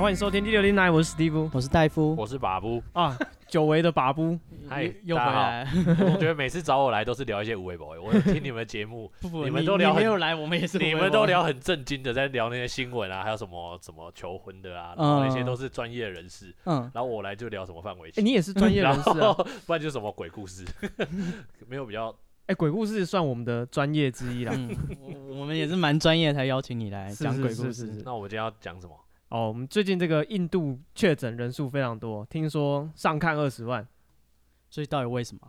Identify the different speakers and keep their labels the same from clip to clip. Speaker 1: 欢迎收听第六零 nine，我是史蒂夫
Speaker 2: 我是戴夫
Speaker 3: 我是把布，
Speaker 1: 啊，久违的把布，
Speaker 3: 嗨
Speaker 2: 又回
Speaker 3: 大家好
Speaker 2: 来，
Speaker 3: 我觉得每次找我来都是聊一些无为博，我有听你们节目
Speaker 2: ，不不
Speaker 3: 你们都聊
Speaker 2: 没
Speaker 3: 很
Speaker 2: 有来，我们也是
Speaker 3: 你
Speaker 2: 回
Speaker 3: 们
Speaker 2: 我
Speaker 3: 都聊很震惊的，在聊那些新闻啊，还有什么什么求婚的啊，然后那些都是专业人士，
Speaker 2: 嗯，
Speaker 3: 然后我来就聊什么范围
Speaker 1: 哎，
Speaker 3: 棋，
Speaker 1: 你也是 专业人
Speaker 3: 然
Speaker 1: 士啊
Speaker 3: 后，不然就是什么鬼故事， 没有比较
Speaker 1: 哎，鬼故事算我们的专业之一啦。
Speaker 2: 嗯，我我们也是蛮专业才邀请你来
Speaker 1: 是
Speaker 2: 讲
Speaker 1: 是
Speaker 2: 鬼
Speaker 1: 是
Speaker 2: 故
Speaker 1: 是
Speaker 2: 事
Speaker 1: 是，
Speaker 3: 那我们今天要讲什么？
Speaker 1: 哦，我们最近这个印度确诊人数非常多，听说上看二十万，
Speaker 2: 所以到底为什么？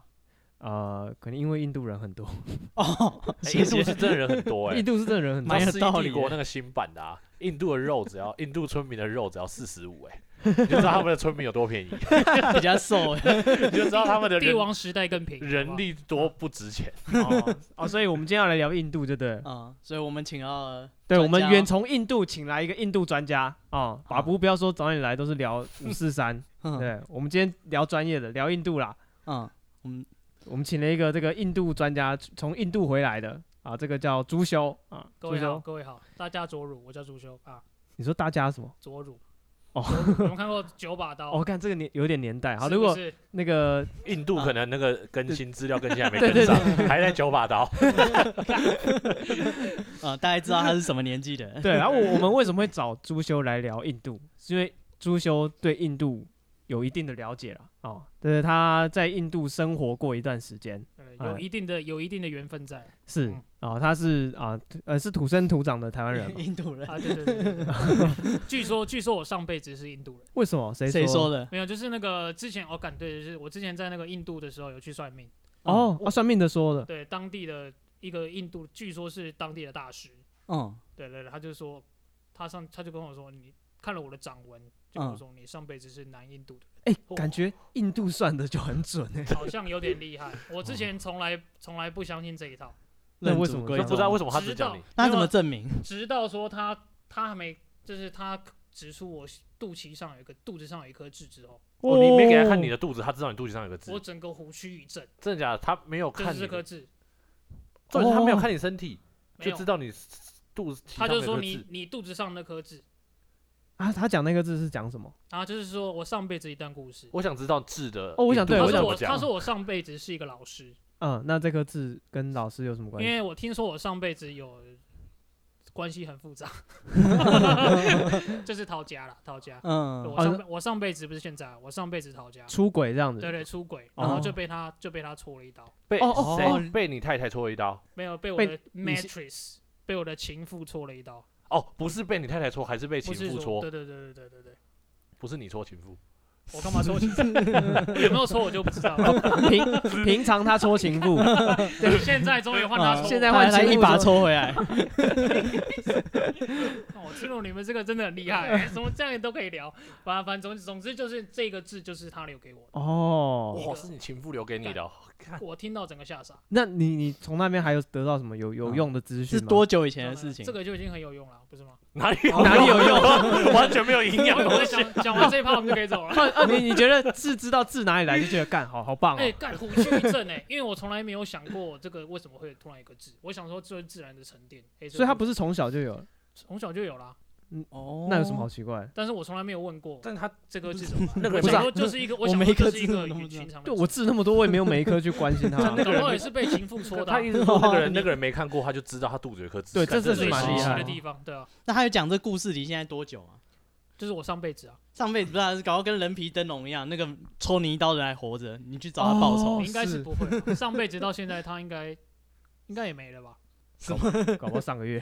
Speaker 1: 呃，可能因为印度人很多，
Speaker 2: 哦，
Speaker 3: 哎
Speaker 2: 其
Speaker 3: 印度
Speaker 2: 实
Speaker 3: 是真的人很 多哎
Speaker 1: 印，度是真的人很多
Speaker 2: 蛮，有
Speaker 3: 世纪
Speaker 2: 道理
Speaker 3: 帝国
Speaker 2: 耶
Speaker 3: 那个新版的啊，印度的肉只要印度村民的肉只要四十五哎，你就知道他们的村民有多便宜，
Speaker 2: 比较瘦，
Speaker 3: 你就知道他们的
Speaker 4: 帝
Speaker 3: 人
Speaker 4: 王时代更平，好不
Speaker 3: 人
Speaker 4: 好
Speaker 3: 力多不值钱。
Speaker 1: 哦哦，所以我们今天要来聊印度，对不对了？
Speaker 2: 嗯，所以我们请到了
Speaker 1: 对，
Speaker 2: 专
Speaker 1: 我们
Speaker 2: 家
Speaker 1: 远从印度请来一个印度专家啊，把不不要说找你来都是聊五四三，
Speaker 2: 嗯
Speaker 1: 对，我们今天聊专业的，聊印度啦。
Speaker 2: 嗯，我们
Speaker 1: 我们请了一个这个印度专家，从印度回来的啊，这个叫朱修啊，
Speaker 4: 各
Speaker 1: 朱
Speaker 4: 位好，
Speaker 1: 修，
Speaker 4: 各位好，大家左乳，我叫朱修啊，
Speaker 1: 你说大家什么？
Speaker 4: 左乳。
Speaker 1: 哦
Speaker 4: 左乳，有没有看过九把刀？
Speaker 1: 哦，看这个年有点年代。好，
Speaker 4: 是
Speaker 1: 如
Speaker 4: 不
Speaker 1: 果
Speaker 4: 是
Speaker 1: 那个
Speaker 3: 印度可能那个更新资料更新还没
Speaker 1: 对
Speaker 3: 跟上，还在九把刀。
Speaker 2: 呃，大概知道他是什么年纪的人，
Speaker 1: 对，然后我我们为什么会找朱修来聊印度？是因为朱修对印度有一定的了解了哦，对，他在印度生活过一段时间，哎
Speaker 4: 呃有一定的有一定的缘 分在
Speaker 1: 是
Speaker 4: 嗯
Speaker 1: 哦，他是啊呃是土生土长的台湾人嘛，
Speaker 2: 印度人，
Speaker 4: 啊，对对对对对。据说据说我上辈子是印度人，
Speaker 1: 为什么？谁
Speaker 2: 谁
Speaker 1: 说
Speaker 2: 说
Speaker 1: 的？
Speaker 2: 的？
Speaker 4: 没有，就是那个之前哦，感对，就是我之前在那个印度的时候有去算命，
Speaker 1: 哦，啊算命的说的，
Speaker 4: 对当地的一个印度，据说是当地的大师，
Speaker 2: 嗯，
Speaker 4: 对对对，他就说他上他就跟我说你看了我的掌纹，
Speaker 1: 嗯
Speaker 4: 就跟我说你上辈子是南印度的。
Speaker 1: 哎，感觉印度算的就很准哎，
Speaker 4: 好像有点厉 害。我之前从来从来不相信这一套，
Speaker 1: 那
Speaker 2: 认
Speaker 1: 为
Speaker 2: 祖
Speaker 1: 什么
Speaker 2: 归
Speaker 3: 就
Speaker 1: 那
Speaker 3: 不知道
Speaker 2: 宗
Speaker 3: 为什么哦他只
Speaker 4: 直
Speaker 3: 讲
Speaker 4: 到
Speaker 3: 你，
Speaker 2: 那
Speaker 4: 没有啊
Speaker 2: 怎么证明？
Speaker 4: 直到说他他还没就是他指出我肚脐上有一个肚子上有一颗痣之后，
Speaker 3: 哦，你没给他看你的肚子，他知道你肚子上有个痣
Speaker 4: 我，整个虎躯一震，
Speaker 3: 真的假的？他没有
Speaker 4: 就
Speaker 3: 看
Speaker 4: 是
Speaker 3: 你
Speaker 4: 这颗
Speaker 3: 的，
Speaker 4: 痣，
Speaker 3: 重点是他没有
Speaker 2: 哦
Speaker 3: 看你身体，
Speaker 4: 没
Speaker 3: 就
Speaker 4: 有
Speaker 3: 知。道你肚子。
Speaker 4: 他就说你你肚子上那颗痣
Speaker 1: 啊，他讲那个字是讲什么？
Speaker 4: 啊，就是说我上辈子一段故事。
Speaker 3: 我想知道痣的。
Speaker 1: 哦我想对
Speaker 4: 他
Speaker 1: 我想
Speaker 4: 说
Speaker 3: 怎
Speaker 4: 我
Speaker 3: 么
Speaker 4: 他
Speaker 3: 讲？啊
Speaker 4: 说我上辈子是一个老师，
Speaker 1: 嗯，那这颗痣跟老师有什么
Speaker 4: 因
Speaker 1: 关系？
Speaker 4: 为我听说我上辈子有关系很 复杂， 这是逃家了，逃家。
Speaker 2: 嗯
Speaker 4: 我上辈我上辈子不是现在，啊我上辈子逃家。
Speaker 1: 出轨这样子。
Speaker 4: 对对，出轨，
Speaker 1: 哦
Speaker 4: 然后就被他、就被他戳了一刀，
Speaker 3: 被
Speaker 1: 哦哦
Speaker 3: 谁
Speaker 2: 哦
Speaker 3: 被你太太戳一刀？
Speaker 4: 没有被我
Speaker 1: 被
Speaker 4: 的
Speaker 1: 你是
Speaker 4: mattress，被我的情妇戳了一刀，
Speaker 3: 哦，不是被你太太戳，还是被情
Speaker 4: 不是
Speaker 3: 妇
Speaker 4: 说，
Speaker 3: 戳？
Speaker 4: 对对对对对对对，
Speaker 3: 不是你戳情妇，
Speaker 4: 我干嘛 戳情妇？有没有戳我就不知道了。
Speaker 1: 平平常他戳情 妇，
Speaker 4: 现在终于换
Speaker 2: 嗯
Speaker 4: 他戳
Speaker 1: 啊
Speaker 4: 我，
Speaker 1: 现在换
Speaker 2: 他
Speaker 1: 情
Speaker 2: 一
Speaker 1: 妇
Speaker 2: 把
Speaker 1: 说
Speaker 2: 抽回 来，
Speaker 4: 哦我听懂你们这个真的很厉害、欸，什么这样都可以聊。反反总总之就是这个字就是他留给我的，
Speaker 1: 哦，
Speaker 3: 哇，是你情妇留给你的哦。看
Speaker 4: 我听到整个吓傻。
Speaker 1: 那你你从那边还有得到什么有
Speaker 4: 嗯
Speaker 1: 有用的资讯
Speaker 2: 是
Speaker 1: 吗？
Speaker 2: 多久以前的事情
Speaker 4: 这？个就已经很有用了，不是吗？
Speaker 3: 哪里有
Speaker 1: 哪里有
Speaker 3: 用？完全没有营养哦的
Speaker 4: 我
Speaker 3: 东西。
Speaker 4: 讲讲完这一趴我们就可以走了。
Speaker 1: 啊啊你你觉得痣知道痣哪里来就觉得干好好棒
Speaker 4: 哎、
Speaker 1: 哦，
Speaker 4: 干虎躯一震哎、因为我从来没有想过这个为什么会突然一个字，我想说这是自然的沉淀，哎，
Speaker 1: 所以他
Speaker 4: 不
Speaker 1: 不是从小就有了，
Speaker 4: 从小就有啦，
Speaker 2: 哦
Speaker 1: 那有什么好？奇怪的？
Speaker 4: 但是我从来没有问过
Speaker 3: 但他
Speaker 4: 这个字怎么来，
Speaker 3: 那个
Speaker 4: 我
Speaker 1: 不是啊
Speaker 4: 想说就是一个，
Speaker 2: 我
Speaker 4: 我想
Speaker 2: 每
Speaker 4: 说
Speaker 2: 一个
Speaker 4: 就是一
Speaker 2: 字
Speaker 4: 个
Speaker 2: 都不
Speaker 4: 与
Speaker 2: 知道
Speaker 4: 寻常的
Speaker 1: 对
Speaker 4: 字，
Speaker 1: 我痣那么多，我也没有每一颗去关心他 啊
Speaker 4: 真。
Speaker 3: 那
Speaker 4: 的，
Speaker 3: 个人
Speaker 4: 搞不好也是被情妇戳的啊、
Speaker 3: 他一直说那个
Speaker 2: 你
Speaker 3: 人那个人没看过，他就知道他肚子有一颗痣。
Speaker 1: 对这
Speaker 3: 干
Speaker 4: 这
Speaker 1: 是
Speaker 4: 最
Speaker 1: 蛮
Speaker 4: 神
Speaker 1: 厉
Speaker 4: 奇
Speaker 1: 害
Speaker 4: 的地方，对啊，
Speaker 2: 那他有讲这故事离现在多久啊？
Speaker 4: 就是我上辈子啊，
Speaker 2: 上辈子不知道是搞到跟人皮灯笼一样，那个戳你一刀的人还活着，你去找他报仇
Speaker 1: 哦，
Speaker 4: 应该
Speaker 1: 是
Speaker 4: 是不会啊，上辈子到现在他应该应该也没了吧，哦
Speaker 1: 搞不好上个月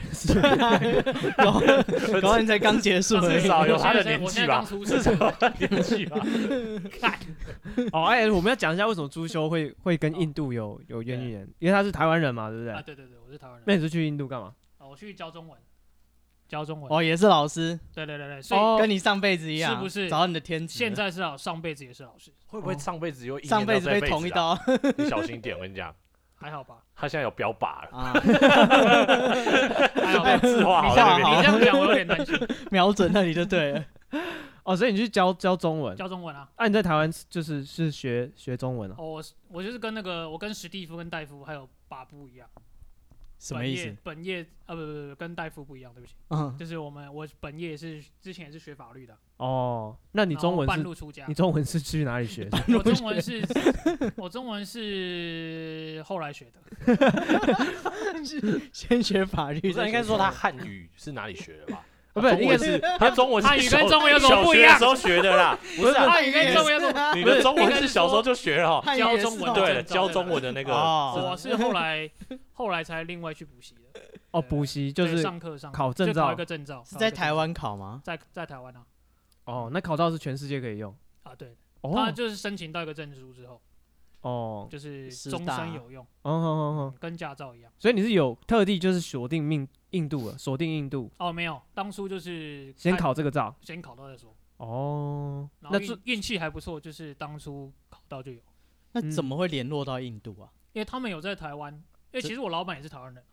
Speaker 2: 然 后然后你才刚结束而
Speaker 4: 对
Speaker 3: 至
Speaker 2: 已。
Speaker 3: 少有
Speaker 4: 我
Speaker 3: 他
Speaker 4: 现
Speaker 3: 的
Speaker 4: 在
Speaker 3: 年
Speaker 4: 我现
Speaker 3: 纪
Speaker 4: 在
Speaker 3: 吧，
Speaker 4: 刚出生
Speaker 3: 至少啊有他的年纪吧。
Speaker 1: 哦，哎，我们要讲一下为什么朱修会会跟印度有有渊源，因为他是台湾人嘛，对不
Speaker 4: 啊，
Speaker 1: 对？
Speaker 4: 对对对，我是台湾人
Speaker 1: 那你是去印度干嘛？
Speaker 4: 啊，我去教中文，教中文，
Speaker 2: 哦，也是老师，
Speaker 4: 对对对对，所以
Speaker 1: 哦，
Speaker 2: 跟你上辈子一样，
Speaker 4: 是不是
Speaker 2: 找到你的天职？
Speaker 4: 现在是老上辈子也是老师，
Speaker 3: 会不会上辈子又一
Speaker 2: 上
Speaker 3: 辈
Speaker 2: 辈子被捅一？刀
Speaker 3: 你小心点，我跟你讲，
Speaker 4: 还好吧，
Speaker 3: 他现在有标靶了，
Speaker 2: 啊，
Speaker 4: 还好吧
Speaker 2: 哎。
Speaker 3: 字画好
Speaker 2: 你画
Speaker 3: 在
Speaker 2: 好
Speaker 3: 那
Speaker 4: 你
Speaker 3: 边。
Speaker 4: 这样讲我有点担心。
Speaker 2: 瞄准那里就对了。
Speaker 1: 哦，所以你去教教中文，
Speaker 4: 教中文啊，
Speaker 1: 啊，你在台湾就是是学学中文啊？
Speaker 4: 哦，我是我就是跟那个我跟史蒂夫跟戴夫还有把布一样，
Speaker 2: 什么
Speaker 4: 本
Speaker 2: 意
Speaker 4: 业
Speaker 2: 思？
Speaker 4: 本业啊，不不不，跟大夫不一样，对不起，
Speaker 2: 嗯，
Speaker 4: 就是我们我本业是之前也是学法律的，
Speaker 1: 哦，那你
Speaker 4: 然
Speaker 1: 中
Speaker 4: 后
Speaker 1: 文
Speaker 4: 半
Speaker 1: 是
Speaker 4: 路出家
Speaker 1: 你，中文是去哪里学 的？哦
Speaker 4: 我中文是我中文是后来学的，
Speaker 2: 先学法律
Speaker 3: 不是
Speaker 2: 再学法律，
Speaker 3: 应该说他汉语是哪里学的吧？
Speaker 1: 啊不是
Speaker 3: 中
Speaker 1: 应
Speaker 3: 文
Speaker 1: 该
Speaker 3: 是 他中文是
Speaker 4: 汉语跟
Speaker 3: 小
Speaker 4: 中文有什么不一样
Speaker 3: 小学的时候学的啦，不是啊，
Speaker 4: 汉语跟中文有什么？
Speaker 3: 你
Speaker 4: 不
Speaker 3: 的
Speaker 4: 是
Speaker 3: 中文
Speaker 4: 应该
Speaker 3: 是
Speaker 4: 是
Speaker 3: 小时候就学了哦。
Speaker 2: 汉语
Speaker 4: 教
Speaker 2: 也是
Speaker 4: 中文
Speaker 2: 哦
Speaker 3: 对了，
Speaker 4: 正宗
Speaker 3: 教
Speaker 4: 的
Speaker 3: 中文的那个
Speaker 2: 哦
Speaker 4: 我是后来后来才另外去补习的，
Speaker 1: 哦，补习就
Speaker 4: 对
Speaker 1: 是
Speaker 4: 上课上课
Speaker 1: 考
Speaker 4: 就
Speaker 1: 证
Speaker 4: 考
Speaker 1: 照
Speaker 4: 一个证照，
Speaker 2: 是
Speaker 4: 考一
Speaker 2: 在
Speaker 4: 个
Speaker 2: 台
Speaker 4: 证
Speaker 2: 湾考吗？
Speaker 4: 照，在在台湾啊
Speaker 1: 哦，那考照是全世界可以用
Speaker 4: 啊，对，他
Speaker 1: 哦
Speaker 4: 就是申请到一个证书之后，
Speaker 1: 哦
Speaker 4: 就是
Speaker 2: 师
Speaker 4: 终
Speaker 2: 大
Speaker 4: 身有用，
Speaker 1: 哦哦哦，
Speaker 4: 跟驾照一样。
Speaker 1: 所以你是有特地就是锁定命印度了，锁定印度
Speaker 4: 哦，没有，当初就是
Speaker 1: 先
Speaker 4: 看
Speaker 1: 考这个照
Speaker 4: 先考到再说。
Speaker 1: 哦，
Speaker 4: 哎然
Speaker 1: 那
Speaker 4: 后
Speaker 1: 这
Speaker 4: 运运气还不错，就是当初考到就有，
Speaker 2: 那
Speaker 1: 嗯
Speaker 2: 怎么会联络到印度啊？
Speaker 4: 因为他们有在台湾，因为
Speaker 2: 这
Speaker 4: 其实我老板也是台湾人，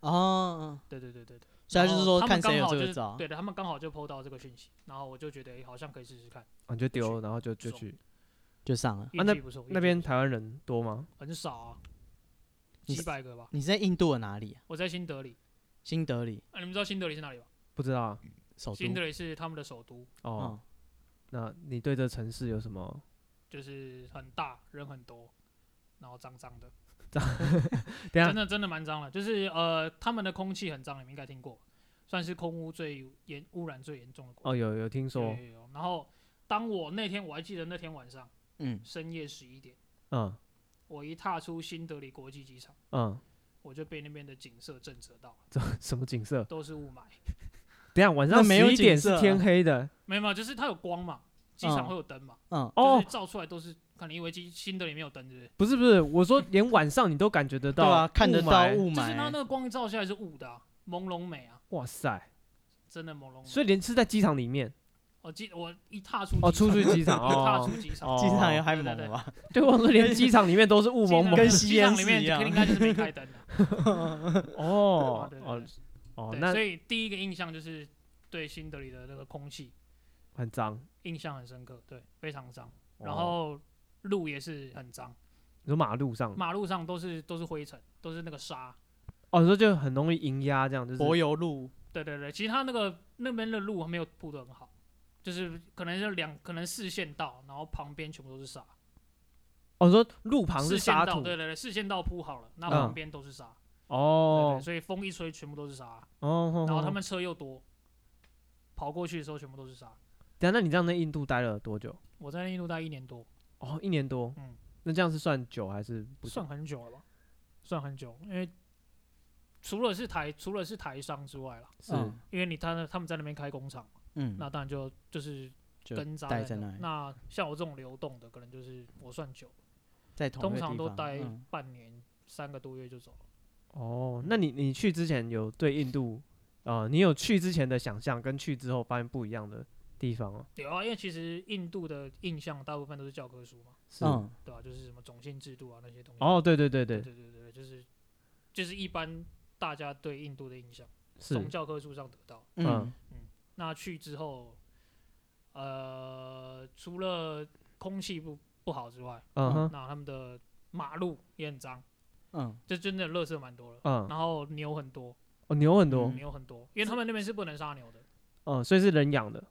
Speaker 2: 哦，
Speaker 4: 对对对对对，
Speaker 2: 所以他就是说
Speaker 4: 然后
Speaker 2: 看
Speaker 4: 哦他
Speaker 2: 谁
Speaker 4: 们
Speaker 2: 有
Speaker 4: 刚好
Speaker 2: 这
Speaker 4: 就
Speaker 2: 个
Speaker 4: 是
Speaker 2: 照，
Speaker 4: 对的，他们刚好就 PO 到这个讯息，然后我就觉得诶好像可以试试看，
Speaker 1: 啊你就丢，然后就就
Speaker 4: 爽
Speaker 1: 去
Speaker 2: 就上了。
Speaker 4: 运
Speaker 1: 那
Speaker 4: 气不错。运
Speaker 1: 那
Speaker 4: 气
Speaker 1: 边
Speaker 4: 不错
Speaker 1: 台湾人多吗？
Speaker 4: 很少啊，
Speaker 2: 你
Speaker 4: 几百个吧。
Speaker 2: 你是在印度的哪里啊？
Speaker 4: 我在新德里，
Speaker 2: 新德里
Speaker 4: 啊，你们知道新德里是哪里吧？
Speaker 1: 不知道啊
Speaker 4: 嗯
Speaker 2: 首都
Speaker 4: 新。德里是他们的首都，
Speaker 1: 哦
Speaker 2: 嗯，，
Speaker 1: 那你对这城市有什么？
Speaker 4: 就是很大，人很多，然后脏脏的，
Speaker 1: 等一
Speaker 4: 真
Speaker 1: 下
Speaker 4: 的真的蛮脏的。就是呃，他们的空气很脏，你们应该听过，算是空污最严污染最严重的国
Speaker 1: 哦，
Speaker 4: 家。
Speaker 1: 有有听
Speaker 4: 有
Speaker 1: 说，
Speaker 4: 有有。然后当我那天我还记得那天晚上
Speaker 2: 嗯，
Speaker 4: 深夜十一点，
Speaker 1: 嗯
Speaker 4: 我一踏出新德里国际机场，
Speaker 1: 嗯，
Speaker 4: 我就被那边的景色震慑到了，
Speaker 1: 这什么景色？
Speaker 4: 都是雾霾。
Speaker 1: 等一下晚
Speaker 2: 那
Speaker 1: 上
Speaker 2: 没有
Speaker 1: 十一点
Speaker 2: 景色
Speaker 1: 是
Speaker 2: 啊
Speaker 1: 天黑的
Speaker 4: 没有没有，就是它有光嘛，机场
Speaker 2: 嗯
Speaker 4: 会有灯嘛，
Speaker 2: 嗯，
Speaker 1: 哦
Speaker 4: 就是，照出来都是。看你以为机新德里没有灯，对不对？
Speaker 1: 不是不是，我说连晚上你都感觉得
Speaker 2: 对
Speaker 1: 到，
Speaker 2: 啊，看得到
Speaker 1: 霾，欸
Speaker 2: 雾
Speaker 4: 就是它那
Speaker 2: 霾，
Speaker 4: 个光照下来是雾的、啊，朦胧美啊，
Speaker 1: 哇塞！
Speaker 4: 真的朦胧美。
Speaker 1: 所以连是在机场里 面
Speaker 4: 我记我一踏出
Speaker 1: 哦，
Speaker 4: 机场
Speaker 1: 出去机场
Speaker 4: 一 踏
Speaker 1: 哦
Speaker 4: 出，机场，
Speaker 1: 哦
Speaker 2: 机场也还
Speaker 4: 对
Speaker 2: 猛
Speaker 4: 对对
Speaker 2: 了吧？
Speaker 1: 对，我说连机场里面都是雾
Speaker 4: 机场
Speaker 1: 蒙蒙
Speaker 2: 跟吸
Speaker 4: 机
Speaker 2: 烟
Speaker 4: 场
Speaker 2: 室
Speaker 4: 里
Speaker 2: 一
Speaker 4: 面
Speaker 2: 样
Speaker 4: 应该就是没 开灯的。
Speaker 1: 哦
Speaker 4: 对对
Speaker 1: 哦
Speaker 4: 对
Speaker 1: 哦，
Speaker 4: 对
Speaker 1: 那
Speaker 4: 所以第一个印象就是对新德里的那个空气
Speaker 1: 很脏。
Speaker 4: 印象很深刻，对，非常脏。
Speaker 1: 哦
Speaker 4: 然后路也是很脏，
Speaker 1: 你说马路上
Speaker 4: 马路上都是都是灰尘，都是那个沙。
Speaker 1: 哦，你说就很容易迎压这样，就是
Speaker 2: 柏油路
Speaker 4: 对对对，其实它那个那边的路还没有铺的很好，就是可能就两可能四线道，然后旁边全部都是沙。
Speaker 1: 哦，你说路旁
Speaker 4: 四
Speaker 1: 是
Speaker 4: 线
Speaker 1: 沙
Speaker 4: 道，
Speaker 1: 土
Speaker 4: 对对对，四线道铺好了，那
Speaker 1: 嗯
Speaker 4: 旁边都是沙。对
Speaker 1: 哦
Speaker 4: 对，所以风一吹全部都是沙。
Speaker 1: 哦，
Speaker 4: 然后他
Speaker 1: 哦
Speaker 4: 们车又多，跑过去的时候全部都是沙。
Speaker 1: 等一下，那你这样在印度待了多久？
Speaker 4: 我在印度待一年多，
Speaker 1: 哦，一年多。
Speaker 4: 嗯
Speaker 1: 那这样是算久还是不久
Speaker 4: 算很久了吧？算很久，因为除了是台除了是台商之外啦，
Speaker 1: 是
Speaker 2: 嗯
Speaker 4: 因为你他那他们在那边开工厂嘛，
Speaker 2: 嗯，
Speaker 4: 那当然就就是
Speaker 2: 就
Speaker 4: 跟扎
Speaker 2: 待在
Speaker 4: 在那
Speaker 2: 那里
Speaker 4: 那像我这种流动的，可能就是我算久了，
Speaker 2: 在同
Speaker 4: 通
Speaker 2: 一个
Speaker 4: 常
Speaker 2: 地
Speaker 4: 都
Speaker 2: 方。
Speaker 4: 待
Speaker 2: 嗯
Speaker 4: 半年、三个多月就走了。
Speaker 1: 哦，那你你去之前有对印度，呃，你有去之前的想象跟去之后发现不一样的地方哦？
Speaker 2: 嗯
Speaker 4: 对啊，因为其实印度的印象大部分都是教科书嘛，
Speaker 1: 是
Speaker 2: 嗯，
Speaker 4: 对吧、就是什么种姓制度啊那些东西。
Speaker 1: 哦，对对对
Speaker 4: 对
Speaker 1: 对，
Speaker 4: 对对对，就是就是一般大家对印度的印象，
Speaker 1: 是
Speaker 4: 从教科书上得到。
Speaker 1: 嗯
Speaker 2: 嗯，
Speaker 4: 那去之后，呃，除了空气不不好之外，
Speaker 1: 嗯哼
Speaker 4: 那他们的马路也很脏，
Speaker 2: 嗯，
Speaker 4: 就真的垃圾蛮多了。
Speaker 1: 嗯，
Speaker 4: 然后牛很多，
Speaker 1: 哦，牛很多
Speaker 2: 嗯，
Speaker 4: 牛很多，因为他们那边是不能杀牛的。
Speaker 1: 嗯，所以是人养的，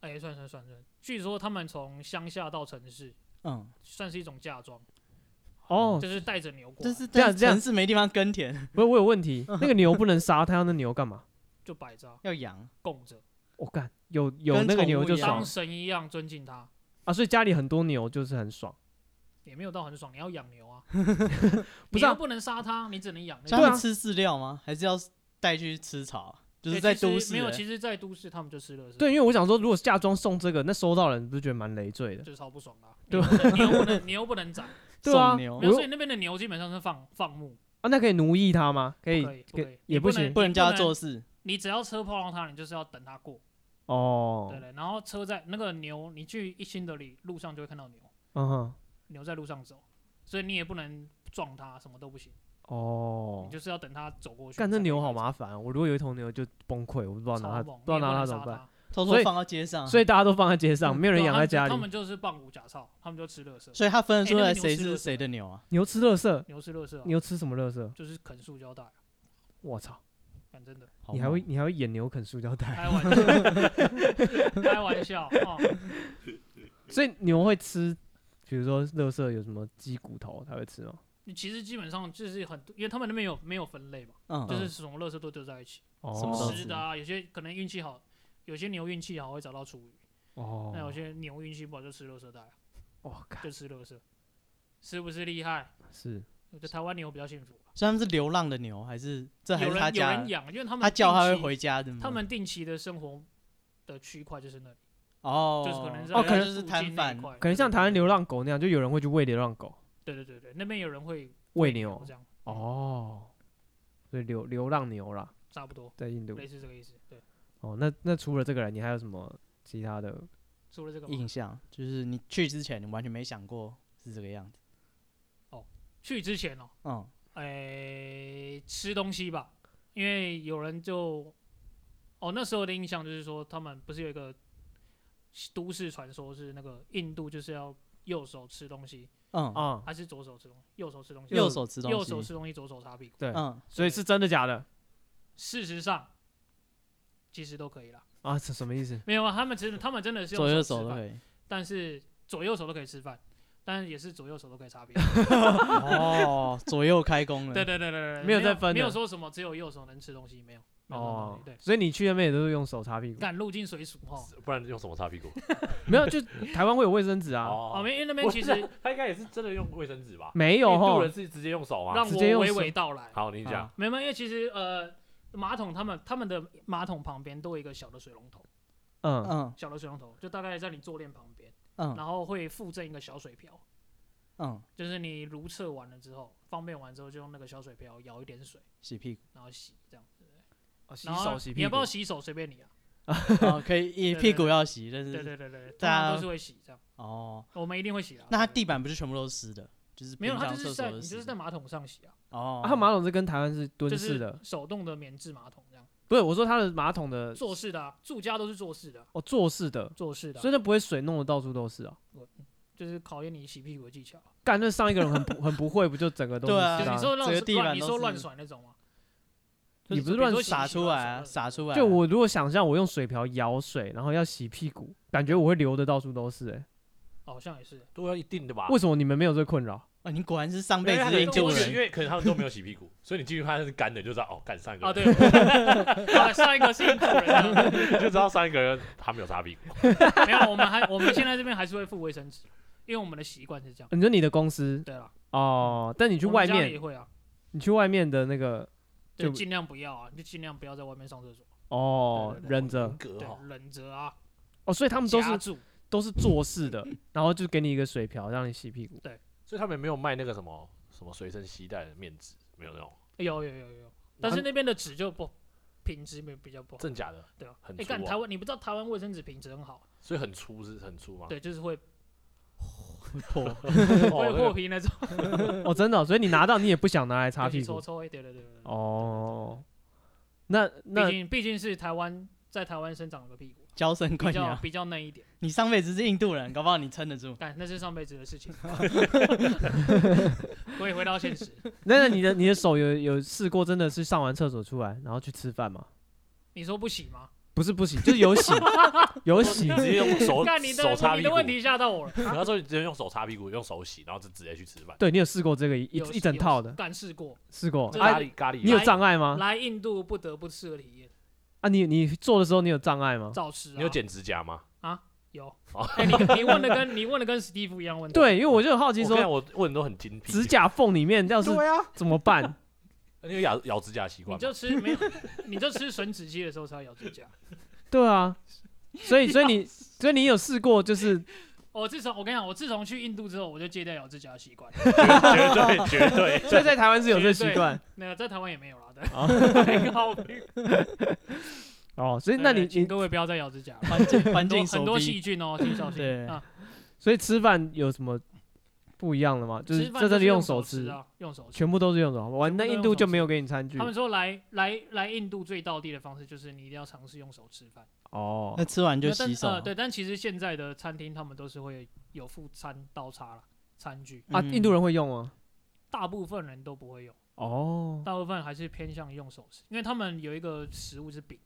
Speaker 4: 哎、算算算算，据说他们从乡下到城市，
Speaker 2: 嗯，
Speaker 4: 算是一种嫁妆，
Speaker 1: 哦，
Speaker 4: 就是带着牛过来
Speaker 2: 但是
Speaker 1: 这样
Speaker 2: 但是
Speaker 1: 这样
Speaker 2: 城市没地方耕田，
Speaker 1: 不是，我有问 题，那个牛不能杀，他要那牛干嘛？
Speaker 4: 就摆着
Speaker 2: 要养。
Speaker 4: 供着，
Speaker 1: 我干，有有
Speaker 2: 跟
Speaker 1: 那个
Speaker 2: 宠
Speaker 1: 牛
Speaker 2: 物
Speaker 1: 就
Speaker 2: 一样
Speaker 1: 爽
Speaker 4: 当神一样尊敬他，
Speaker 1: 啊，所以家里很多牛就是很爽。
Speaker 4: 也没有到很爽。你要养 牛啊，
Speaker 1: 不
Speaker 4: 你
Speaker 1: 是啊
Speaker 4: 又不能杀它，你只能养那
Speaker 2: 所
Speaker 4: 个。
Speaker 2: 以他们吃饲料吗？还是要带去吃草？就是
Speaker 4: 对
Speaker 2: 在
Speaker 4: 其实
Speaker 2: 都市
Speaker 4: 没有，
Speaker 2: 欸
Speaker 4: 其实，在都市他们就吃垃圾。
Speaker 1: 对，因为我想说，如果嫁妆送这个，那收到人不是觉得蛮累赘的？
Speaker 4: 就是超不爽啦、
Speaker 1: 对
Speaker 4: 你又不能，你又不 能宰，
Speaker 1: 对啊，
Speaker 2: 送
Speaker 1: 我
Speaker 2: 牛
Speaker 4: 没有，
Speaker 1: 又
Speaker 4: 所以那边的牛基本上是放放牧，
Speaker 1: 啊，那可以奴役他吗？可
Speaker 4: 不
Speaker 1: 以
Speaker 4: 可以，不可以，
Speaker 1: 也
Speaker 4: 你不
Speaker 1: 行
Speaker 4: 能
Speaker 2: 不能叫他做
Speaker 4: 事。
Speaker 2: 事。
Speaker 4: 你只要车碰到它，你就是要等它过，
Speaker 1: 哦
Speaker 4: 对，对。然后车在那个牛，你去一新德里路上就会看到牛，
Speaker 1: 嗯哼，
Speaker 4: 牛在路上走，所以你也不能撞它，什么都不行，
Speaker 1: 哦
Speaker 4: 你，就是要等它走过去。
Speaker 1: 干这牛好
Speaker 4: 吗？
Speaker 1: 麻烦哦，我如果有一头牛就崩溃，我不知道拿
Speaker 4: 超
Speaker 1: 它，
Speaker 4: 猛
Speaker 1: 不知道
Speaker 4: 你也
Speaker 1: 拿
Speaker 4: 能
Speaker 1: 它怎么
Speaker 4: 杀嗯
Speaker 1: 办。
Speaker 2: 偷
Speaker 1: 所
Speaker 2: 偷
Speaker 1: 以
Speaker 2: 放到街上，
Speaker 1: 所以大家都放在街上，没有
Speaker 4: 对
Speaker 1: 人
Speaker 4: 啊
Speaker 1: 养
Speaker 4: 他
Speaker 1: 在
Speaker 4: 们
Speaker 1: 家里
Speaker 4: 他。们就是棒骨假草，他们就吃垃圾，
Speaker 2: 所以他分得
Speaker 4: 哎
Speaker 2: 出
Speaker 4: 那个
Speaker 2: 来
Speaker 4: 牛
Speaker 2: 谁
Speaker 4: 吃
Speaker 2: 是
Speaker 4: 垃圾
Speaker 2: 谁
Speaker 4: 的
Speaker 2: 的牛啊？
Speaker 1: 牛吃垃圾，
Speaker 4: 牛吃垃圾啊，
Speaker 1: 牛吃什么垃圾？
Speaker 4: 就是啃塑胶袋啊，
Speaker 1: 我操，
Speaker 4: 讲真的，
Speaker 1: 你还会你还会眼牛啃塑胶袋，
Speaker 4: 开玩笑， 开玩笑哦，
Speaker 1: 所以牛会吃，比如说乐色有什么鸡骨头，它会吃吗？
Speaker 4: 你其实基本上就是很多，因为他们那边有没有分类嘛，
Speaker 2: 嗯，
Speaker 4: 就是什么垃圾都丢在一起，
Speaker 2: 什么都
Speaker 1: 哦
Speaker 2: 吃
Speaker 4: 吃的啊，有些可能运气好，有些牛运气好会找到厨余，那有
Speaker 1: 哦，
Speaker 4: 些牛运气不好就吃垃圾袋啊，
Speaker 1: 我靠，
Speaker 4: 就吃垃圾，是不是厉害？
Speaker 1: 是
Speaker 4: 我觉得台湾牛比较幸福啊，
Speaker 2: 所以他们是流浪的牛，还是这还
Speaker 4: 有
Speaker 2: 是他
Speaker 4: 人有
Speaker 2: 家
Speaker 4: 人
Speaker 2: 的？
Speaker 4: 养，因为他们
Speaker 2: 他叫他会
Speaker 4: 定期
Speaker 2: 回嗯家的吗？
Speaker 4: 他们定期的生活的区块就是那里，
Speaker 2: 哦，
Speaker 4: 就是可能是
Speaker 2: 哦，可
Speaker 4: 在
Speaker 2: 能是
Speaker 4: 附近
Speaker 2: 摊
Speaker 4: 那一
Speaker 2: 贩，
Speaker 4: 块
Speaker 1: 可能像台湾，流浪狗那样，就有人会去喂流浪狗，
Speaker 4: 对对对对，那边有人会
Speaker 1: 喂牛
Speaker 4: 这样，
Speaker 1: 哦，所以流流浪牛啦，
Speaker 4: 差不多
Speaker 1: 在印度
Speaker 4: 类似这个意思。对，
Speaker 1: 哦。那那除了这个人，你还有什么其他的？
Speaker 4: 除了这个嘛
Speaker 2: 印象就是你去之前你完全没想过是这个样子。
Speaker 4: 去之前哦，
Speaker 2: 嗯，
Speaker 4: 哎，吃东西吧，因为有人就哦那时候的印象就是说，他们不是有一个都市传说是那个印度就是要右手吃东西，
Speaker 2: 嗯，
Speaker 1: 啊、
Speaker 4: 还是左手吃东西？右手吃东西，
Speaker 2: 右手吃东西，
Speaker 4: 哦右手吃东西，左手擦屁股。
Speaker 1: 对，
Speaker 2: 嗯，
Speaker 1: 所以是真的假的
Speaker 4: 事实上，其实都可以啦。
Speaker 1: 啊？是什么意思？
Speaker 4: 没有啊，他们真的，他们真的是用
Speaker 2: 左右
Speaker 4: 手
Speaker 2: 手
Speaker 4: 吃
Speaker 2: 都
Speaker 4: 饭，
Speaker 2: 可以。
Speaker 4: 但是左右手都可以吃饭，但是也是左右手都可以擦别。
Speaker 2: 哦，左右开工了。
Speaker 4: 对对对对对，
Speaker 1: 没有在分的
Speaker 4: 没有说什么只有右手能吃东西，没有。没有这种东
Speaker 1: 哦
Speaker 4: 西对，，
Speaker 1: 所以你去那边也都是用手擦屁股，
Speaker 4: 敢入境水俗哈。
Speaker 3: 不然用什么擦屁股？
Speaker 1: 没有？就台湾会有卫生纸啊？
Speaker 4: 哦，
Speaker 3: 哦，
Speaker 4: 没，因为那边其实
Speaker 3: 他应该也是真的用卫生纸吧？
Speaker 1: 没有哦
Speaker 3: 印度
Speaker 1: 哈
Speaker 3: 人，是直接用手吗？
Speaker 4: 让
Speaker 1: 直
Speaker 4: 我
Speaker 1: 接用
Speaker 4: 娓
Speaker 1: 手
Speaker 4: 娓道来。
Speaker 3: 好，你讲
Speaker 2: 啊。
Speaker 4: 没有，没有因为其实呃，马桶他们他们的马桶旁边都有一个小的水龙头，
Speaker 1: 嗯，
Speaker 2: 嗯
Speaker 4: 小的水龙头就大概在你坐垫旁边，
Speaker 2: 嗯
Speaker 4: 然后会附赠一个小水瓢，
Speaker 2: 嗯，
Speaker 4: 就是你如厕完了之后，方便完之后就用那个小水瓢舀一点水，
Speaker 2: 洗 屁股。
Speaker 4: 然后洗这样子。
Speaker 1: 洗
Speaker 4: 然后
Speaker 1: 手洗
Speaker 4: 你
Speaker 1: 屁
Speaker 4: 要不
Speaker 1: 股
Speaker 4: 要，洗手随便你啊。
Speaker 2: 哦，可以，一
Speaker 4: 对
Speaker 2: 屁股要洗，但
Speaker 4: 对
Speaker 2: 是
Speaker 4: 对对对，通
Speaker 2: 大家
Speaker 4: 常都是会洗这样，
Speaker 2: 哦，
Speaker 4: 我们一定会洗啊。
Speaker 2: 那它地板不是全部都是湿的，就是
Speaker 4: 没有，
Speaker 2: 平
Speaker 4: 它
Speaker 2: 常
Speaker 4: 就是
Speaker 2: 厕所
Speaker 4: 在
Speaker 2: 都
Speaker 4: 你就是
Speaker 2: 湿
Speaker 4: 在
Speaker 2: 的。
Speaker 4: 马桶上洗啊，
Speaker 2: 哦，
Speaker 1: 啊，马桶是跟台湾是蹲
Speaker 4: 就
Speaker 1: 式
Speaker 4: 是
Speaker 1: 的，呃
Speaker 4: 手动的免治马桶这样，
Speaker 1: 不是？我说它的马桶的
Speaker 4: 坐式的啊，住家都是坐式的啊，
Speaker 1: 哦坐式的，
Speaker 4: 坐式的啊
Speaker 1: 所以那不会水弄得到处都是啊。
Speaker 4: 就是考验你洗屁股的技巧啊，
Speaker 1: 干，那上一个人很 不很不会，不就整个都是
Speaker 2: 对
Speaker 1: 啊
Speaker 2: 啊
Speaker 4: 就？是你说
Speaker 2: 整个
Speaker 4: 乱
Speaker 2: 地板
Speaker 4: 你
Speaker 2: 都
Speaker 4: 说
Speaker 2: 是
Speaker 4: 乱甩那种吗？
Speaker 1: 你不
Speaker 4: 就是比如
Speaker 1: 乱
Speaker 4: 说洗
Speaker 2: 洒
Speaker 4: 洗
Speaker 2: 出
Speaker 4: 乱
Speaker 2: 来啊，
Speaker 4: 甩
Speaker 2: 洒出来啊。
Speaker 1: 就我如果想象我用水瓢舀水，然后要洗屁股，感觉我会流的到处都是、欸。
Speaker 4: 哦好像也是，
Speaker 3: 都要一定的
Speaker 4: 啊
Speaker 3: 吧？
Speaker 1: 为什么你们没有这困扰？
Speaker 2: 哦，你果然是上
Speaker 3: 因为
Speaker 2: 辈子
Speaker 3: 他可
Speaker 2: 的印
Speaker 3: 能都
Speaker 2: 度
Speaker 3: 没有因
Speaker 2: 人。
Speaker 3: 为可能他们都没有洗屁股，所以你进去看它是干的，你就知道哦，干上一个
Speaker 4: 啊
Speaker 3: 人
Speaker 4: 对， 好上一个是印度人啊，
Speaker 3: 你 就知道上一个人他没有擦屁股。
Speaker 4: 没有，我们还我们现在这边还是会附卫生纸，因为我们的习惯是这样。
Speaker 1: 你说你的公司
Speaker 4: 对了，
Speaker 1: 哦，但你去
Speaker 4: 我们
Speaker 1: 外
Speaker 4: 家里
Speaker 1: 面
Speaker 4: 也，会啊，
Speaker 1: 你去外面的那个
Speaker 4: 就
Speaker 1: 就
Speaker 4: 尽量不要啊，你就尽量不要在外面上厕所，
Speaker 1: 哦
Speaker 4: 对对对
Speaker 1: 忍着
Speaker 3: 格
Speaker 4: 对
Speaker 3: 哦，，
Speaker 4: 忍着啊，
Speaker 1: 哦，所以他们都
Speaker 4: 夹
Speaker 1: 是
Speaker 4: 住，
Speaker 1: 都是坐式的，然后就给你一个水瓢让你洗屁股。
Speaker 3: 所以他们没有卖那个什么什么随身携带的面纸，没有那种
Speaker 4: 有有有有，但是那边的纸就不品质没比较不好，
Speaker 3: 真假的，
Speaker 4: 对啊，
Speaker 3: 很
Speaker 4: 哎，
Speaker 3: 粗
Speaker 4: 干
Speaker 3: 哦
Speaker 4: 台湾，你不知道台湾卫生纸品质很好，
Speaker 3: 所以很粗是很粗吗？
Speaker 4: 对，就是 会
Speaker 2: 破
Speaker 4: 会
Speaker 3: 哦，那
Speaker 4: 破
Speaker 3: 个
Speaker 4: 皮那种，
Speaker 1: 哦，真的哦、所以你拿到你也不想拿来擦
Speaker 4: 尤其
Speaker 1: 屁
Speaker 4: 抽
Speaker 1: 股。
Speaker 4: 抽一点，对对对对，
Speaker 1: 哦，那
Speaker 4: 毕
Speaker 1: 那
Speaker 4: 竟毕竟是台湾在台湾生长的屁股，
Speaker 2: 娇生
Speaker 4: 比
Speaker 2: 惯
Speaker 4: 较
Speaker 1: 啊
Speaker 2: 养。
Speaker 4: 比较嫩一点，
Speaker 2: 你上辈子是印度人，搞不好你撑得住。
Speaker 4: 但那是上辈子 的事情，可以回到现实，
Speaker 1: 那那你的你的手有有试过真的是上完厕所出来然后去吃饭吗？
Speaker 4: 你说不洗吗？
Speaker 1: 不是不洗，就是有洗有洗
Speaker 3: 你直接用手
Speaker 4: 干你的
Speaker 3: 手擦
Speaker 4: 你
Speaker 3: 屁
Speaker 4: 的
Speaker 3: 股，
Speaker 4: 问题吓到我了，
Speaker 3: 然后说你直接用手擦屁股，用手洗，然后就直接去吃饭。
Speaker 1: 对你有试过这个一一
Speaker 4: 有
Speaker 1: 一整套的
Speaker 4: 干试过，
Speaker 1: 试过
Speaker 4: 这？
Speaker 1: 啊，
Speaker 3: 咖喱咖喱，
Speaker 1: 你有障碍
Speaker 3: 啊
Speaker 1: 吗？
Speaker 4: 来印度不得不吃的体验，啊
Speaker 1: 啊，你你做的时候你有障碍吗？
Speaker 4: 照吃啊，
Speaker 3: 你有剪指甲吗？
Speaker 4: 有
Speaker 3: 哦，
Speaker 4: 哎，你你问的跟你问的跟史蒂夫一样问题，
Speaker 1: 对，因为我就很好奇
Speaker 3: 我跟
Speaker 1: 说，
Speaker 3: 你讲我问的都很精辟。
Speaker 1: 指甲缝里面
Speaker 2: 哦
Speaker 1: 要是
Speaker 3: 对啊，
Speaker 1: 怎么办？
Speaker 3: 你有咬咬指甲的习
Speaker 4: 你
Speaker 3: 惯吗？
Speaker 4: 就吃没有，你就吃吮指鸡的时候才咬指甲。
Speaker 1: 对啊，所 以所以你所以你有试过就是
Speaker 4: 我哦自从我跟你讲，我自从去印度之后，我就戒掉咬指甲的习惯。
Speaker 3: 绝对 绝对
Speaker 1: 所以在台湾是有哦这
Speaker 4: 绝
Speaker 1: 习
Speaker 4: 对
Speaker 1: 惯
Speaker 4: 那个在台湾也没有啦，对。
Speaker 1: 啊
Speaker 4: 很好评
Speaker 1: 哦，所以那你
Speaker 4: 对请
Speaker 1: 你
Speaker 4: 各位不要再咬指甲了，
Speaker 2: 环 境环
Speaker 4: 很多
Speaker 2: 境手
Speaker 4: 很多
Speaker 2: 臂
Speaker 4: 细菌哦，请小心。
Speaker 2: 对
Speaker 4: 啊，
Speaker 1: 所以吃饭有什么不一样的吗？就是
Speaker 4: 吃饭
Speaker 1: 这真的
Speaker 4: 是用
Speaker 1: 手
Speaker 4: 吃
Speaker 1: 吃，
Speaker 4: 啊，用手吃。
Speaker 1: 全部都是用手。哇，那
Speaker 4: 都
Speaker 1: 印
Speaker 4: 用
Speaker 1: 度
Speaker 4: 手
Speaker 1: 就
Speaker 4: 吃
Speaker 1: 没有给你餐具
Speaker 4: 他们说来来来印度最道地的方式就是你一定要尝试用手吃饭，
Speaker 1: 哦
Speaker 2: 那。吃完就
Speaker 4: 那但
Speaker 2: 洗手
Speaker 4: 呃
Speaker 2: 啊。
Speaker 4: 对，但其实现在的餐厅他们都是会有附餐刀叉啦，餐具。
Speaker 1: 啊，
Speaker 2: 嗯
Speaker 1: 印度人会用吗？
Speaker 4: 大部分人都不会用，
Speaker 1: 哦，
Speaker 4: 大部分还是偏向用手撕，因为他们有一个食物是饼，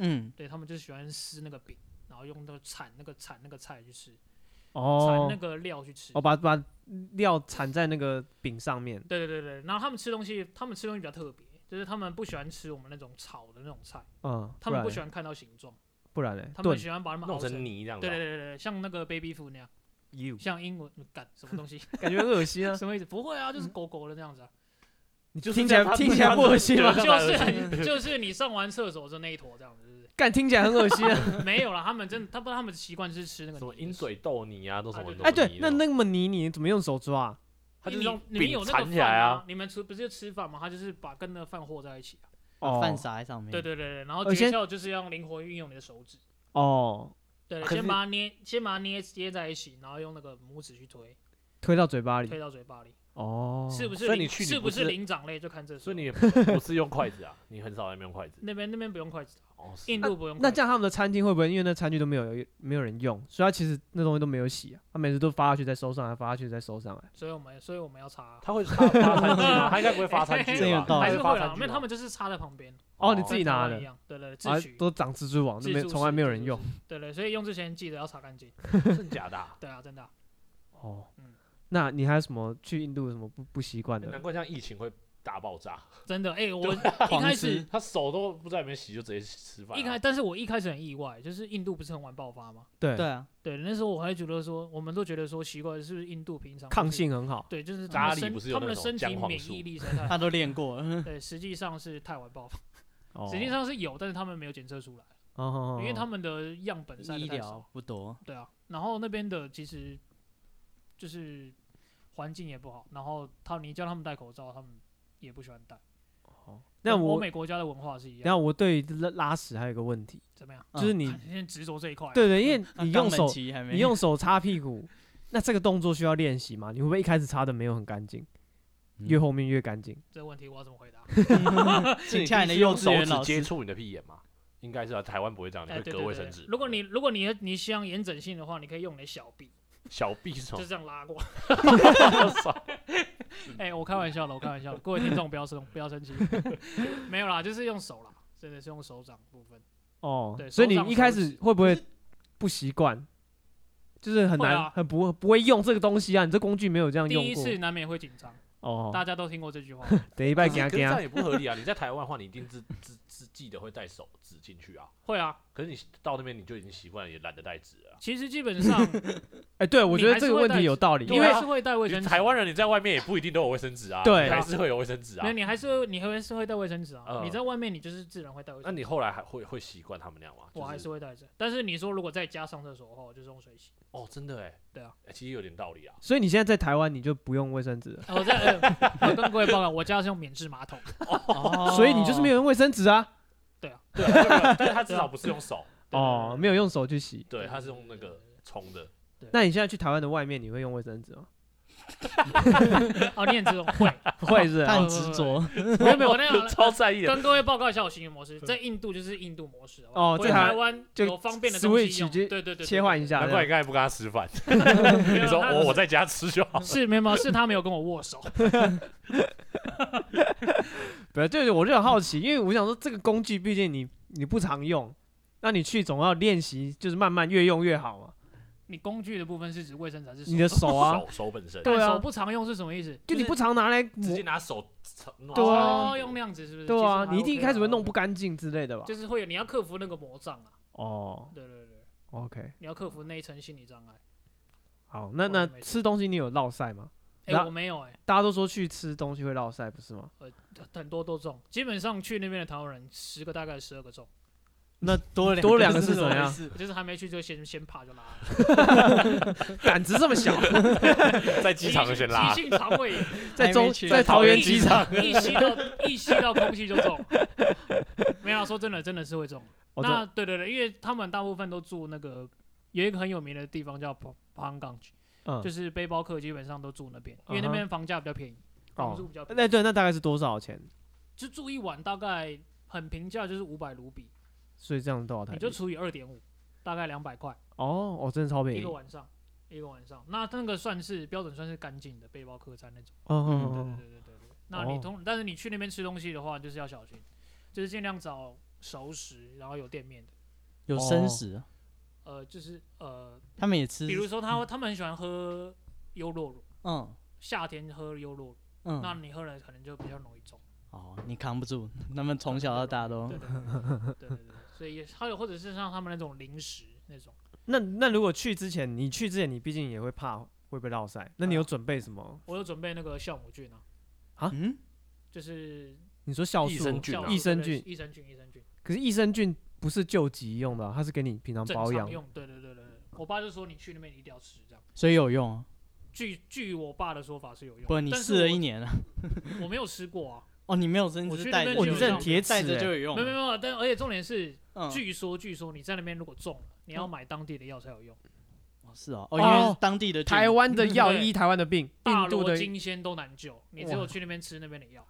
Speaker 2: 嗯，
Speaker 4: 对他们就喜欢撕那个饼，然后用那个铲那个铲那个菜去吃，铲那
Speaker 1: 哦，
Speaker 4: 个料去吃。
Speaker 1: 哦，把把料缠在那个饼上面，
Speaker 4: 对对对对，然后他们吃东西，他们吃东西比较特别，就是他们不喜欢吃我们那种炒的那种菜，
Speaker 1: 嗯，
Speaker 4: 他们
Speaker 1: 然
Speaker 4: 不
Speaker 1: 嘞
Speaker 4: 喜，欢看到形状，
Speaker 1: 不然嘞，
Speaker 4: 他们
Speaker 1: 炖
Speaker 4: 喜欢把它们
Speaker 3: 弄
Speaker 4: 熬
Speaker 3: 成泥这样子
Speaker 4: 对
Speaker 3: 啊。
Speaker 4: 对对对对，像那个 baby food 那样，
Speaker 1: you
Speaker 4: 像英文干什么 东西，
Speaker 1: 感觉很恶心啊，
Speaker 4: 什么意思？不会啊，
Speaker 3: 嗯
Speaker 4: 就是狗狗的那样子啊，
Speaker 3: 你就是
Speaker 1: 听起来
Speaker 3: 这样
Speaker 1: 听起来不恶心吗
Speaker 3: 对
Speaker 4: 就
Speaker 3: 吧
Speaker 4: 是很就是你上完厕所就那一坨这样子，是不是？
Speaker 1: 干听起来很恶心 啊，
Speaker 4: 没有啦，他们真的，他不，他们习惯是吃那个
Speaker 3: 什么
Speaker 4: 泥的
Speaker 3: 鹰嘴豆泥啊，都什么
Speaker 4: 啊
Speaker 3: 都
Speaker 1: 哎，对
Speaker 3: 泥，
Speaker 1: 那
Speaker 3: 的
Speaker 1: 那么泥你怎么用手抓啊？
Speaker 3: 他
Speaker 4: 你
Speaker 3: 就是用
Speaker 4: 你们
Speaker 3: 饼
Speaker 4: 有那个
Speaker 3: 缠起
Speaker 4: 饭
Speaker 3: 来
Speaker 4: 啊
Speaker 3: 啊，，嗯
Speaker 4: 你们吃不是吃饭吗？他就是把跟那个饭和在一起啊、
Speaker 2: 把
Speaker 1: 哦，
Speaker 2: 饭撒在上面。
Speaker 4: 对对对对，然后
Speaker 1: 呃
Speaker 4: 诀
Speaker 1: 先
Speaker 4: 窍就是要灵活运用你的手指。
Speaker 1: 哦，
Speaker 4: 对，
Speaker 3: 啊可
Speaker 4: 先
Speaker 3: 是
Speaker 4: 把它捏，先把它捏捏在一起，然后用那个拇指去推，
Speaker 1: 推到嘴巴里
Speaker 4: 推，到嘴巴里，
Speaker 1: 哦，
Speaker 4: 是不是
Speaker 3: 所以
Speaker 4: 灵
Speaker 3: 你去你
Speaker 4: 是
Speaker 3: 不
Speaker 4: 不是
Speaker 3: 是
Speaker 4: 灵长类就看这时候。
Speaker 3: 所以你也不不是用筷子啊，你很少在那边用筷子。
Speaker 4: 那边那边不用筷子，
Speaker 3: 哦，是
Speaker 4: 印度不用筷
Speaker 1: 那
Speaker 4: 子
Speaker 1: 这样他们的餐厅会不会因为那餐具都没有没有人用，所以他其实那东西都没有洗啊？他每次都发下去再收上来，发下去再收上来。
Speaker 4: 所以我们所以我们要擦，
Speaker 3: 他会发发餐具吗？他应该不会发餐具吧？
Speaker 2: 真有道理
Speaker 3: 还
Speaker 4: 还是
Speaker 3: 发
Speaker 4: 会
Speaker 3: 餐
Speaker 4: 啦，
Speaker 3: 具
Speaker 4: 没有
Speaker 3: 吗
Speaker 4: 他们就是插在旁边，
Speaker 1: 哦，你自己
Speaker 4: 跟台
Speaker 1: 拿
Speaker 4: 湾
Speaker 1: 的
Speaker 4: 一，样，对对，自
Speaker 1: 啊
Speaker 4: 取，
Speaker 1: 都长蜘蛛网，
Speaker 4: 自
Speaker 1: 那边
Speaker 4: 助
Speaker 1: 从来
Speaker 4: 式
Speaker 1: 没有
Speaker 4: 自
Speaker 1: 人
Speaker 4: 助
Speaker 1: 用
Speaker 4: 式。对对，所以用之前记得要擦干净，
Speaker 3: 真假的啊？
Speaker 4: 对啊，真的啊、
Speaker 1: 哦
Speaker 4: 嗯，
Speaker 1: 那你还有什么去印度有什么不不习惯
Speaker 3: 难
Speaker 1: 的？
Speaker 3: 怪像疫情会大爆炸，
Speaker 4: 真的，哎、我一
Speaker 2: 狂
Speaker 4: 开
Speaker 2: 吃
Speaker 4: 始
Speaker 3: 他手都不在里面洗就直接吃饭啊。
Speaker 4: 一开，但是我一开始很意外，就是印度不是很晚爆发吗？
Speaker 1: 对，
Speaker 2: 对啊，
Speaker 4: 对，那时候我还觉得说，我们都觉得说奇怪，是不是印度平常
Speaker 1: 抗
Speaker 4: 就是？
Speaker 1: 性很好。
Speaker 4: 对，就是
Speaker 3: 咖
Speaker 4: 他
Speaker 3: 喱
Speaker 4: 们
Speaker 3: 不是
Speaker 4: 身
Speaker 3: 有
Speaker 4: 他们
Speaker 3: 那
Speaker 4: 的
Speaker 3: 种
Speaker 4: 身体
Speaker 3: 姜黄
Speaker 4: 免
Speaker 3: 素
Speaker 4: 疫力实在 太
Speaker 2: 他都练过。
Speaker 4: 对，实际上是太晚爆发，
Speaker 1: 哦
Speaker 4: 实际上是有，但是他们没有检测出来，
Speaker 1: 哦哦哦
Speaker 4: 因为
Speaker 1: 哦
Speaker 4: 他们的样本实在是
Speaker 2: 医
Speaker 4: 太少
Speaker 2: 疗。不多，
Speaker 4: 对啊，然后那边的其实就是环境也不好，然后他你叫他们戴口罩，他们也不喜欢戴。
Speaker 1: 那
Speaker 4: 跟欧
Speaker 1: 我
Speaker 4: 美国家的文化是一
Speaker 1: 然
Speaker 4: 样，
Speaker 1: 后我对拉拉屎还有一个问题，
Speaker 4: 怎么样？
Speaker 1: 就是 你
Speaker 4: 你先执着这一块啊。
Speaker 1: 对对，因为你用手
Speaker 2: 期还没，
Speaker 1: 你用手擦屁股，那这个动作需要练习吗？你会不会一开始擦的没有很干净，
Speaker 2: 嗯
Speaker 1: 越后面越干净？
Speaker 4: 这个问题我要怎 么回答？
Speaker 3: 是
Speaker 2: 请
Speaker 3: 你
Speaker 2: 洽你
Speaker 3: 第
Speaker 2: 的
Speaker 3: 一次用
Speaker 2: 幼稚
Speaker 3: 手
Speaker 2: 园
Speaker 3: 指
Speaker 2: 老
Speaker 3: 接
Speaker 2: 师。
Speaker 3: 触你的屁眼吗？应该是啊，台湾不会这样，你
Speaker 4: 哎，
Speaker 3: 会
Speaker 4: 对
Speaker 3: 隔
Speaker 4: 对
Speaker 3: 卫
Speaker 4: 对
Speaker 3: 生
Speaker 4: 对
Speaker 3: 纸。
Speaker 4: 如果你如果你你想延整性的话，你可以用你的小臂，
Speaker 3: 小臂是什
Speaker 4: 就
Speaker 3: 么
Speaker 4: 是这样拉过。 哎，我开玩笑的，我开玩笑的，各位听众不要生不要生气， 没有啦，就是用手啦，真的是用手掌部分。
Speaker 1: 哦
Speaker 4: 对，
Speaker 1: 所以
Speaker 4: 手
Speaker 1: 你
Speaker 4: 掌
Speaker 1: 一
Speaker 4: 手
Speaker 1: 开始
Speaker 4: 指
Speaker 1: 会不会不习惯？就是很
Speaker 4: 会
Speaker 1: 难，
Speaker 4: 啊
Speaker 1: 很不不会用这个东西啊！你这工具没有这样
Speaker 4: 第
Speaker 1: 用
Speaker 4: 一
Speaker 1: 过
Speaker 4: 次难免会紧张，
Speaker 1: 哦。
Speaker 4: 大家都听过这句 话。
Speaker 1: 等一拜
Speaker 3: 可是
Speaker 1: 给他
Speaker 3: 可是这
Speaker 1: 给他
Speaker 3: 样，也不合理啊！你在台湾的话，你一定自自自记得会带手指进去啊。
Speaker 4: 会啊，
Speaker 3: 可是你到那边你就已经习惯了，也懒得带纸了啊。
Speaker 4: 其实基本 上
Speaker 1: 哎，对我
Speaker 4: 你
Speaker 1: 觉得
Speaker 4: 还
Speaker 1: 这
Speaker 4: 是
Speaker 1: 个
Speaker 4: 会
Speaker 1: 问
Speaker 4: 带
Speaker 1: 题有
Speaker 4: 纸
Speaker 1: 道理，
Speaker 4: 你
Speaker 1: 因
Speaker 3: 对
Speaker 1: 为
Speaker 4: 还
Speaker 3: 啊
Speaker 4: 是会带卫
Speaker 3: 因
Speaker 4: 生
Speaker 3: 为
Speaker 4: 纸。
Speaker 3: 台湾人你在外面也不一定都有卫生纸啊，
Speaker 1: 对
Speaker 3: 你还是会有卫生纸啊
Speaker 4: 没有，。你还是会你还是会带卫生纸啊。
Speaker 3: 嗯
Speaker 4: 你在外面，你就是自然会带卫
Speaker 3: 那
Speaker 4: 生纸。
Speaker 3: 你后来还会会习惯他们那样吗？
Speaker 4: 我还
Speaker 3: 就是
Speaker 4: 会带着，但是你说如果在家上厕所的话，我就是用水 洗。
Speaker 3: 哦，真的哎，
Speaker 4: 对啊
Speaker 3: 哎，其实有点道理啊。
Speaker 1: 所以你现在在台湾你就不用卫生纸了，
Speaker 4: 我在、呃我跟各位报告，我家是用免治马桶。哦
Speaker 1: 所以你就是没有用卫生纸啊。
Speaker 3: 对啊，对啊但是他至少不是用手，
Speaker 4: 对
Speaker 1: 哦，没有用手去洗。
Speaker 3: 对，他是用那个冲的。
Speaker 1: 那你现在去台湾的外面，你会用卫生 纸吗？
Speaker 4: 哦，你也知道 会。
Speaker 1: 会是
Speaker 2: 他
Speaker 1: 啊，
Speaker 2: 很执着，
Speaker 4: 没有没有，我那样
Speaker 3: 超在意的。
Speaker 4: 跟各位报告一下我行为模式，在印度就是印度模式。好不好
Speaker 1: 哦
Speaker 4: 回
Speaker 1: 在台
Speaker 4: 台湾
Speaker 1: 就
Speaker 4: 有方便的东西
Speaker 1: switch
Speaker 4: 用，
Speaker 1: 直接
Speaker 4: 对对对，对
Speaker 1: 切换一。下
Speaker 3: 难
Speaker 1: 这
Speaker 3: 怪你
Speaker 1: 样。
Speaker 3: 刚才不跟他吃饭，
Speaker 4: 你
Speaker 3: 你说我我在家吃就好。
Speaker 4: 是没有没有，是他没有跟我握手。
Speaker 1: 不是，就是我就很好奇，因为我想说这个工具，毕竟你你不常用，那你去总要练习，就是慢慢越用越好嘛。
Speaker 4: 你工具的部分是指卫生纸还是手
Speaker 1: 你的手啊，
Speaker 3: 手手本身，
Speaker 1: 对啊
Speaker 4: 手不常用是什么意思？
Speaker 1: 就你
Speaker 4: 是
Speaker 1: 不常拿来
Speaker 3: 直
Speaker 1: 磨
Speaker 3: 接，拿手擦弄
Speaker 1: 对啊
Speaker 4: 哦，用那样子是不是？
Speaker 1: 对啊
Speaker 4: 其，实还
Speaker 1: 你一定一
Speaker 4: OK 啊
Speaker 1: 开始会弄不，啊干净之类的吧？
Speaker 4: 就是会有你要克服那个魔障啊。
Speaker 1: 哦
Speaker 4: 对对对，
Speaker 1: ，OK，
Speaker 4: 你要克服那一层心理障碍。
Speaker 1: 好，那
Speaker 4: 完
Speaker 1: 那
Speaker 4: 全没事
Speaker 1: 吃东西你有落晒吗？那
Speaker 4: 哎，我没有哎，
Speaker 1: 大家都说去吃东西会落晒，不是吗？
Speaker 4: 很多都中，基本上去那边的台湾人十个大概十二个中，
Speaker 1: 那
Speaker 2: 多两
Speaker 1: 多两个是
Speaker 2: 是
Speaker 1: 怎样？
Speaker 4: 就是还没去就先先怕就拉了，
Speaker 1: 胆子这么 小，
Speaker 3: 在 机场就先拉
Speaker 4: 急。性肠胃炎，
Speaker 1: 在中
Speaker 2: 还没去
Speaker 1: 在桃园机场，
Speaker 4: 一吸到一吸到空气就中，没有啊说真的真的是会中。
Speaker 1: 哦
Speaker 4: 那对对对，因为他们大部分都住那个有一个很有名的地方叫 p a n g a n g
Speaker 1: 嗯
Speaker 4: 就，是背包客基本上都住那边，因为那
Speaker 1: 嗯哼
Speaker 4: 边房价比较便宜，房租
Speaker 1: 哦，
Speaker 4: 比较便宜，
Speaker 1: 那对，那大概是多少钱？
Speaker 4: 就住一晚大概很平价，就是五百卢比，
Speaker 1: 所以这样多少台币？
Speaker 4: 你就除以二点五，大概两百块
Speaker 1: 哦，哦，真的超便
Speaker 4: 一
Speaker 1: 宜
Speaker 4: 个晚上。一个晚上。那那个算是标准，算是干净的背包客栈那种。
Speaker 1: 哦哦
Speaker 4: 嗯对
Speaker 1: 哦
Speaker 4: 对对对对对。那你
Speaker 1: 哦
Speaker 4: 通，但是你去那边吃东西的话，就是要小心，就是尽量找熟食，然后有店面的。
Speaker 2: 有
Speaker 1: 哦
Speaker 2: 生食啊，
Speaker 4: 呃，就是呃，
Speaker 2: 他们也吃，
Speaker 4: 比如说他
Speaker 1: 嗯
Speaker 4: 他们很喜欢喝优酪乳，
Speaker 2: 嗯
Speaker 4: 夏天喝优酪乳，那
Speaker 2: 嗯，
Speaker 4: 你喝了可能就比较容易中。
Speaker 2: 哦，你扛不住，他们从小到大都
Speaker 4: 对对对对对对，所以也还有或者是像他们那种零食那种，
Speaker 1: 那那如果去之前，你去之前，你毕竟也会怕会被落晒，那你
Speaker 4: 啊
Speaker 1: 有准备什么？
Speaker 4: 我有准备那个酵母菌啊，
Speaker 2: 嗯，
Speaker 4: 就是
Speaker 1: 你说酵
Speaker 3: 益
Speaker 1: 素
Speaker 3: 生菌
Speaker 4: 酵
Speaker 3: 啊
Speaker 4: 母
Speaker 1: 益生
Speaker 4: 对
Speaker 1: 菌
Speaker 4: 益生菌，益生菌，
Speaker 1: 可是益生菌不是救急用的啊、它是给你平常
Speaker 4: 正
Speaker 1: 保养
Speaker 4: 常。用，对对对对对。我爸就说你去那边一定要吃这样，
Speaker 2: 所以有用啊，
Speaker 4: 据据我爸的说法是有用的，
Speaker 2: 不然你
Speaker 4: 但是
Speaker 2: 试了
Speaker 4: 我
Speaker 2: 一年啊，
Speaker 4: 我没有吃过啊，
Speaker 2: 哦，你没有生，
Speaker 4: 我
Speaker 2: 只是
Speaker 4: 去
Speaker 2: 带
Speaker 4: 那边
Speaker 2: 着
Speaker 4: 就
Speaker 2: 就
Speaker 4: 有
Speaker 2: 有
Speaker 4: 用
Speaker 2: 用，带
Speaker 1: 没
Speaker 2: 着就有用啊，
Speaker 4: 没有没有没有，但而且重点是，
Speaker 2: 嗯，
Speaker 4: 据说据说你在那边如果中了，你要买当地的药才有用，
Speaker 2: 哦是哦，哦，因为
Speaker 1: 哦
Speaker 2: 是当地的菌
Speaker 1: 台湾的药
Speaker 4: 对
Speaker 1: 医台湾的病，
Speaker 4: 大
Speaker 1: 印度
Speaker 4: 罗
Speaker 1: 的
Speaker 4: 金仙都难救，你只有去那边吃那边的药，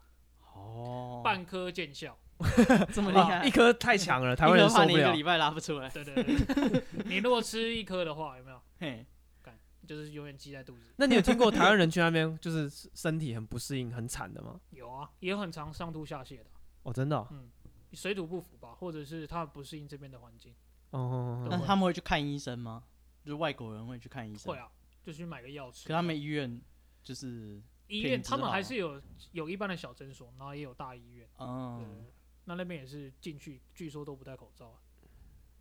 Speaker 2: 哦，
Speaker 4: 半颗见效。
Speaker 2: 这么厉
Speaker 1: 啊
Speaker 2: 害，
Speaker 1: 一颗太强了，台湾
Speaker 2: 一
Speaker 1: 人
Speaker 2: 颗怕
Speaker 1: 受
Speaker 2: 你
Speaker 1: 不
Speaker 2: 一个
Speaker 1: 了
Speaker 2: 礼。拜拉不出来，
Speaker 4: 对对对，你如果吃一颗的话，有没有？
Speaker 2: 嘿，
Speaker 4: 就是永远记在肚子。
Speaker 1: 那你有听过台湾人去那边就是身体很不适应、很惨的 吗？
Speaker 4: 有啊，也很常上吐下泻的，啊嗯
Speaker 1: 哦，真的哦。
Speaker 4: 水土不服吧，或者是他不适应这边的环境，
Speaker 1: 哦哦，哦
Speaker 2: 那
Speaker 1: 哦
Speaker 4: 对
Speaker 2: 他们会去看医生吗？就是外国人会去看医生
Speaker 4: 会，啊，就去买个药吃。
Speaker 2: 可他们医院就是
Speaker 4: 医院
Speaker 2: 品质
Speaker 4: 他们
Speaker 2: 好
Speaker 4: 还是有有一般的小诊所，然后也有大医院。
Speaker 2: 嗯
Speaker 4: 嗯，，那那边也是进去，据说都不戴口罩啊，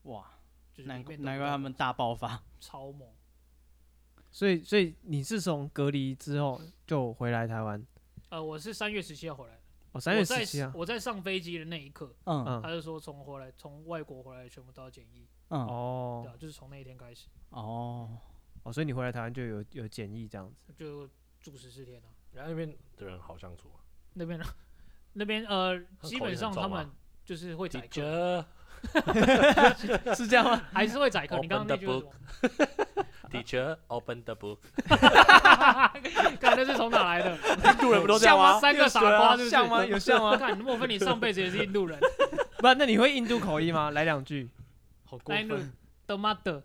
Speaker 2: 哇，
Speaker 4: 就是
Speaker 2: 难
Speaker 4: 里
Speaker 2: 怪
Speaker 4: 面都
Speaker 2: 难
Speaker 4: 不
Speaker 2: 怪
Speaker 4: 戴
Speaker 2: 他
Speaker 4: 口
Speaker 2: 们
Speaker 4: 罩
Speaker 2: 大爆发，
Speaker 4: 超猛。
Speaker 1: 所以所以你是从隔离之后就回来台湾？
Speaker 4: 呃，我是三月十七号回来的，
Speaker 1: 哦，三月
Speaker 4: 我在
Speaker 1: 十七啊。
Speaker 4: 我在上飞机的那一刻，
Speaker 2: 嗯
Speaker 1: 嗯
Speaker 4: 他就说从回来从外国回来全部都要检疫，
Speaker 2: 嗯
Speaker 1: 哦
Speaker 4: 对啊，就是从那一天开始
Speaker 2: 哦，
Speaker 1: 哦，所以你回来台湾就有有检疫这样子。
Speaker 4: 就住十四天啊。
Speaker 3: 然后那边的人好相处啊，
Speaker 4: 那边呢，那边呃，
Speaker 3: 口
Speaker 4: 基本
Speaker 3: 音
Speaker 4: 上
Speaker 3: 很重
Speaker 4: 他
Speaker 3: 吗
Speaker 4: 们就是会宰客，啊
Speaker 3: 这
Speaker 1: 是这样吗？
Speaker 4: 还 是会宰客。你
Speaker 3: Open
Speaker 4: 刚刚那
Speaker 3: the
Speaker 4: 句 是什么
Speaker 3: Teacher, open the book。
Speaker 4: 看那是从哪来的？
Speaker 3: 印度人不都这
Speaker 1: 像
Speaker 3: 样
Speaker 1: 吗？
Speaker 3: 吗？
Speaker 4: 三个傻瓜是不是
Speaker 1: 像吗？有 像吗？
Speaker 4: 看，莫非你上辈子也是印度人？
Speaker 1: 不，那你会印度口音吗？ 来两句。
Speaker 2: 好过
Speaker 4: 那哎印度
Speaker 2: 分，
Speaker 4: 的妈的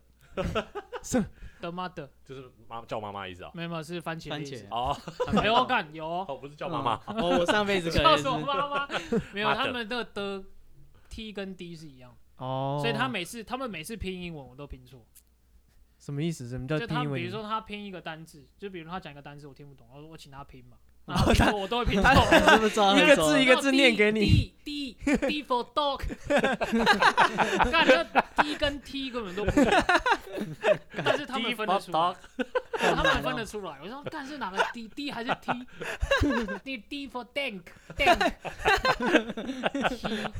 Speaker 1: 是
Speaker 4: 的妈的，
Speaker 3: 就是妈叫妈妈意思啊。
Speaker 4: 没有没有是番茄的
Speaker 2: 番
Speaker 4: 意思
Speaker 2: 茄。
Speaker 3: 哦，
Speaker 4: 哎呦，干有哦
Speaker 3: 哦，不是叫妈妈，
Speaker 2: 哦，我上辈子可能
Speaker 4: 叫
Speaker 2: 也
Speaker 4: 什
Speaker 2: 是
Speaker 4: 么妈妈？没有，
Speaker 3: 妈的
Speaker 4: 他们的的 T 跟 D 是一样的，
Speaker 1: 哦。
Speaker 4: 所以他每次他们每次拼英文我都拼错。
Speaker 1: 什么意思？什么叫
Speaker 4: 就
Speaker 1: 拼
Speaker 4: 他
Speaker 1: 英文？
Speaker 4: 比如说他拼一个单字，就比如他讲一个单字我听不懂，然后我请他拼嘛，
Speaker 1: 哦
Speaker 4: 然后他拼错我都会拼错。
Speaker 2: 你是不是知道
Speaker 1: 一
Speaker 2: 那
Speaker 1: 个
Speaker 2: 时候
Speaker 1: 字一个念给你。
Speaker 4: D D D for dog，干这 D 跟 T 根本都不一样，但是他们分得出来，他们分得出来。我说干是哪个 D D 还是 T？你 D for dank dank T，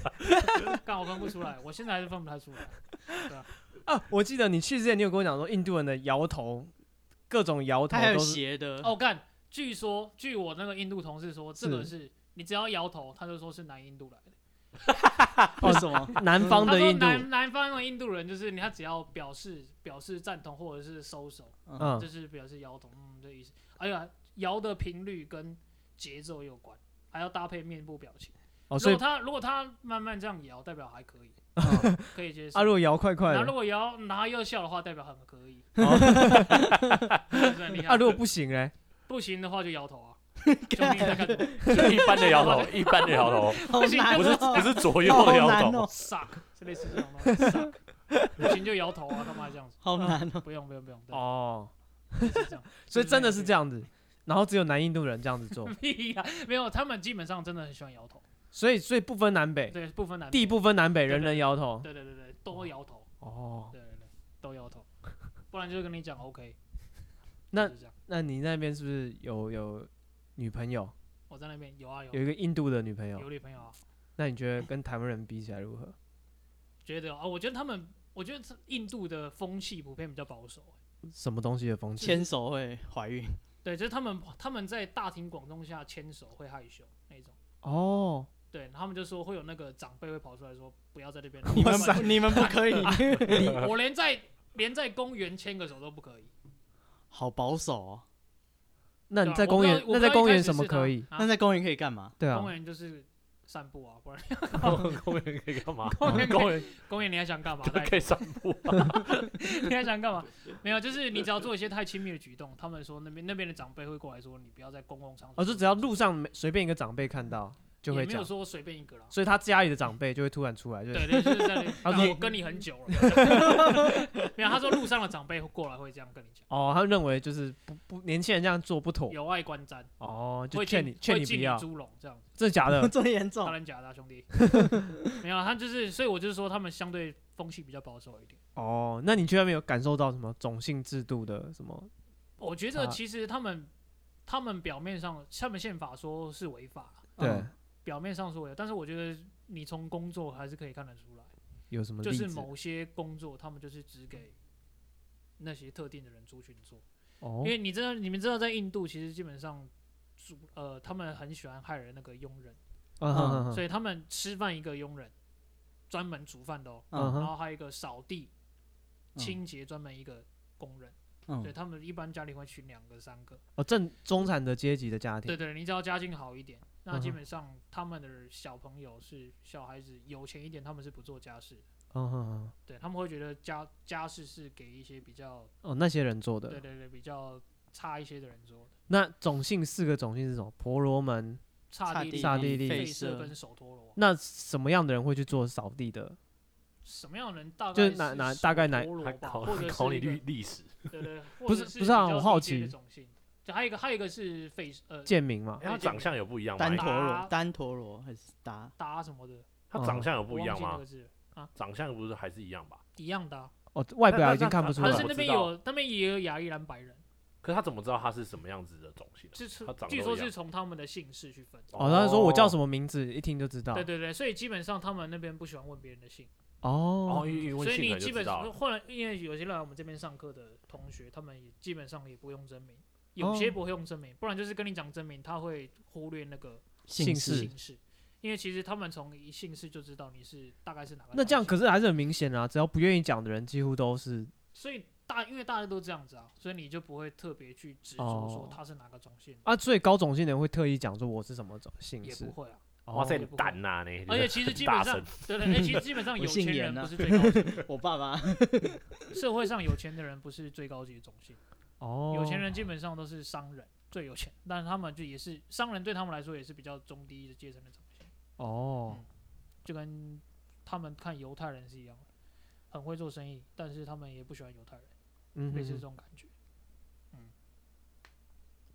Speaker 4: 干我分不出来，我现在还是分不太出来。
Speaker 1: 啊，我记得你去之前，你有跟我讲说，印度人的摇头，各种摇头
Speaker 2: 他还有
Speaker 1: 都是
Speaker 2: 斜的，
Speaker 4: 哦，干，据说据我那个印度同事说，这个是你只要摇头，他就说是南印度来的。
Speaker 2: 为什么？
Speaker 1: 南方
Speaker 4: 嗯他
Speaker 1: 的
Speaker 4: 说
Speaker 1: 印度，
Speaker 4: 南南方的印度人就是你，他只要表示表示赞同或者是收手，
Speaker 2: 嗯，
Speaker 1: 嗯，
Speaker 4: 就是表示摇头，嗯，这意思。哎呀，摇的频率跟节奏有关，还要搭配面部表情。
Speaker 1: 哦，所
Speaker 4: 如
Speaker 1: 以
Speaker 4: 果他如果他慢慢这样摇，代表还可以， 嗯可以接受。
Speaker 1: 啊，如果摇快快
Speaker 4: 然后
Speaker 1: 的
Speaker 4: 如，果摇，然后又笑的话，代表很可以。
Speaker 1: 哦
Speaker 4: 是很厉害
Speaker 1: 啊，如果不行嘞，
Speaker 4: 不行的话就摇头 啊。救命在干什么
Speaker 3: 就一般的摇头，一般的摇头，
Speaker 2: 好
Speaker 4: 不行
Speaker 2: 难
Speaker 3: 不是
Speaker 2: 哦
Speaker 3: 不是左右
Speaker 2: 好
Speaker 3: 的摇
Speaker 2: 难
Speaker 3: 头
Speaker 2: 哦，
Speaker 4: ？suck，这类似这种东西 suck。不 行就摇头啊，干嘛这样子？
Speaker 2: 好难哦，
Speaker 4: 不用不用不用，对
Speaker 1: 哦，
Speaker 4: 就是这样。
Speaker 1: 所以真的是这
Speaker 4: 样。
Speaker 1: 样子，然后只有南印度人这样子 做，
Speaker 4: 屁呀，没有，他们基本上真的很喜欢摇头，
Speaker 1: 所以所以不分南北，
Speaker 4: 对，不分男女
Speaker 1: 地，不分南北，
Speaker 4: 对
Speaker 1: 人
Speaker 4: 对
Speaker 1: 人摇头，
Speaker 4: 对对对对，都摇头，
Speaker 1: 哦，
Speaker 4: 对对对，都 摇头，不然就是跟你讲 OK。
Speaker 1: 那
Speaker 4: 就是这样，
Speaker 1: 那你那边是不是有有女朋友？
Speaker 4: 我在那边有啊有
Speaker 1: 有一个印度的女朋友
Speaker 4: 有，女朋友啊，
Speaker 1: 那你觉得跟台湾人比起来如何？
Speaker 4: 觉得啊，我觉得他们，我觉得这印度的风气普遍比较保守、欸
Speaker 1: 什么东西的风气？
Speaker 2: 牵手会怀孕，
Speaker 4: 对，就是他们他们在大庭广众下牵手会害羞那种。
Speaker 1: 哦，
Speaker 4: 对，他们就说会有那个长辈会跑出来说不要在这边，
Speaker 2: 你们
Speaker 4: 乱
Speaker 2: 不你们不可以，
Speaker 4: 我连在连在公园牵个手都不可以。
Speaker 2: 好保守哦。
Speaker 1: 那
Speaker 4: 对
Speaker 1: 你
Speaker 4: 啊
Speaker 1: 在
Speaker 4: 我
Speaker 1: 公
Speaker 4: 不知道
Speaker 1: 园，那
Speaker 4: 我不知
Speaker 1: 在
Speaker 4: 道一
Speaker 1: 公
Speaker 4: 开
Speaker 1: 园
Speaker 4: 始
Speaker 1: 什么
Speaker 4: 是他
Speaker 1: 可以？
Speaker 4: 啊
Speaker 2: 那在公园可以干嘛？
Speaker 1: 对啊
Speaker 4: 公，园就是散步啊，不然
Speaker 3: 公公园可以干嘛？
Speaker 4: 公园可以
Speaker 3: 公园
Speaker 4: 公园你还想干嘛？
Speaker 3: 都
Speaker 4: 来
Speaker 3: 可以散步啊。
Speaker 4: 你还想干嘛？没有，就是你只要做一些太亲密的举动，他们说那边那边的长辈会过来说你不要在公共场所。
Speaker 1: 哦，就只要路上没随便一个长辈看到就
Speaker 4: 也
Speaker 1: 会
Speaker 4: 没
Speaker 1: 讲
Speaker 4: 有，说随便一个啦。
Speaker 1: 所以他家里的长辈就会突然出来，就是
Speaker 4: 对对，就是 在那里。
Speaker 1: 啊
Speaker 4: 然
Speaker 1: 你
Speaker 4: 后我跟你 很久了，没有。他说路上的长辈会过来会这样跟你讲，
Speaker 1: 哦，他认为就是不不年轻人这样做不妥，
Speaker 4: 有碍观瞻，
Speaker 1: 哦，就
Speaker 4: 会
Speaker 1: 劝
Speaker 4: 进
Speaker 1: 你劝
Speaker 4: 会
Speaker 1: 你
Speaker 4: 进
Speaker 1: 不要，哦
Speaker 4: 猪笼这样子。
Speaker 1: 真的假 的？
Speaker 2: 这么严
Speaker 4: 当
Speaker 2: 重？
Speaker 4: 然假的啊，兄弟。 没有啊，他就是，所以我就是说他们相对风气比较保守一点。
Speaker 1: 哦，那你去那边有感受到什么种姓制度的什么？
Speaker 4: 我觉得
Speaker 1: 啊
Speaker 4: 其实他们他们表面上他们宪法说是违法，
Speaker 1: 对
Speaker 2: 嗯，
Speaker 4: 表面上说违法，但是我觉得你从工作还是可以看得出来。
Speaker 1: 有什么
Speaker 4: 就
Speaker 1: 例
Speaker 4: 是
Speaker 1: 子？
Speaker 4: 某些工作，他们就是只给那些特定的人族群做，
Speaker 1: 哦
Speaker 4: 因，为你知道，你们知道，在印度其实基本上主呃，他们很喜欢害人那个佣人，
Speaker 1: 嗯哼哼哼
Speaker 4: 所以他们吃饭一个佣人，专门煮饭的哦，
Speaker 1: 嗯
Speaker 4: 然
Speaker 1: 哼嗯
Speaker 4: 后还有一个扫地、清洁专门一个工人，所以
Speaker 2: 嗯，
Speaker 4: 他们一般家里会请两个三个，
Speaker 1: 哦，正中产的阶级的家
Speaker 4: 对
Speaker 1: 庭，
Speaker 4: 对，你只要家境好一点，那基
Speaker 1: 嗯哼
Speaker 4: 本上他们的小朋友是小孩子有钱一点，他们是不做家事的，
Speaker 1: 嗯哼哼
Speaker 4: 对他们会觉得家家事是给一些比较。
Speaker 1: 哦，那些人做
Speaker 4: 对
Speaker 1: 的。
Speaker 4: 对对，比较差一些的人做的，
Speaker 1: 那种姓四个种姓是什么？婆罗门。
Speaker 4: 差
Speaker 2: 差
Speaker 4: 地
Speaker 2: 地
Speaker 4: 利、
Speaker 1: 刹帝利
Speaker 4: 吠
Speaker 2: 吠
Speaker 4: 舍
Speaker 2: 舍
Speaker 4: 跟手陀 罗，
Speaker 1: 那什么样的人会去做扫地的？
Speaker 4: 什么样的人大概
Speaker 1: 就是
Speaker 4: 是
Speaker 1: 哪哪
Speaker 4: 手
Speaker 1: 大概哪
Speaker 4: 陀罗
Speaker 3: 还
Speaker 4: 吧，
Speaker 3: 考
Speaker 4: 或者
Speaker 3: 考
Speaker 4: 是
Speaker 3: 你
Speaker 4: 一
Speaker 3: 历
Speaker 4: 个
Speaker 3: 历史，
Speaker 4: 对对，或
Speaker 1: 不
Speaker 4: 者
Speaker 1: 是
Speaker 4: 是
Speaker 1: 不是啊
Speaker 4: 比较
Speaker 1: 我好
Speaker 4: 低阶的
Speaker 1: 奇
Speaker 4: 种姓，就还有一个还有一个是吠呃
Speaker 1: 贱民嘛？
Speaker 3: 哎他长相有不一样吗
Speaker 2: 单？
Speaker 4: 头
Speaker 2: 陀
Speaker 4: 搭
Speaker 2: 罗，单陀罗还是达？
Speaker 4: 达什么的，
Speaker 3: 他长相有
Speaker 4: 我
Speaker 3: 不一
Speaker 4: 忘
Speaker 3: 样
Speaker 4: 记那
Speaker 3: 吗
Speaker 4: 个？字了
Speaker 3: 长相不是还是一样吧？
Speaker 4: 一样的啊，
Speaker 1: 哦，外
Speaker 3: 那
Speaker 1: 表
Speaker 3: 那
Speaker 1: 已经
Speaker 3: 那
Speaker 1: 看不出
Speaker 3: 那
Speaker 4: 但
Speaker 1: 来
Speaker 4: 是
Speaker 3: 我
Speaker 1: 了。
Speaker 4: 那
Speaker 3: 知
Speaker 4: 边
Speaker 3: 道
Speaker 4: 有那边也有亚裔蓝白人，
Speaker 3: 可是他怎么知道他是什么样子的种姓呢？
Speaker 4: 是是
Speaker 3: 他长得
Speaker 4: 据
Speaker 3: 都
Speaker 4: 说
Speaker 3: 一样
Speaker 4: 是从他们的姓氏去分。
Speaker 1: 哦，他说我叫什
Speaker 3: 么？
Speaker 1: 么名字，一听就知
Speaker 3: 啊
Speaker 1: 道
Speaker 4: 对。对对，所以基本上他们那边不喜欢问别人的姓，
Speaker 1: 哦
Speaker 3: 哦，因为因为
Speaker 4: 所
Speaker 3: 姓
Speaker 4: 以
Speaker 3: 可
Speaker 4: 你
Speaker 3: 能就
Speaker 4: 基
Speaker 3: 知
Speaker 4: 本
Speaker 3: 道
Speaker 4: 上
Speaker 3: 了。
Speaker 4: 后来因为有些来我们这边上课的同学，他们也基本上也不用真名，有些
Speaker 1: 哦
Speaker 4: 不会用真名，不然就是跟你讲真名，他会忽略那个
Speaker 1: 姓
Speaker 2: 氏
Speaker 1: 氏
Speaker 4: 姓氏，因为其实他们从一姓氏就知道你是大概是哪个。
Speaker 1: 那这样，可是还是很明显啊，只要不愿意讲的人，几乎都是
Speaker 4: 所以大因为大家都这样子啊，所以你就不会特别去执着说
Speaker 1: 哦
Speaker 4: 他是哪个种姓，
Speaker 1: 啊。所以高种姓的人会特意讲说我是什么种
Speaker 3: 嗯
Speaker 1: 姓
Speaker 4: 也
Speaker 1: 氏
Speaker 4: 不。会
Speaker 1: 哦
Speaker 4: 啊。
Speaker 3: 哇塞，
Speaker 4: 也
Speaker 3: 你
Speaker 4: 不会
Speaker 3: 胆呐你！
Speaker 4: 而且其实基本上
Speaker 3: 大，
Speaker 4: 对对，哎其实 基本上有
Speaker 2: 我姓
Speaker 4: 钱
Speaker 2: 严
Speaker 4: 人
Speaker 2: 啊
Speaker 4: 不是最高级，
Speaker 2: 我爸爸
Speaker 4: 社会上有钱的人不是最高级的种姓。
Speaker 1: 哦，
Speaker 4: 有钱人基本上都是商人，最有钱，但是他们就也是商人，对他们来说也是比较中低的阶层的种姓，
Speaker 1: 哦，
Speaker 4: 就跟他们看犹太人是一样的，很会做生意，但是他们也不喜欢犹太人，
Speaker 1: 嗯
Speaker 4: 类似
Speaker 1: 哼
Speaker 4: 这
Speaker 1: 哼，
Speaker 4: 种感觉。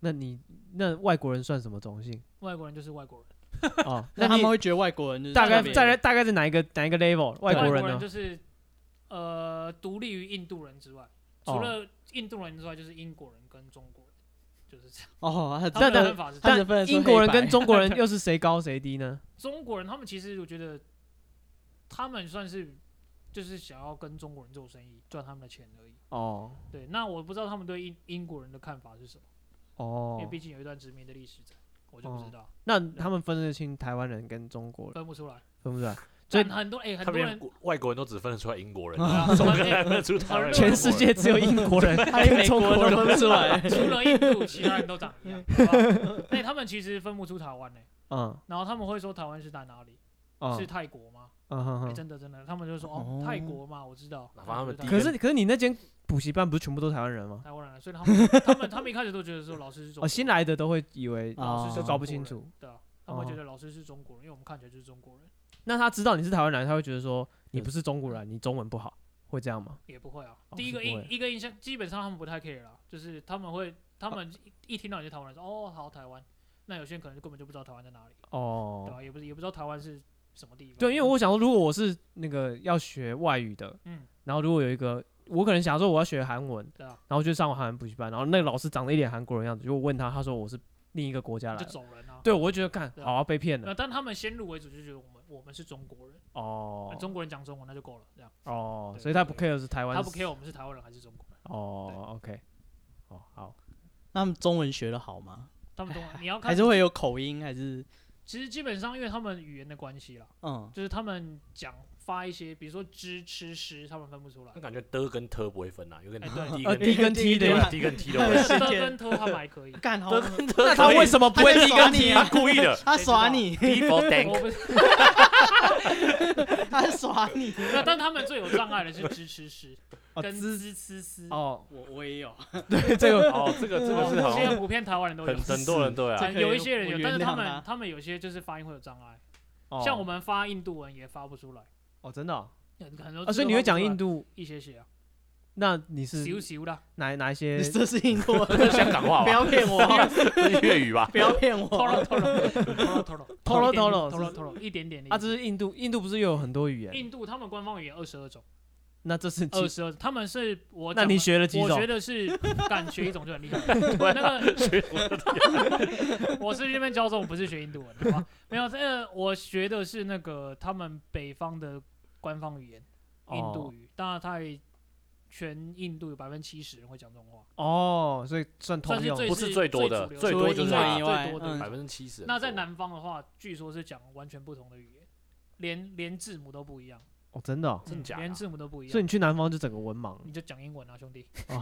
Speaker 1: 那你那外国人算什么种姓？
Speaker 4: 外国人就是外国人，
Speaker 1: 哦，
Speaker 2: 那
Speaker 1: 那
Speaker 2: 他
Speaker 1: 你
Speaker 2: 们会觉得外国人就是
Speaker 1: 大概
Speaker 2: 特别
Speaker 1: 大概大概是哪一个哪一个 level？外
Speaker 4: 外
Speaker 1: 国人
Speaker 4: 人
Speaker 1: 呢？
Speaker 4: 就是呃，独立于印度人之外，
Speaker 1: 哦
Speaker 4: 除了印度人之外，就是英国人跟中国人，就是这样。
Speaker 2: 哦，他
Speaker 4: 他们
Speaker 1: 但
Speaker 4: 的分法是这
Speaker 1: 但
Speaker 2: 他
Speaker 4: 样，
Speaker 2: 只分得出
Speaker 1: 英国人
Speaker 2: 黑白
Speaker 1: 跟中国人又是谁高谁低呢？
Speaker 4: 中国人他们其实我觉得他们算是就是想要跟中国人做生意，赚他们的钱而已。
Speaker 1: 哦
Speaker 4: 对，那我不知道他们对英英国人的看法是什么，因为
Speaker 1: 哦，
Speaker 4: 毕竟有一段殖民的历史在，我就不知道，
Speaker 1: 那他们分得清台湾人跟中国人，
Speaker 4: 分不出来。
Speaker 1: 分不出来。哦所
Speaker 4: 但
Speaker 1: 以
Speaker 4: 很多哎、很
Speaker 3: 他
Speaker 4: 多人
Speaker 3: 们外国人都只分得出来英国人，
Speaker 4: 对啊
Speaker 3: 怎么可
Speaker 4: 很。
Speaker 3: 能分得出台湾人？
Speaker 1: 全世界只有英国人
Speaker 2: 他连
Speaker 1: 跟
Speaker 2: 美
Speaker 1: 中
Speaker 2: 国人
Speaker 1: 国人。
Speaker 2: 都分不出来
Speaker 4: 除了印度，其他人都长一样。好吧哎，他们其实分不出台湾 呢、哎
Speaker 1: 嗯
Speaker 4: 然后他们会说台湾是在哪里？是
Speaker 1: 嗯
Speaker 4: 泰国吗？
Speaker 1: 嗯哼
Speaker 4: 哎
Speaker 1: 哼。
Speaker 4: 真的真的，他们就说
Speaker 2: 哦
Speaker 4: 哦泰国嘛，我知道。
Speaker 3: 哪怕他们
Speaker 4: 就是
Speaker 3: 第
Speaker 1: 可
Speaker 4: 泰
Speaker 3: 一
Speaker 1: 是可是你那间补习班不是全部都台湾人吗？
Speaker 4: 台湾人，啊所以他们 他们他们一开始都觉得说老师是中
Speaker 1: 哦，
Speaker 4: 国人
Speaker 1: 新来的都会以为
Speaker 2: 哦
Speaker 1: 就搞不清楚。
Speaker 4: 对啊，他们会
Speaker 1: 哦
Speaker 4: 觉得老师是中国人，因为我们看起来就是中国人，
Speaker 1: 那他知道你是台湾人，他会觉得说你不是中国人，你中文不好，会这样吗？
Speaker 4: 也不会啊。
Speaker 1: 哦
Speaker 4: 第一
Speaker 1: 是
Speaker 4: 个
Speaker 1: 不会
Speaker 4: 印一个印象，基本上他们不太 care 啦，就是他们会他们
Speaker 1: 啊
Speaker 4: 一一听到你是台湾人，说哦好台湾，那有些人可能就根本就不知道台湾在哪里，对啊
Speaker 1: 哦，
Speaker 4: 吧？也不是也不知道台湾是什么地方。
Speaker 1: 对，因为我想说，如果我是那个要学外语的，
Speaker 4: 嗯
Speaker 1: 然后如果有一个，我可能想说我要学韩文，
Speaker 4: 对啊，
Speaker 1: 然后就上完韩文补习班，然后那个老师长得一脸韩国人样子，就问他，他说我是另一个国家
Speaker 4: 你
Speaker 1: 来
Speaker 4: 就
Speaker 1: 的，
Speaker 4: 走人啊。
Speaker 1: 对我会觉得干
Speaker 4: 对啊
Speaker 1: 好啊被骗
Speaker 4: 那
Speaker 1: 了
Speaker 4: 但他们先入为主就觉得我们我们是中国人，
Speaker 1: 哦
Speaker 4: 中国人讲中文那就够了，这样
Speaker 1: 哦，
Speaker 4: 对
Speaker 1: 所以他
Speaker 4: 对
Speaker 1: 不 care 是台湾，
Speaker 4: 他不 care 我们是台湾人还是中国人，
Speaker 1: 哦，OK，哦好，
Speaker 2: 那他们中文学的好吗？
Speaker 4: 他们中文你要
Speaker 2: 还
Speaker 4: 看
Speaker 2: 是会有口音，还是
Speaker 4: 其实基本上因为他们语言的关系啦，
Speaker 2: 嗯，
Speaker 4: 就是他们讲发一些，比如说知、吃、诗，他们分不出来
Speaker 3: 那。感觉的跟特不会分啊，有点
Speaker 4: 哎对
Speaker 3: 低
Speaker 1: 呃
Speaker 3: 跟
Speaker 1: D 跟 T
Speaker 3: 对
Speaker 1: 的
Speaker 3: 吧
Speaker 1: 嘛，
Speaker 3: ？D 跟 T 都
Speaker 4: 那
Speaker 3: 会
Speaker 4: 个
Speaker 2: 是
Speaker 4: 得
Speaker 2: 见，
Speaker 4: 跟偷他们还可以
Speaker 2: 干好
Speaker 3: 得，跟特，
Speaker 1: 那他为什么不会
Speaker 2: 他在
Speaker 1: D
Speaker 2: 耍
Speaker 1: 跟
Speaker 2: 你
Speaker 1: T？
Speaker 2: 啊
Speaker 3: 他故意的
Speaker 2: 他耍你，
Speaker 3: ？D for
Speaker 4: 我
Speaker 3: dank，
Speaker 4: 不
Speaker 2: 他耍你。
Speaker 4: 那但他们最有障碍的是知吃吃
Speaker 1: 哦
Speaker 4: 跟
Speaker 1: 知
Speaker 4: 滋吃吃。
Speaker 1: 哦，
Speaker 2: 我我也有，
Speaker 1: 对这个
Speaker 3: 哦，这个这个是
Speaker 4: 哦
Speaker 3: 好
Speaker 4: 现在
Speaker 3: 像
Speaker 4: 普遍台湾人都有
Speaker 3: 很，很多人对啊
Speaker 2: 这，
Speaker 4: 但
Speaker 2: 个
Speaker 4: 有一些人有
Speaker 2: 我，
Speaker 4: 但是他
Speaker 2: 原谅他
Speaker 4: 们他们有些就是发音会有障碍，
Speaker 1: 哦
Speaker 4: 像我们发印度文也发不出来，
Speaker 1: 哦，真的哦
Speaker 4: 很多
Speaker 1: 啊，所以你会讲印度？
Speaker 4: 一些些啊，
Speaker 1: 那你是
Speaker 4: 咻咻啦，
Speaker 1: 哪哪一些
Speaker 2: 你？这是印度 人，
Speaker 3: 这是香港话
Speaker 2: 不
Speaker 3: 吧？
Speaker 2: 要骗 我，
Speaker 3: 这是粤语吧？
Speaker 2: 不要骗
Speaker 1: 哦
Speaker 4: 透
Speaker 2: 我。
Speaker 4: 了透 了透了透了
Speaker 1: Toro
Speaker 4: 透
Speaker 1: Toro
Speaker 4: 了透了透了一点点的意思。
Speaker 1: 啊，这是印度，印度不是有很多语言？
Speaker 4: 印度他们官方语言二十二种，
Speaker 1: 那这是几
Speaker 4: 二十二，他们是我
Speaker 1: 那
Speaker 4: 讲
Speaker 1: 你
Speaker 4: 的
Speaker 1: 学了几
Speaker 4: 我
Speaker 1: 种
Speaker 4: 觉？得是敢学一种就很厉 害。那个 我是这边教中，我不是学印度文，好吧？没有，这个我学的是那个他们北方的官方语言，印度
Speaker 1: 哦
Speaker 4: 语。当然，它也全印度有百分之七十人会讲这种话。
Speaker 1: 哦，所以算通
Speaker 4: 算是
Speaker 1: 用
Speaker 4: 最
Speaker 3: 不
Speaker 4: 是
Speaker 3: 是最多的
Speaker 4: 主流
Speaker 3: 最
Speaker 2: 除
Speaker 3: 多
Speaker 2: 了
Speaker 3: 就
Speaker 2: 英
Speaker 3: 是
Speaker 2: 文以
Speaker 3: 他
Speaker 2: 外，
Speaker 4: 最多
Speaker 2: 嗯
Speaker 3: 百分之七十。
Speaker 4: 那在南方的话，据说是讲完全不同的语言，连连字母都不一样，
Speaker 1: 哦，真的哦。
Speaker 3: 真
Speaker 4: 嗯
Speaker 3: 假的
Speaker 4: 连
Speaker 3: 啊
Speaker 4: 字母都不一
Speaker 1: 所以
Speaker 4: 样。
Speaker 1: 你去南方就整个文 盲
Speaker 4: 你就讲英文啊，兄弟！
Speaker 1: 哦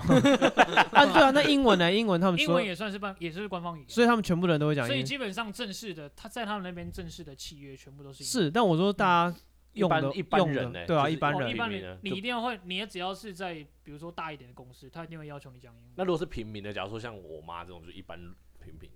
Speaker 1: 啊？对啊，那英文呢？英文他们
Speaker 4: 英
Speaker 1: 说
Speaker 4: 文，也算是办，也是官方语言。
Speaker 1: 所以他们全部人都会讲
Speaker 4: 所
Speaker 1: 英
Speaker 4: 以
Speaker 1: 文。
Speaker 4: 基本上正式的，他在他们那边正式的契约全部都是英文
Speaker 1: 是，但我说大家用的
Speaker 3: 一般一般
Speaker 1: 用
Speaker 3: 人
Speaker 1: 的
Speaker 3: 欸
Speaker 1: 对啊，
Speaker 3: 就是
Speaker 1: 一般
Speaker 4: 哦
Speaker 3: 人
Speaker 4: 一
Speaker 1: 人
Speaker 4: 般
Speaker 3: 平民
Speaker 4: 人
Speaker 3: 呢
Speaker 4: 你
Speaker 3: 就
Speaker 4: 一定要会，你也只要是在比如说大一点的公司，他一定会要求你讲英
Speaker 3: 那
Speaker 4: 文。
Speaker 3: 如果是平民的，假如说像我妈这种，就一般平民，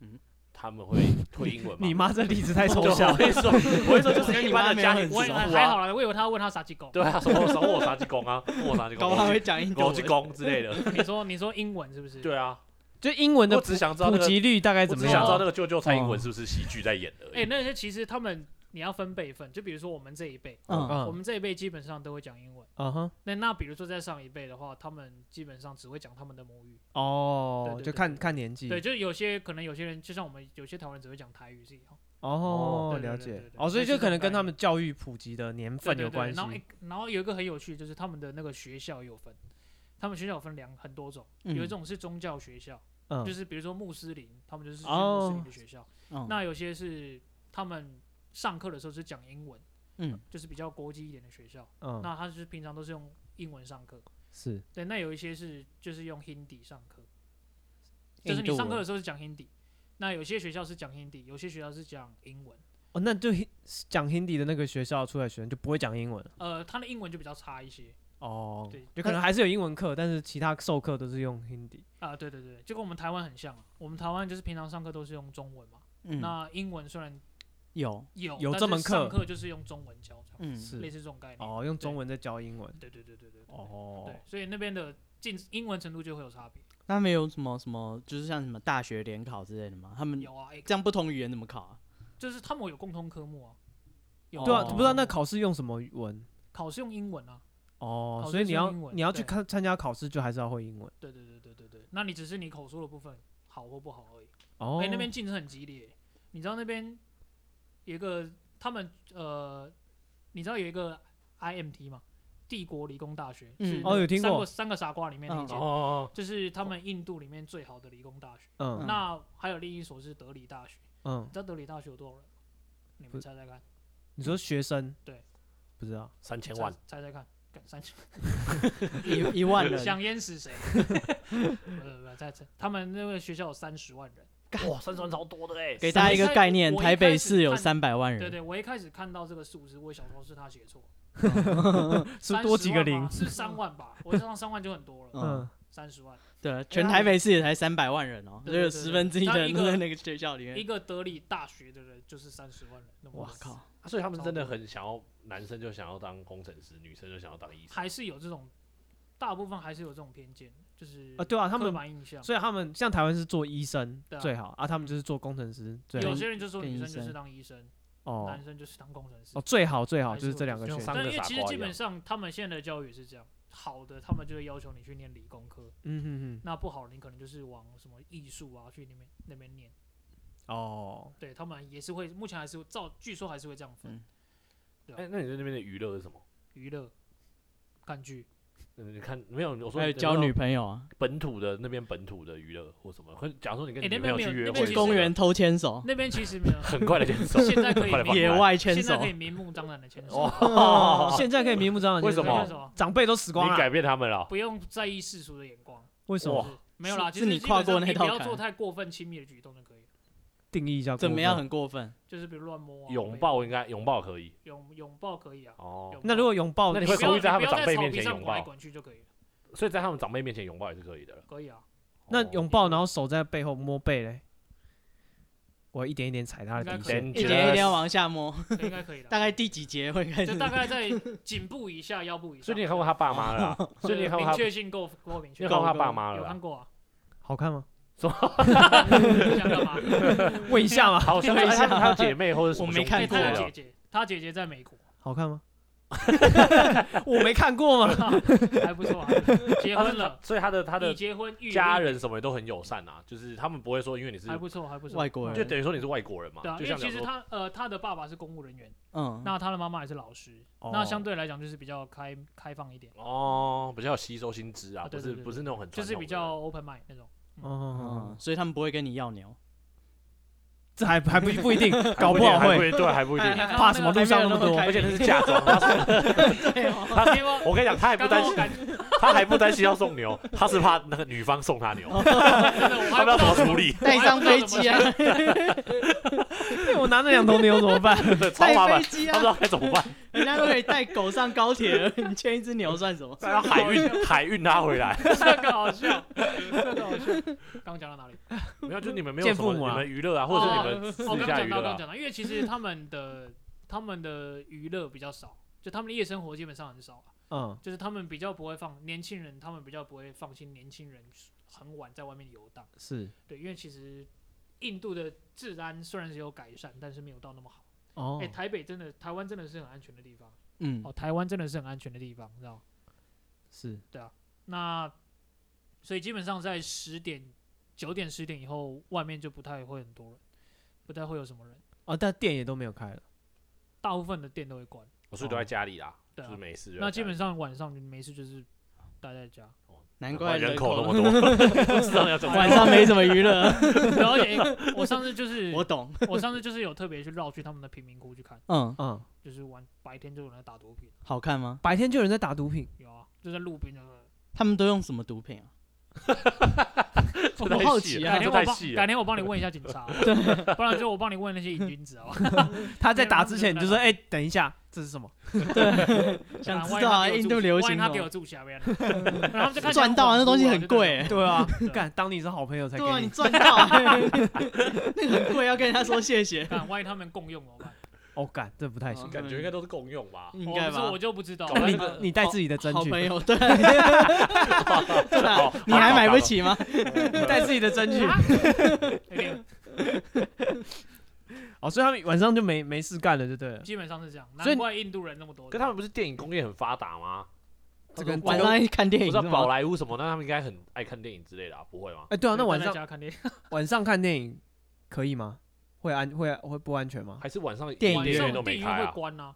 Speaker 2: 嗯
Speaker 3: 他们会会英文吗？
Speaker 1: 你妈这例子太抽
Speaker 3: 对
Speaker 1: 象
Speaker 3: 我
Speaker 1: 了，
Speaker 3: 会说，我会说就是跟一般的家庭
Speaker 4: 我
Speaker 3: 主
Speaker 4: 也
Speaker 3: 妇
Speaker 4: 还
Speaker 3: 啊，
Speaker 4: 好啦，我以为他要问他啥机构。
Speaker 3: 对啊，什么什么我杀鸡公啊，我杀鸡
Speaker 2: 搞
Speaker 3: 公
Speaker 2: 不，好会讲印度
Speaker 3: 我鸡
Speaker 2: 文。
Speaker 3: 公之类 的，
Speaker 4: 你说你说英文是不是？
Speaker 3: 对啊，
Speaker 1: 就英文的
Speaker 3: 我只想知道
Speaker 1: 普
Speaker 3: 那个，
Speaker 1: 及率大概
Speaker 3: 我
Speaker 1: 怎么
Speaker 3: 只想知道
Speaker 1: 样？哦
Speaker 3: 那个舅舅蔡英文是不是喜剧在演而
Speaker 4: 哎，
Speaker 3: 已。
Speaker 4: 那些其实他们你要分辈分，就比如说我们这一辈，
Speaker 2: 嗯，
Speaker 4: 我
Speaker 1: 嗯
Speaker 4: 们这一辈基本上都会讲英文。
Speaker 1: 啊哈
Speaker 4: 那那比如说在上一辈的话，他们基本上只会讲他们的母语。对
Speaker 1: 哦，
Speaker 4: 对
Speaker 1: 就
Speaker 4: 对
Speaker 1: 看
Speaker 4: 对
Speaker 1: 看年纪。
Speaker 4: 对，就是有些可能有些人，就像我们有些台湾人只会讲台语是一样。
Speaker 1: 哦
Speaker 4: 对，对
Speaker 1: 了
Speaker 4: 对
Speaker 1: 解
Speaker 4: 对对
Speaker 1: 哦，所以
Speaker 4: 类似
Speaker 1: 就可
Speaker 4: 这
Speaker 1: 能
Speaker 4: 种
Speaker 1: 跟
Speaker 4: 概
Speaker 1: 他们教育普及的年
Speaker 4: 对
Speaker 1: 份
Speaker 4: 对
Speaker 1: 有
Speaker 4: 对
Speaker 1: 关系
Speaker 4: 然后、。欸然后有一个很有趣的，就是他们的那个学校也有分，他们学校有分两很多种，
Speaker 2: 嗯
Speaker 4: 有一种是宗教学校，就
Speaker 1: 嗯，
Speaker 4: 是比如说穆斯林，他们就是去穆斯林的学校。
Speaker 2: 嗯
Speaker 4: 那有些是他们上课的时候是讲英文，
Speaker 2: 嗯，
Speaker 4: 就是比较国际一点的学校。
Speaker 1: 嗯，
Speaker 4: 那他就是平常都是用英文上课。
Speaker 1: 是
Speaker 4: 对，那有一些是就是用 Hindi 上课，
Speaker 2: 印
Speaker 4: 就是
Speaker 2: 度
Speaker 4: 你上课
Speaker 2: 文
Speaker 4: 的时候是讲 Hindi。那有些学校是讲 Hindi，有些学校是讲英文。
Speaker 1: 哦，那就 Hin- 讲 Hindi 的那个学校出来的学生就不会讲英文了
Speaker 4: 呃，他的英文就比较差一些
Speaker 1: 哦
Speaker 4: 对，
Speaker 1: 就可能还是有英文课，但是其他授课都是用 Hindi。
Speaker 4: 啊、对对对，就跟我们台湾很像啊。我们台湾就是平常上课都是用中文嘛，
Speaker 2: 嗯
Speaker 4: 那英文虽然
Speaker 2: 有
Speaker 4: 有
Speaker 1: 有
Speaker 4: 但
Speaker 1: 这
Speaker 4: 是
Speaker 1: 门
Speaker 4: 上
Speaker 1: 课
Speaker 4: 课就是用中文教，这样、
Speaker 2: 嗯
Speaker 1: 是
Speaker 4: 类似这种概念。
Speaker 1: 哦，用中文在教英文。
Speaker 4: 对对对对对对。
Speaker 1: 哦
Speaker 4: 对，所以那边的进英文程度就会有差别。
Speaker 2: 他们有什么什么，就是像什么大学联考之类的吗？他们
Speaker 4: 有啊，诶
Speaker 2: 这样不同语言怎么考啊？
Speaker 4: 就是他们有共通科目啊。有
Speaker 1: 对啊，
Speaker 2: 哦
Speaker 1: 不知道那考试用什么文
Speaker 4: 考试用英文啊。
Speaker 1: 哦
Speaker 4: 考，
Speaker 1: 所以
Speaker 4: 试
Speaker 1: 你
Speaker 4: 是
Speaker 1: 要
Speaker 4: 英文
Speaker 1: 你要去
Speaker 4: 对
Speaker 1: 看参加考试，就还是要会英文
Speaker 4: 对对对对对对，那你只是你口说的部分好或不好而已。
Speaker 1: 哦
Speaker 4: 哎、。那边竞争很激烈，你知道那边有一个他们呃，你知道有一个 IMT 吗？帝国理工大学
Speaker 2: 嗯
Speaker 4: 是
Speaker 1: 哦有听
Speaker 4: 三
Speaker 1: 过
Speaker 4: 个三个傻瓜里面那一
Speaker 2: 嗯
Speaker 4: 间，
Speaker 3: 哦，
Speaker 4: 就是他们印度里面最好的理工大学。
Speaker 1: 嗯
Speaker 4: 那还有另一所是德里大学，
Speaker 1: 嗯
Speaker 4: 你，知道德里大学有多少人吗？你
Speaker 1: 不
Speaker 4: 们猜猜看，
Speaker 1: 你说学生
Speaker 4: 嗯对，
Speaker 1: 不知道
Speaker 3: 三千
Speaker 4: 猜
Speaker 3: 万，
Speaker 4: 猜猜看，干三千，
Speaker 2: 一一万人，
Speaker 4: 想淹死谁？不不不，猜猜，他们那个学校有三十万人。
Speaker 3: 哇，三十万超多的哎，
Speaker 2: 给大家一个概念，
Speaker 4: 我一
Speaker 2: 台
Speaker 4: 开始
Speaker 2: 北市有
Speaker 4: 看
Speaker 2: 三百万
Speaker 1: 嗯
Speaker 2: 人。
Speaker 4: 对对，我一开始看到这个数字，我也想说是他写错，
Speaker 1: 是
Speaker 4: 30
Speaker 1: 多几个
Speaker 4: 万吧
Speaker 1: 零。
Speaker 4: 是三万吧？我上三万就很多了，
Speaker 1: 嗯
Speaker 2: 嗯，
Speaker 4: 三十万。
Speaker 2: 对，啊全台北市也才三百万人哦，就
Speaker 4: 对对
Speaker 2: 有
Speaker 4: 对
Speaker 2: 十分之一的人
Speaker 4: 那一
Speaker 2: 都
Speaker 4: 个
Speaker 2: 在那个学校里
Speaker 1: 嗯
Speaker 4: 一
Speaker 2: 面。
Speaker 4: 个德里大学的人就是三十万人，那么
Speaker 2: 哇
Speaker 4: 多
Speaker 2: 靠，
Speaker 3: 啊所以他们真的很想要，男生就想要当工程师，女生就想要当医生。
Speaker 4: 还是有这种，大部分还是有这种偏见，就是
Speaker 1: 啊，对啊，他
Speaker 4: 刻
Speaker 1: 们
Speaker 4: 板印象。
Speaker 1: 所以他们像台湾是做医生
Speaker 4: 对啊
Speaker 1: 最好啊，他们就是做工程师最好
Speaker 4: 有些人就说
Speaker 2: 跟
Speaker 4: 女
Speaker 2: 医
Speaker 4: 生就
Speaker 2: 生
Speaker 4: 是当医生，
Speaker 1: 哦
Speaker 4: 男生就是当工程师
Speaker 1: 哦，。最好最好
Speaker 4: 还
Speaker 1: 就是是这两个
Speaker 3: 有
Speaker 1: 选
Speaker 3: 这
Speaker 1: 项
Speaker 3: 种，当
Speaker 4: 但
Speaker 3: 个
Speaker 4: 因为其
Speaker 3: 傻
Speaker 4: 实
Speaker 3: 瓜
Speaker 4: 基
Speaker 3: 一
Speaker 4: 本
Speaker 3: 样
Speaker 4: 上他们现在的教育也是这样，好的他们就会要求你去念理工科，
Speaker 1: 嗯哼
Speaker 4: 那不好的你可能就是往什么艺术啊去那边那边念。
Speaker 1: 哼，哦，
Speaker 4: 对他们也是会，目前还是会照，据说还是会这样分
Speaker 2: 嗯
Speaker 4: 啊
Speaker 3: 哎，那你在那边的娱乐是什么？
Speaker 4: 娱乐、看剧、
Speaker 3: 嗯你看没有？我说
Speaker 2: 还有
Speaker 3: 你
Speaker 2: 交
Speaker 3: 那
Speaker 2: 女
Speaker 3: 种
Speaker 2: 朋友啊，
Speaker 3: 本土的那边本土的娱乐或什么，或者假如说你跟
Speaker 4: 哎
Speaker 3: 你女
Speaker 4: 那
Speaker 3: 朋
Speaker 4: 边
Speaker 3: 友
Speaker 4: 没
Speaker 3: 去
Speaker 4: 有
Speaker 3: 约
Speaker 4: 那
Speaker 3: 会之
Speaker 4: 边其
Speaker 3: 类
Speaker 4: 实
Speaker 3: 的，
Speaker 2: 公园偷牵手，
Speaker 4: 那边其实没有，
Speaker 3: 很快的牵 手，
Speaker 4: 现在可以
Speaker 3: 哦很快的
Speaker 4: 明
Speaker 3: 放
Speaker 2: 野
Speaker 3: 开
Speaker 2: 外牵
Speaker 4: 现在
Speaker 2: 手
Speaker 4: 可，以明目张 胆的牵手
Speaker 3: 哦，
Speaker 1: 现在可以明目张胆，
Speaker 3: 为什
Speaker 1: 现在
Speaker 3: 么
Speaker 1: 可以
Speaker 4: 牵手啊
Speaker 1: 长辈都死光
Speaker 3: 你
Speaker 1: 了？
Speaker 3: 改变他们了，
Speaker 4: 不用在意世俗的眼光，
Speaker 1: 为什么？
Speaker 4: 就是没有啦，
Speaker 2: 是
Speaker 4: 其
Speaker 2: 是
Speaker 4: 实
Speaker 2: 你
Speaker 4: 基本
Speaker 2: 跨过
Speaker 4: 上
Speaker 2: 那
Speaker 4: 你
Speaker 2: 道
Speaker 4: 不要
Speaker 2: 坎
Speaker 4: 做太过分亲密的举动就可以了，
Speaker 1: 定义一下
Speaker 2: 怎么样
Speaker 1: 过分？
Speaker 2: 很过分？
Speaker 4: 就是比如乱摸啊、
Speaker 3: 拥抱应该拥抱可以
Speaker 4: 拥拥抱可以啊，
Speaker 3: 哦
Speaker 4: 拥，
Speaker 1: 那如果拥抱，
Speaker 3: 那你
Speaker 4: 你
Speaker 3: 会
Speaker 4: 不要
Speaker 3: 故意在他
Speaker 4: 你
Speaker 3: 们
Speaker 4: 不要
Speaker 3: 长辈
Speaker 4: 草
Speaker 3: 面
Speaker 4: 皮
Speaker 3: 前
Speaker 4: 上
Speaker 3: 拥
Speaker 4: 滚来
Speaker 3: 抱
Speaker 4: 滚去就可以了，
Speaker 3: 所以在他们长辈面前拥抱也是可以的了。
Speaker 4: 可以啊，
Speaker 1: 那
Speaker 3: 哦
Speaker 1: 拥抱，然后手在背后摸背嘞，我一点一点踩他
Speaker 4: 应
Speaker 1: 的
Speaker 4: 该
Speaker 1: 底
Speaker 4: 可以
Speaker 1: 线。
Speaker 3: 啊 Dangerous
Speaker 2: 一节一定要往下摸，
Speaker 4: 应该可以的，
Speaker 2: 大概第几节会开
Speaker 4: 就
Speaker 2: 始？
Speaker 4: 大概在颈部以下、腰部以上，呃
Speaker 3: 所以你也看过他爸妈了
Speaker 2: 哦
Speaker 3: 啦，所以你也看过
Speaker 4: 明
Speaker 3: 他，
Speaker 4: 确性够够 明
Speaker 3: 你
Speaker 4: 确
Speaker 3: 也，看过他爸妈了
Speaker 4: 有
Speaker 3: 啦
Speaker 4: 看。过啊？
Speaker 1: 好看吗？
Speaker 4: 你想干嘛？
Speaker 1: 问一下嘛，
Speaker 3: 好像是他他姐妹啊或者什
Speaker 2: 我
Speaker 3: 么
Speaker 2: 没
Speaker 3: 兄
Speaker 2: 看
Speaker 3: 弟
Speaker 2: 过
Speaker 3: 之
Speaker 4: 哎他
Speaker 3: 类
Speaker 4: 有
Speaker 3: 的
Speaker 4: 姐姐，他姐姐在美国，
Speaker 1: 好看吗？ 我没看过嘛，
Speaker 4: 还不错啊，结婚了，
Speaker 3: 所以他的 他
Speaker 4: 你
Speaker 3: 的
Speaker 4: 结婚育有
Speaker 3: 家
Speaker 4: 一
Speaker 3: 人什么也都很友善啊，就是他们不会说因为你是
Speaker 4: 还不错，还不错，
Speaker 2: 外国
Speaker 3: 就
Speaker 2: 人，
Speaker 3: 等于说你是外国人嘛
Speaker 4: 对啊，，
Speaker 3: 就
Speaker 4: 因
Speaker 3: 像
Speaker 4: 为
Speaker 3: 讲
Speaker 4: 其实
Speaker 3: 说
Speaker 4: 他呃他的爸爸是公务人员，
Speaker 2: 嗯，
Speaker 4: 那他的妈妈也是老师，
Speaker 1: 哦
Speaker 4: 那相对来讲就是比较开开放一点，
Speaker 3: 哦，比较有吸收新知啊，
Speaker 4: 啊
Speaker 3: 不
Speaker 4: 对
Speaker 3: 是
Speaker 4: 对对
Speaker 3: 不是那种很
Speaker 4: 就
Speaker 3: 传
Speaker 4: 是
Speaker 3: 统
Speaker 4: 比
Speaker 3: 的
Speaker 4: 较 open mind 那种。
Speaker 1: 哦
Speaker 2: 嗯，，所以他们不会跟你要牛，
Speaker 1: 这还还不不一定，搞
Speaker 3: 不
Speaker 1: 不好
Speaker 3: 定还
Speaker 1: 会。
Speaker 3: 对，还不一定，
Speaker 1: 怕什么路上那么多
Speaker 2: 还
Speaker 3: 而
Speaker 2: 没
Speaker 3: 且
Speaker 2: 有
Speaker 3: 那
Speaker 2: 那
Speaker 3: 是
Speaker 2: 么
Speaker 3: 嫁妆，他是
Speaker 2: 对哦
Speaker 3: 他
Speaker 4: 结果
Speaker 3: 我跟你讲，他 还不
Speaker 4: 刚
Speaker 3: 担
Speaker 4: 刚我
Speaker 3: 心，
Speaker 4: 感觉
Speaker 3: 他还不担心要送牛，他是怕那个女方送他牛，
Speaker 4: 真的我
Speaker 3: 他
Speaker 4: 哦还
Speaker 3: 不知道
Speaker 4: 不
Speaker 3: 怎
Speaker 4: 知
Speaker 3: 么处
Speaker 4: 道
Speaker 3: 理，
Speaker 2: 带上飞机啊，
Speaker 1: 我拿那两头牛怎么办？
Speaker 3: 对超麻
Speaker 2: 带
Speaker 3: 烦
Speaker 2: 飞，机
Speaker 3: 他不
Speaker 2: 啊
Speaker 3: 知，道该怎么 办，
Speaker 2: 人家都可以带狗上高铁了，你牵一只牛算 什么？
Speaker 3: 再让海运海运他回 来，
Speaker 4: 这个好笑，这个好笑。刚刚讲到哪里？
Speaker 3: 没有，就你们没有
Speaker 1: 见
Speaker 3: 什么
Speaker 1: 父母啊
Speaker 3: 你们娱乐啊，或者是你们
Speaker 4: 哦，
Speaker 3: 私
Speaker 4: 我刚
Speaker 3: 下
Speaker 4: 讲
Speaker 3: 娱
Speaker 4: 到，
Speaker 3: 乐
Speaker 4: 刚
Speaker 3: 啊，
Speaker 4: 讲到，因为其实他们的 他们的娱乐比较少，就他们的夜生活基本上很少啊，
Speaker 1: 嗯，
Speaker 4: 就是他们比较不会放年轻人，他们比较不会放心年轻人很晚在外面游荡。
Speaker 1: 是
Speaker 4: 对，因为其实印度的治安虽然是有改善，但是没有到那么好。
Speaker 1: 哦
Speaker 4: 哎、，台北真的，台湾真的是很安全的地方。
Speaker 2: 嗯，
Speaker 4: 哦，台湾真的是很安全的地方，你知道吗？
Speaker 1: 是
Speaker 4: 那所以基本上在十点、九点、十点以后，外面就不太会很多人，不太会有什么人，
Speaker 1: 哦，但店也都没有开了。
Speaker 4: 大部分的店都会关。
Speaker 3: 我所以都在家里啦，就
Speaker 4: 对啊
Speaker 3: 是没事就在家里，
Speaker 4: 那基本上晚上没事就是待在家，
Speaker 2: 难
Speaker 3: 怪
Speaker 2: 怪
Speaker 3: 人口
Speaker 2: 口
Speaker 3: 那么多， 市场要怎么
Speaker 2: 晚 上没什么娱乐，
Speaker 4: 然后而且我上次就是
Speaker 2: 我
Speaker 4: 我
Speaker 2: 懂，
Speaker 4: 上次就是有特别去绕去他们的贫民窟去看，
Speaker 2: 嗯，
Speaker 1: 嗯，
Speaker 4: 就是晚白天就有人在打毒品，
Speaker 2: 好看吗？
Speaker 1: 白天就有人在打毒品，
Speaker 4: 有啊，就在路 边的。
Speaker 2: 他们都用什么毒品啊？
Speaker 3: 这太
Speaker 2: 我好
Speaker 3: 细
Speaker 2: 奇
Speaker 3: 了
Speaker 2: 啊
Speaker 3: 这
Speaker 4: 改天我
Speaker 3: 太
Speaker 4: 帮
Speaker 3: 细了
Speaker 4: 改天我帮你问一下警察，好不 好不然就我帮你问那些瘾君子啊。
Speaker 1: 他在打之前你就说：“
Speaker 4: 没
Speaker 1: 哎，等一下，这是什么
Speaker 2: 想
Speaker 4: 啊
Speaker 2: 知
Speaker 4: 万一
Speaker 2: 道
Speaker 4: 他
Speaker 2: 啊，
Speaker 4: 给我
Speaker 2: 印
Speaker 4: 住
Speaker 2: 度流行
Speaker 4: 万一他给
Speaker 2: 哦
Speaker 4: 我，住下面， 然后他们就看起来
Speaker 2: 赚到啊，
Speaker 4: 很
Speaker 2: 那东西
Speaker 4: 恐怖
Speaker 2: 很贵，欸。？”
Speaker 1: 对啊
Speaker 4: 对，
Speaker 1: 干，当你是好朋友才给
Speaker 2: 对啊，你
Speaker 1: 你。
Speaker 2: 赚到啊，那 个很贵，要跟人家说谢谢，
Speaker 4: 看，万一他们共用怎么办？
Speaker 1: 哦，干，这不太行。
Speaker 3: 感觉应该都是共用吧，
Speaker 2: 应
Speaker 4: 我
Speaker 2: 该
Speaker 4: 不哦是
Speaker 2: 吧
Speaker 4: 我？就不知道。
Speaker 3: 搞
Speaker 1: 那
Speaker 3: 得
Speaker 1: 你
Speaker 3: 那个
Speaker 1: 你带自己的证
Speaker 2: 哦好
Speaker 1: 据，
Speaker 2: 朋友， 对啊，对啊，你还买不起吗？
Speaker 1: 你带自己的证据。
Speaker 4: 啊有点
Speaker 1: 哦，所以他们晚上就没没事干了，就对了。
Speaker 4: 基本上是这样，
Speaker 1: 所以
Speaker 4: 难怪印度人那么多。
Speaker 3: 可他们不是电影工业很发达吗？
Speaker 1: 这跟
Speaker 2: 晚上去看电
Speaker 3: 不
Speaker 2: 影
Speaker 3: 知
Speaker 2: 是
Speaker 3: 道宝
Speaker 2: 吗？
Speaker 3: 莱坞什么，那他们应该很爱看电影之类的啊，不会吗？
Speaker 1: 哎，对啊，那晚
Speaker 4: 在
Speaker 1: 上
Speaker 4: 家看电影，
Speaker 1: 晚上看电影可以吗？会安会会不安全吗？
Speaker 3: 还是晚上
Speaker 2: 电影
Speaker 4: 晚
Speaker 2: 院
Speaker 3: 院
Speaker 4: 上
Speaker 3: 都没
Speaker 4: 电影
Speaker 3: 开
Speaker 4: 院会
Speaker 3: 啊？
Speaker 4: 关啊，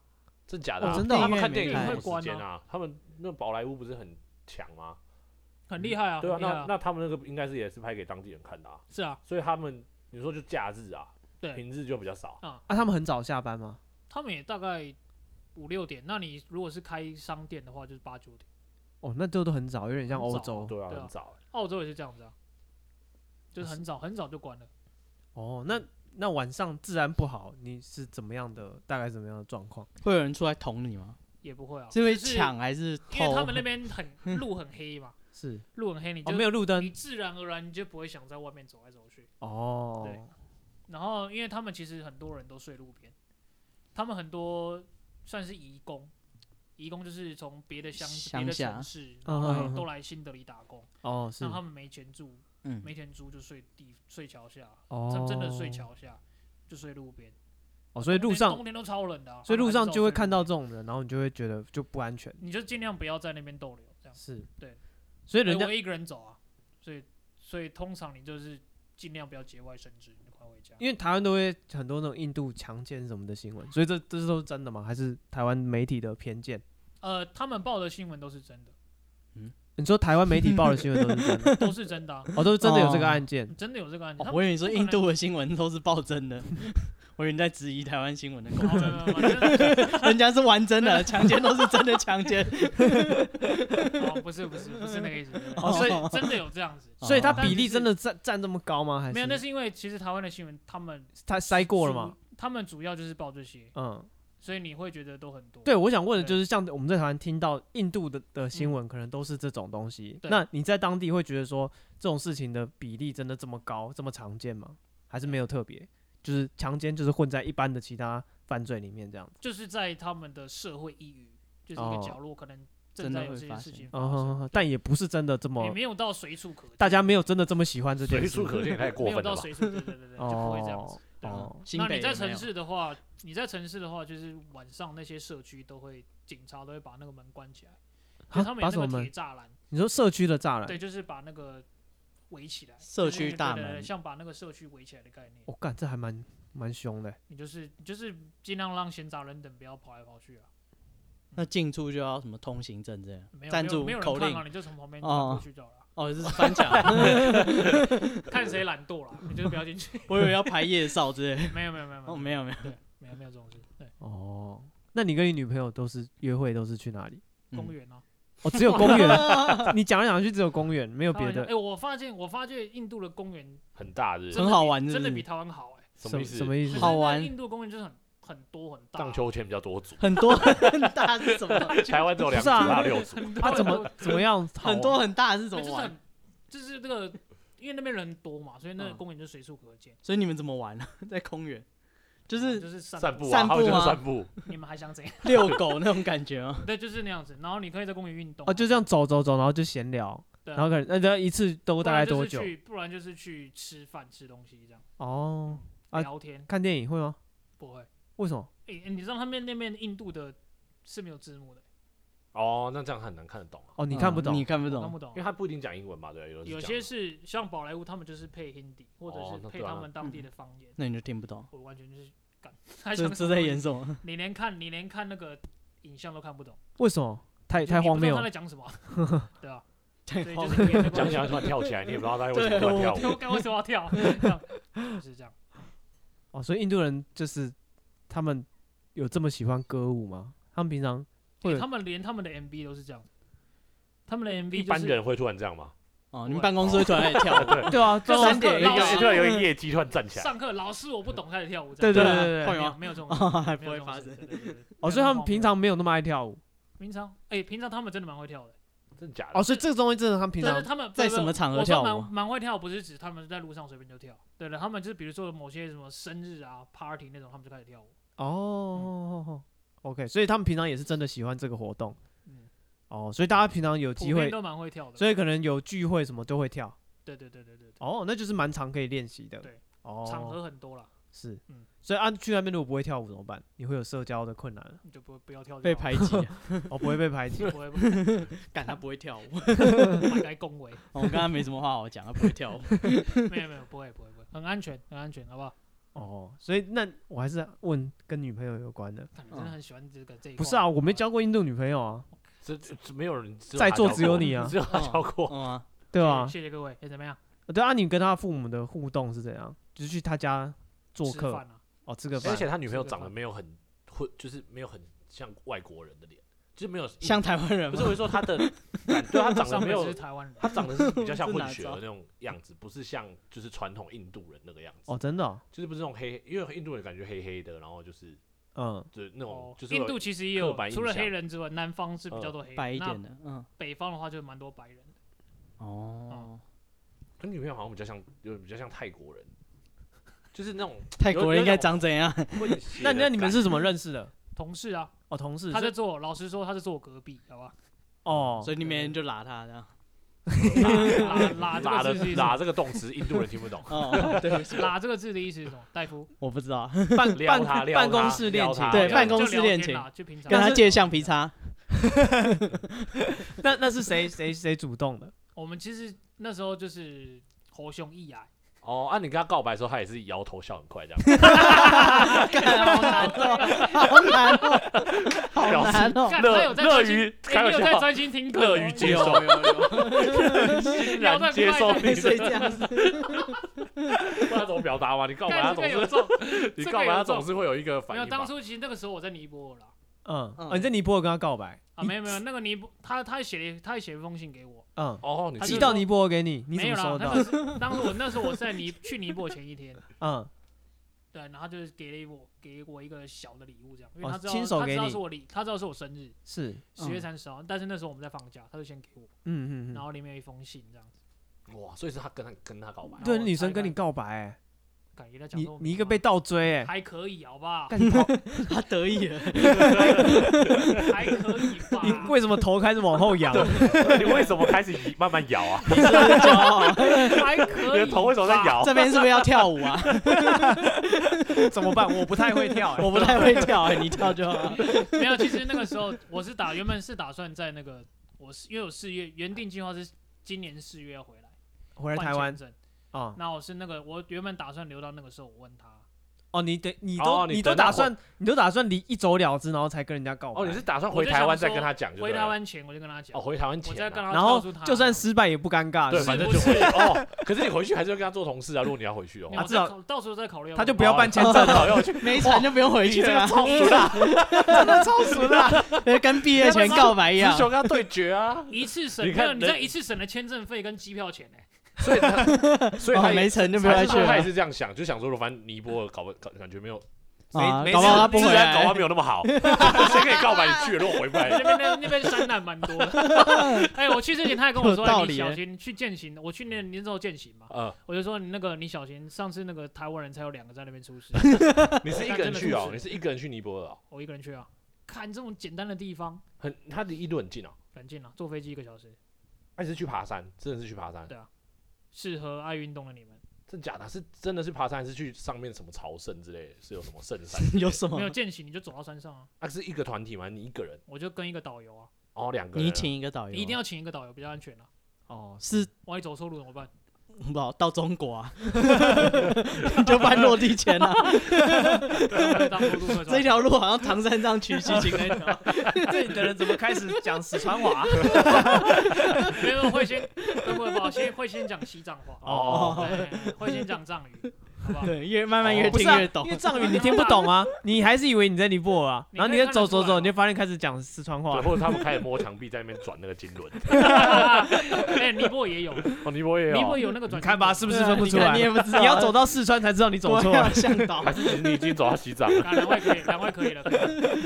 Speaker 3: 真假的啊？
Speaker 1: 哦真的啊
Speaker 3: 他们看电影
Speaker 2: 电影
Speaker 3: 什
Speaker 2: 院
Speaker 3: 么
Speaker 4: 会关啊
Speaker 3: 时间啊？他们那宝莱坞不是很强吗？
Speaker 4: 很厉害啊，
Speaker 3: 对啊，
Speaker 4: 很厉害
Speaker 3: 那那他们那个应该是也是拍给当地人看的啊，
Speaker 4: 是啊，
Speaker 3: 所以他们你说就假日啊，
Speaker 4: 对，
Speaker 3: 平日就比较少。
Speaker 1: 啊，他们很早下班吗？
Speaker 4: 他们也大概五六点。那你如果是开商店的话，就是八九点。
Speaker 1: 哦，那这都很早，有点像欧
Speaker 4: 很早
Speaker 1: 洲。
Speaker 3: 对啊，
Speaker 4: 对啊
Speaker 3: 很早欸。
Speaker 4: 澳洲也是这样子啊，就是很早很早就关了。
Speaker 1: 哦，那那晚上治安不好，你是怎么样的？大概怎么样的状况？
Speaker 2: 会有人出来捅你吗？
Speaker 4: 也不会啊，
Speaker 2: 是会
Speaker 4: 就是
Speaker 2: 抢还是
Speaker 4: 因为
Speaker 2: 偷
Speaker 4: 他？们那边很路很黑 嘛，
Speaker 1: 是
Speaker 4: 路很黑，你
Speaker 1: 哦，
Speaker 4: 就
Speaker 1: 没有路
Speaker 4: 你
Speaker 1: 灯
Speaker 4: 自然而然你就不会想在外面走来走去。
Speaker 1: 哦。
Speaker 4: 对然后，因为他们其实很多人都睡路边，他们很多算是移工，移工就是从别的乡、
Speaker 2: 乡
Speaker 4: 别的
Speaker 2: 下
Speaker 4: 城市，
Speaker 1: 嗯
Speaker 4: 然后
Speaker 1: 嗯嗯
Speaker 4: 来都来新德里打工，
Speaker 1: 哦，是
Speaker 4: 那他们没钱住，
Speaker 2: 嗯，
Speaker 4: 没钱住就睡地睡桥下，
Speaker 1: 哦
Speaker 4: 他们真的睡桥下，就睡路边。
Speaker 1: 哦，所以路上
Speaker 4: 冬天冬天都超冷的啊、
Speaker 1: 所以路
Speaker 4: 他们还
Speaker 1: 上
Speaker 4: 是
Speaker 1: 就会
Speaker 4: 照睡
Speaker 1: 看
Speaker 4: 路
Speaker 1: 到
Speaker 4: 边
Speaker 1: 这，种人，然后你就会觉得就不安全。
Speaker 4: 你就尽量不要在那边逗留，这样。
Speaker 1: 是，
Speaker 4: 对。
Speaker 1: 所以
Speaker 4: 对
Speaker 1: 人家
Speaker 4: 我一个人走啊，所以所以通常你就是尽量不要节外生枝，你就快回家。
Speaker 1: 因为台湾都会很多那种印度强奸什么的新闻，所以这这都是真的吗？还是台湾媒体的偏见？
Speaker 4: 呃，他们报的新闻都是真的，
Speaker 1: 你说台湾媒体报的新闻都是真 的，
Speaker 4: 都是真的啊、
Speaker 1: 哦，都是真的有这个
Speaker 2: 哦
Speaker 1: 案件。
Speaker 4: 真的有这个案
Speaker 2: 哦
Speaker 4: 件。他
Speaker 2: 我以为你说
Speaker 4: 他可
Speaker 2: 印
Speaker 4: 能
Speaker 2: 度的新闻都是爆真的， 我以为你在质疑台湾新闻的公
Speaker 4: 哦没有
Speaker 2: 正，
Speaker 4: 没有没有真的
Speaker 2: 人家是玩真的，强奸都是真的强 奸。
Speaker 4: 哦，不是不是不是那个意思，
Speaker 1: 哦所以
Speaker 4: 真的有这样子。
Speaker 1: 所以它比
Speaker 4: 但
Speaker 1: 例
Speaker 4: 就是
Speaker 1: 哦真的占占这么高吗？还是
Speaker 4: 没有，那是因为其实台湾的新闻他们
Speaker 1: 它筛过了嘛？
Speaker 4: 主？他们主要就是报这些，
Speaker 1: 嗯，
Speaker 4: 所以你会觉得都很多。
Speaker 1: 对，我想问的就
Speaker 4: 对嗯
Speaker 1: 是，像我们在台湾听到印度的的新闻，可能都是这种东西。
Speaker 4: 对
Speaker 1: 那你在当地会觉得说这种事情的比例真的这么高、这么常见吗？还是没有特别？就是强奸就是混在一般的其他犯罪里面这样子。
Speaker 4: 就是在他们的社会抑郁，就是一
Speaker 1: 哦
Speaker 4: 个角落，可能正在有这些事情发生，
Speaker 1: 嗯，但也不是真的这
Speaker 4: 也
Speaker 1: 么，
Speaker 4: 哦没有到随处可见，
Speaker 1: 大家没有真的这么喜欢这件
Speaker 3: 随
Speaker 1: 事。
Speaker 3: 处 可见也太过
Speaker 4: 没有
Speaker 3: 分
Speaker 4: 到
Speaker 3: 了吧？
Speaker 4: 随处，对对对对，就不会这样子。对啊
Speaker 1: 哦，
Speaker 2: 新
Speaker 4: 那
Speaker 2: 北
Speaker 4: 你在
Speaker 2: 有没有
Speaker 4: 城市的话，你在城市的话，就是晚上那些社区都会，警察都会把那个门关起来，因为
Speaker 1: 啊
Speaker 4: 他们
Speaker 1: 把
Speaker 4: 有
Speaker 1: 什么
Speaker 4: 那个
Speaker 1: 门
Speaker 4: 铁栅栏，
Speaker 1: 你说社区的栅栏
Speaker 4: 对，？就是把那个围起来，
Speaker 2: 社
Speaker 4: 就是
Speaker 2: 区大
Speaker 4: 对对对
Speaker 2: 门
Speaker 4: 像把那个社区围起来的概念，
Speaker 1: 我干，这还蛮蛮凶的。
Speaker 4: 你就是你就是尽量让闲杂人等不要跑来跑去啊，
Speaker 2: 那进出就要什么通行证这样
Speaker 4: 没，有
Speaker 2: 赞
Speaker 4: 没有
Speaker 2: 助
Speaker 4: 没有人
Speaker 2: 口
Speaker 4: 看
Speaker 2: 令
Speaker 4: 啊，。你就从旁边转
Speaker 2: 哦
Speaker 4: 过去就好了，
Speaker 2: 哦，这是翻 墙，
Speaker 4: 看谁懒惰了，你就是不要 进去，
Speaker 2: 我以为要排夜哨之类。
Speaker 4: 没有没有没有
Speaker 2: 哦，
Speaker 4: 没
Speaker 2: 没有没有，
Speaker 4: 有，对，没有没有这种事，对，
Speaker 1: 哦，那你跟你女朋友都是约会都是去哪里？
Speaker 2: 嗯
Speaker 4: 公园啊，
Speaker 1: 哦，只有公园。你讲来讲去只有公园，没有
Speaker 4: 开
Speaker 1: 别
Speaker 4: 玩笑
Speaker 1: 的
Speaker 4: 哎，。我发现我发现印度的公园
Speaker 3: 很大日，
Speaker 4: 真的
Speaker 2: 很好
Speaker 4: 比
Speaker 2: 玩是不
Speaker 4: 真的
Speaker 2: 是
Speaker 4: 比台湾好哎。
Speaker 3: 什么意思？
Speaker 1: 什么意
Speaker 4: 就
Speaker 1: 思啊
Speaker 4: 是？
Speaker 2: 好玩
Speaker 4: 那印度公园就是很很多很大，
Speaker 3: 荡秋千比较多组，
Speaker 2: 很 多很大是什么？
Speaker 3: 台湾只有两
Speaker 1: 不是
Speaker 3: 组，
Speaker 1: 啊
Speaker 3: 哪有六 组？
Speaker 4: 很多
Speaker 1: 啊，
Speaker 4: 很
Speaker 1: 怎
Speaker 4: 多
Speaker 1: 么怎么样？好玩啊
Speaker 2: 很多很大是怎
Speaker 4: 对就
Speaker 2: 么
Speaker 4: 是
Speaker 2: 玩
Speaker 4: 很？就是那个，因为那边人多嘛，所以那个
Speaker 2: 嗯
Speaker 4: 公园就随处可见。
Speaker 2: 所以你们怎么玩呢？啊 在公园，就
Speaker 4: 哦就是 是散
Speaker 3: 散步啊，
Speaker 2: 散步
Speaker 3: 他们就是
Speaker 2: 吗
Speaker 3: 散步，
Speaker 4: 你们还想怎样？
Speaker 2: 遛狗那种感觉 啊。
Speaker 4: 对，就是那样子。然后你可以在公园运动啊
Speaker 1: 哦，就这样走走走，然后就闲聊，
Speaker 4: 对啊
Speaker 1: 然后可能那这样一次都
Speaker 4: 不
Speaker 1: 大
Speaker 4: 然
Speaker 1: 概
Speaker 4: 就是
Speaker 1: 多久？
Speaker 4: 去不然就是去吃饭吃东西这样
Speaker 1: 哦，啊
Speaker 4: 聊天，
Speaker 1: 看电影会吗？
Speaker 4: 不会。
Speaker 1: 为什么？
Speaker 4: 诶，你知道他们那边印度的是没有字幕的，
Speaker 3: 哦，那这样很难看得懂啊，
Speaker 1: 哦，你看不
Speaker 2: 嗯
Speaker 1: 懂
Speaker 2: 你看不
Speaker 4: 我看
Speaker 2: 懂
Speaker 4: 不。懂
Speaker 3: 因为。他不一定讲英文嘛，对，啊有的是
Speaker 4: 有
Speaker 3: 讲
Speaker 4: 些是像宝莱坞，他们就是配 Hindi 或者
Speaker 3: 哦那
Speaker 4: 是配
Speaker 3: 对啊
Speaker 4: 他们当地的方言，
Speaker 2: 那你就听不懂，
Speaker 4: 我完全就是干。 还
Speaker 2: 这
Speaker 4: 想
Speaker 2: 这
Speaker 4: 什么
Speaker 2: 在演什么？
Speaker 4: 你连看你连看那个影像都看不懂，
Speaker 1: 为什么？太
Speaker 4: 就
Speaker 1: 太
Speaker 4: 你不
Speaker 1: 荒
Speaker 4: 知道
Speaker 1: 谬
Speaker 4: 他
Speaker 1: 了
Speaker 4: 在。讲什么啊，对啊，
Speaker 2: 太
Speaker 4: 所以
Speaker 2: 荒
Speaker 4: 就是你也没关
Speaker 3: 讲
Speaker 4: 系
Speaker 3: 起来突然跳起来，你也不知道他为什么
Speaker 2: 对
Speaker 3: 突然跳
Speaker 4: 我
Speaker 3: 舞。
Speaker 4: 干为什么要跳？这样就是这样，
Speaker 1: 哦，所以印度人就是他们有这么喜欢歌舞吗？他们平常会
Speaker 4: 对
Speaker 1: 有
Speaker 4: 他们连他们的 MV 都是这样，他们的 MV
Speaker 3: 一
Speaker 4: 就
Speaker 3: 般
Speaker 4: 是
Speaker 3: 人会突然这样吗？
Speaker 2: 哦，你们办公室会突然在跳舞，
Speaker 1: 对啊，
Speaker 4: 就
Speaker 1: 都
Speaker 4: 三
Speaker 2: 点
Speaker 4: 点
Speaker 2: 一
Speaker 4: 老
Speaker 2: 个
Speaker 3: 有
Speaker 4: 师
Speaker 3: 突然有一业绩突然站起来，
Speaker 4: 上课老师我不懂开始跳舞这
Speaker 1: 对
Speaker 4: 样，
Speaker 1: 对
Speaker 2: 对啊
Speaker 1: 对
Speaker 4: 没
Speaker 1: 对
Speaker 2: 会
Speaker 1: 对。
Speaker 4: 有
Speaker 2: 吗
Speaker 4: 没有这种事，
Speaker 2: 还不
Speaker 4: 没有这
Speaker 2: 会
Speaker 4: 种
Speaker 2: 发
Speaker 4: 事
Speaker 2: 生。
Speaker 4: 对对对对
Speaker 1: 哦，所以他们平
Speaker 4: 没有
Speaker 1: 常没有那么爱跳舞。
Speaker 4: 那么荒谬平常哎平常他们真的蛮会跳的，
Speaker 3: 真的假的
Speaker 1: 哦，？所以这个东西真的他们平
Speaker 4: 但
Speaker 1: 常
Speaker 4: 是他们
Speaker 2: 在
Speaker 4: 不是
Speaker 2: 什么场合
Speaker 4: 我说
Speaker 2: 跳舞啊
Speaker 4: 蛮蛮会跳，不是指他们在路上随便就跳，对了，他们就是比如说某些什么生日啊 party 那种，他们就开始跳舞，
Speaker 1: 哦，OK，所以他们平常也是真的喜欢这个活动。
Speaker 4: 嗯，
Speaker 1: 哦，所以大家平常有
Speaker 4: 普
Speaker 1: 机
Speaker 4: 遍
Speaker 1: 会，
Speaker 4: 都蛮会跳的，
Speaker 1: 所以可能有聚会什么都会跳。
Speaker 4: 对对对对对对，
Speaker 1: 哦，那就是蛮常可以练习的。
Speaker 4: 对，
Speaker 1: 哦，
Speaker 4: 场合很多啦，
Speaker 1: 是
Speaker 4: 嗯，
Speaker 1: 所以按、去那边如果不会跳舞怎么办？你会有社交的困难啊，
Speaker 4: 你就不不要跳就
Speaker 2: 被
Speaker 4: 好了
Speaker 2: 排挤啊，
Speaker 1: 哦，不会被排挤。
Speaker 4: 不会不会
Speaker 2: 干他不会跳舞。
Speaker 4: 不该恭维，
Speaker 2: 哦我刚刚没什么话好讲，他不会 跳舞。
Speaker 4: 没有没有不会不会不会，很安全很安全，好不好？
Speaker 1: 哦，所以那我还是问跟女朋友有关的。
Speaker 4: 看你真的很喜欢这个这一
Speaker 1: 不
Speaker 4: 块
Speaker 1: 是啊，我没，交过印度女朋友啊，
Speaker 3: 这这这没有人知道
Speaker 1: 在
Speaker 3: 他
Speaker 1: 座
Speaker 3: 跳
Speaker 1: 只有
Speaker 3: 过
Speaker 1: 你啊
Speaker 3: 只有他跳过。
Speaker 2: 嗯啊，
Speaker 1: 对
Speaker 4: 好不好
Speaker 1: 啊，
Speaker 4: 谢谢谢各位，也怎么样？
Speaker 1: 对啊，你跟他父母的互动是怎样？就是去他家做
Speaker 4: 吃
Speaker 1: 客
Speaker 4: 饭啊，
Speaker 1: 哦，吃个
Speaker 3: 而
Speaker 1: 饭。
Speaker 3: 且他女朋友
Speaker 4: 这个
Speaker 3: 长得
Speaker 4: 吧
Speaker 3: 没有很混，就是没有很像外国人的脸，就是没有
Speaker 2: 像台湾人
Speaker 3: 不
Speaker 2: 吗
Speaker 3: 是我是说他的感，对他长得
Speaker 4: 上
Speaker 3: 没
Speaker 4: 辈子
Speaker 3: 有
Speaker 4: 是，台湾人，
Speaker 3: 他长得是比较像
Speaker 2: 是哪
Speaker 3: 混血的
Speaker 2: 招
Speaker 3: 那种样子，不是像就是传统印度人那个样子
Speaker 1: 哦，，真的哦、
Speaker 3: 就是不是那种黑，因为印度人感觉黑黑的，然后就是
Speaker 1: 嗯
Speaker 3: 就是那种
Speaker 4: 哦
Speaker 3: 就是
Speaker 4: 印度其实也
Speaker 3: 刻
Speaker 4: 有
Speaker 3: 板，印
Speaker 4: 除了
Speaker 3: 象
Speaker 4: 黑人之外，南方是比较多黑人，
Speaker 2: 白一点
Speaker 4: 那
Speaker 2: 的，嗯，
Speaker 4: 北方的话就蛮多白人的。
Speaker 2: 哦，
Speaker 3: 他女朋友好像比较像，有比较像泰国人，就是那种
Speaker 2: 泰国人应该长怎样？
Speaker 3: 混血
Speaker 1: 那
Speaker 3: 的
Speaker 1: 那你们
Speaker 3: 感
Speaker 1: 是怎么认识的？
Speaker 4: 同事啊，
Speaker 1: 哦，同事。
Speaker 4: 他
Speaker 1: 所
Speaker 4: 在
Speaker 1: 以
Speaker 4: 做，老实说他是做隔壁，好吧？
Speaker 1: 哦，
Speaker 2: 所以你每天就拉他这样。，
Speaker 4: 拉拉
Speaker 3: 拉
Speaker 4: 拉这
Speaker 3: 的
Speaker 4: 个字是什
Speaker 3: 拉
Speaker 4: 么
Speaker 3: 这个动词，印度人听不 懂
Speaker 2: 哦，对不起，
Speaker 4: 拉这个字的意思是什么？戴夫，
Speaker 2: 我不知道，
Speaker 1: 办
Speaker 3: 撩他
Speaker 1: 办
Speaker 3: 撩他
Speaker 1: 办公室恋
Speaker 3: 撩
Speaker 1: 情
Speaker 3: 他，
Speaker 2: 对
Speaker 3: 撩
Speaker 2: 办
Speaker 3: 他
Speaker 2: 公室
Speaker 4: 就聊
Speaker 2: 恋
Speaker 4: 天
Speaker 2: 情
Speaker 4: 啦，就平常
Speaker 2: 跟他
Speaker 1: 但是
Speaker 2: 借橡皮擦。
Speaker 1: 那那是谁谁谁主动的？
Speaker 4: 我们其实那时候就是猴熊一 矮，
Speaker 3: 哦，啊，你跟他告白的时候，他也是摇头笑很快这样。
Speaker 2: 干好难哦，好难哦，
Speaker 5: 好
Speaker 3: 老师
Speaker 5: 难哦。
Speaker 4: 干他
Speaker 3: 乐
Speaker 4: 有在
Speaker 3: 乐
Speaker 4: 专心，
Speaker 3: 于
Speaker 4: 哎
Speaker 3: 开
Speaker 4: 你
Speaker 3: 玩
Speaker 4: 有在
Speaker 3: 笑，
Speaker 4: 专心听课
Speaker 3: 乐
Speaker 4: 哦，
Speaker 3: 于接
Speaker 2: 有
Speaker 3: 受，
Speaker 2: 有有，
Speaker 3: 欣
Speaker 4: 聊
Speaker 3: 然
Speaker 4: 得
Speaker 3: 接
Speaker 4: 快
Speaker 3: 受
Speaker 4: 的
Speaker 3: 你
Speaker 5: 所以
Speaker 3: 的，
Speaker 5: 这样子，
Speaker 3: 不知道怎么表达嘛？你告白他啊总
Speaker 4: 干这个有
Speaker 3: 是
Speaker 4: 中，
Speaker 3: 你
Speaker 4: 这
Speaker 3: 告
Speaker 4: 个
Speaker 3: 白他
Speaker 4: 有
Speaker 3: 总
Speaker 4: 中。
Speaker 3: 是会有一个
Speaker 4: 没
Speaker 3: 反
Speaker 4: 有，
Speaker 3: 应吧
Speaker 4: 当？初其实那个时候我在尼泊尔啦，
Speaker 1: 嗯，
Speaker 5: 嗯
Speaker 1: 哦你在尼泊尔跟他告白
Speaker 4: 啊，没有没有，那个尼泊他他写他也写一封信给我，
Speaker 1: 嗯，
Speaker 3: 哦，你
Speaker 4: 他
Speaker 1: 寄
Speaker 3: 是
Speaker 4: 就
Speaker 1: 到尼泊尔给你，你怎
Speaker 4: 没
Speaker 1: 么
Speaker 4: 有
Speaker 1: 收，
Speaker 4: 啦那
Speaker 1: 到？
Speaker 4: 个是当时我那时候我是在尼去尼泊尔前一天，
Speaker 1: 嗯，
Speaker 4: 对，啊然后他就是给了我给我一个小的礼物这样，因
Speaker 1: 哦
Speaker 4: 为他知道、
Speaker 1: 亲手
Speaker 4: 他
Speaker 1: 给
Speaker 4: 知道
Speaker 1: 你
Speaker 4: 是我礼，他知道是我生日，
Speaker 1: 是，
Speaker 4: 十月
Speaker 5: 嗯
Speaker 4: 三十号，但是那时候我们在放假，他就先给我，
Speaker 1: 嗯嗯
Speaker 4: 然
Speaker 1: 嗯，
Speaker 4: 后里面有一封信这样子，
Speaker 3: 哇，所以是他跟他跟他告白，啊
Speaker 1: 对，
Speaker 4: 然后我
Speaker 1: 女生
Speaker 4: 拆
Speaker 1: 跟你
Speaker 4: 开
Speaker 1: 告白，哎
Speaker 4: 感觉在讲
Speaker 1: 你
Speaker 4: 说我没
Speaker 1: 你一个
Speaker 4: 嘛
Speaker 1: 被倒追，哎，
Speaker 4: 还可以好不好？
Speaker 1: 干你 跑，
Speaker 2: 他得意了，
Speaker 4: 还可以吧？
Speaker 1: 你为什么头开始往后仰？
Speaker 3: 你为什么开始移慢慢摇啊？
Speaker 2: 你是不是很骄傲，
Speaker 4: 还可
Speaker 3: 你的
Speaker 4: 以？
Speaker 3: 头为什么在？摇？
Speaker 2: 这边是不是要跳舞啊？
Speaker 1: 怎么办？我不太会 跳，哎
Speaker 2: 我不太会跳、哎，你跳就好。
Speaker 4: 没有，其实那个时候我是打原本是打算在那个我是因为我四月原定计划是今年四月要回来，
Speaker 1: 回来
Speaker 4: 换
Speaker 1: 台湾
Speaker 4: 签证。
Speaker 1: 啊，
Speaker 4: 那我是那个我原本打算留到那个时候，我问他，
Speaker 1: 哦，你得你都
Speaker 3: 哦你
Speaker 1: 你都
Speaker 3: 等到
Speaker 1: 打算你都打算离一走了之，然后才跟人家告白，
Speaker 3: 哦，你是打算
Speaker 4: 我
Speaker 3: 回
Speaker 4: 就
Speaker 3: 台
Speaker 4: 想
Speaker 3: 湾再
Speaker 4: 说
Speaker 3: 跟他讲就对
Speaker 4: 回
Speaker 3: 了，
Speaker 4: 台湾前我就跟他讲，
Speaker 3: 哦，回台湾
Speaker 4: 我
Speaker 3: 前
Speaker 4: 再
Speaker 3: 啊
Speaker 4: 跟他
Speaker 1: 然后
Speaker 4: 告诉他，
Speaker 1: 就算失败也不尴尬，
Speaker 3: 对，
Speaker 1: 是
Speaker 3: 反正
Speaker 4: 不
Speaker 3: 就是回哦。可是你回去还是要跟他做同事啊，如果你要回去哦
Speaker 4: 没。
Speaker 1: 啊
Speaker 4: 有我
Speaker 1: 至
Speaker 4: 再
Speaker 1: 少
Speaker 4: 考到时候再考虑要要。
Speaker 1: 他就不要办签证
Speaker 2: 啊
Speaker 3: 真的
Speaker 1: 了，
Speaker 3: 好 要去，
Speaker 2: 没惨就不用回去了、
Speaker 3: 超熟啦，
Speaker 1: 真的超熟的，
Speaker 2: 跟毕业前告白一
Speaker 3: 直
Speaker 2: 样。
Speaker 3: 球跟他对决啊。
Speaker 4: 一次省，
Speaker 3: 你
Speaker 4: 没
Speaker 3: 看
Speaker 4: 有你这
Speaker 3: 人
Speaker 4: 一次省了签证费跟机票钱呢。欸
Speaker 3: 所以他，所以
Speaker 2: 哦
Speaker 3: 他
Speaker 2: 没
Speaker 3: 也
Speaker 2: 成就不
Speaker 3: 他
Speaker 2: 要
Speaker 3: 也
Speaker 2: 去
Speaker 3: 是他也
Speaker 2: 了
Speaker 3: 是这样想，就想说，反正尼泊尔搞不搞感觉没有，
Speaker 2: 啊，
Speaker 1: 没
Speaker 2: 搞不好他不
Speaker 3: 自
Speaker 2: 回
Speaker 3: 然搞
Speaker 2: 来
Speaker 3: 完。没有那么 好。谁跟你告白你去了，如果回不来，
Speaker 4: 那边那那边山难蛮多的。 哎，我去之前他还跟我说，
Speaker 2: 有道
Speaker 4: 哎你
Speaker 2: 理
Speaker 4: 小
Speaker 2: 耶
Speaker 4: 心去践行。我去年那时候践行
Speaker 1: 哦
Speaker 4: 嘛，
Speaker 3: 呃，
Speaker 4: 我就说你那个你小心，上次那个台湾人才有两个在那边 出事，
Speaker 3: 你是一个人去哦，你是一个人去尼泊尔哦，
Speaker 4: 我一个人去啊。看这种简单的地方，
Speaker 3: 很他离印度很近哦。
Speaker 4: 赶近啊，坐飞机一个小时，
Speaker 3: 那你是去爬山，真的是去爬山，
Speaker 4: 适合爱运动的你们。
Speaker 3: 真假的？是真的是爬山，还是去上面什么朝圣之类的？是有什么圣山？
Speaker 2: 有
Speaker 1: 哦
Speaker 2: 什
Speaker 4: 没有
Speaker 2: 么？
Speaker 4: 践行你就走到山上啊，
Speaker 3: 那是一个团体吗？你一个人？
Speaker 4: 我就跟一个导游啊，
Speaker 3: 哦，两个人啊。
Speaker 2: 你请一个
Speaker 1: 哎
Speaker 2: 导游，
Speaker 4: 一定要请一个导游比较安全啊。
Speaker 2: 哦， 是
Speaker 4: 万一走错路怎么 办？
Speaker 2: 不好到中国啊， 你就办落地签 啊。
Speaker 4: 啊当过路客
Speaker 2: 这条路好像唐三藏取西经那 条，
Speaker 1: 这里的人怎么开始讲四川话？啊
Speaker 4: 没有会先，不不不，先会先讲西藏话，
Speaker 3: 哦，
Speaker 4: 对会先讲藏语，好不好？
Speaker 2: 对，越慢慢越
Speaker 1: 不
Speaker 2: 听
Speaker 1: 是啊
Speaker 2: 越懂
Speaker 1: 因为。藏语你听不懂 啊，你还是以为你在尼泊尔啊，然后你再走走走，你就发现开始讲四川话
Speaker 3: 对，，或者他们开始摸墙壁，在那边转那个经 轮。
Speaker 4: 哎，尼泊尔也有，尼
Speaker 3: 哦，尼泊尔也有
Speaker 4: 泊尔有那个转
Speaker 1: 你
Speaker 4: 经
Speaker 1: 看吧，
Speaker 4: 轮
Speaker 1: 是不是分不
Speaker 2: 你
Speaker 1: 出
Speaker 2: 看
Speaker 1: 来
Speaker 2: 啊你？也不知道，
Speaker 1: 你要走到四川才知道你走错啊
Speaker 2: 我要
Speaker 1: 了。
Speaker 2: 向 导
Speaker 3: 还。是你已经走到西藏了？
Speaker 4: 啊，两位可以，两位可以了，可以了，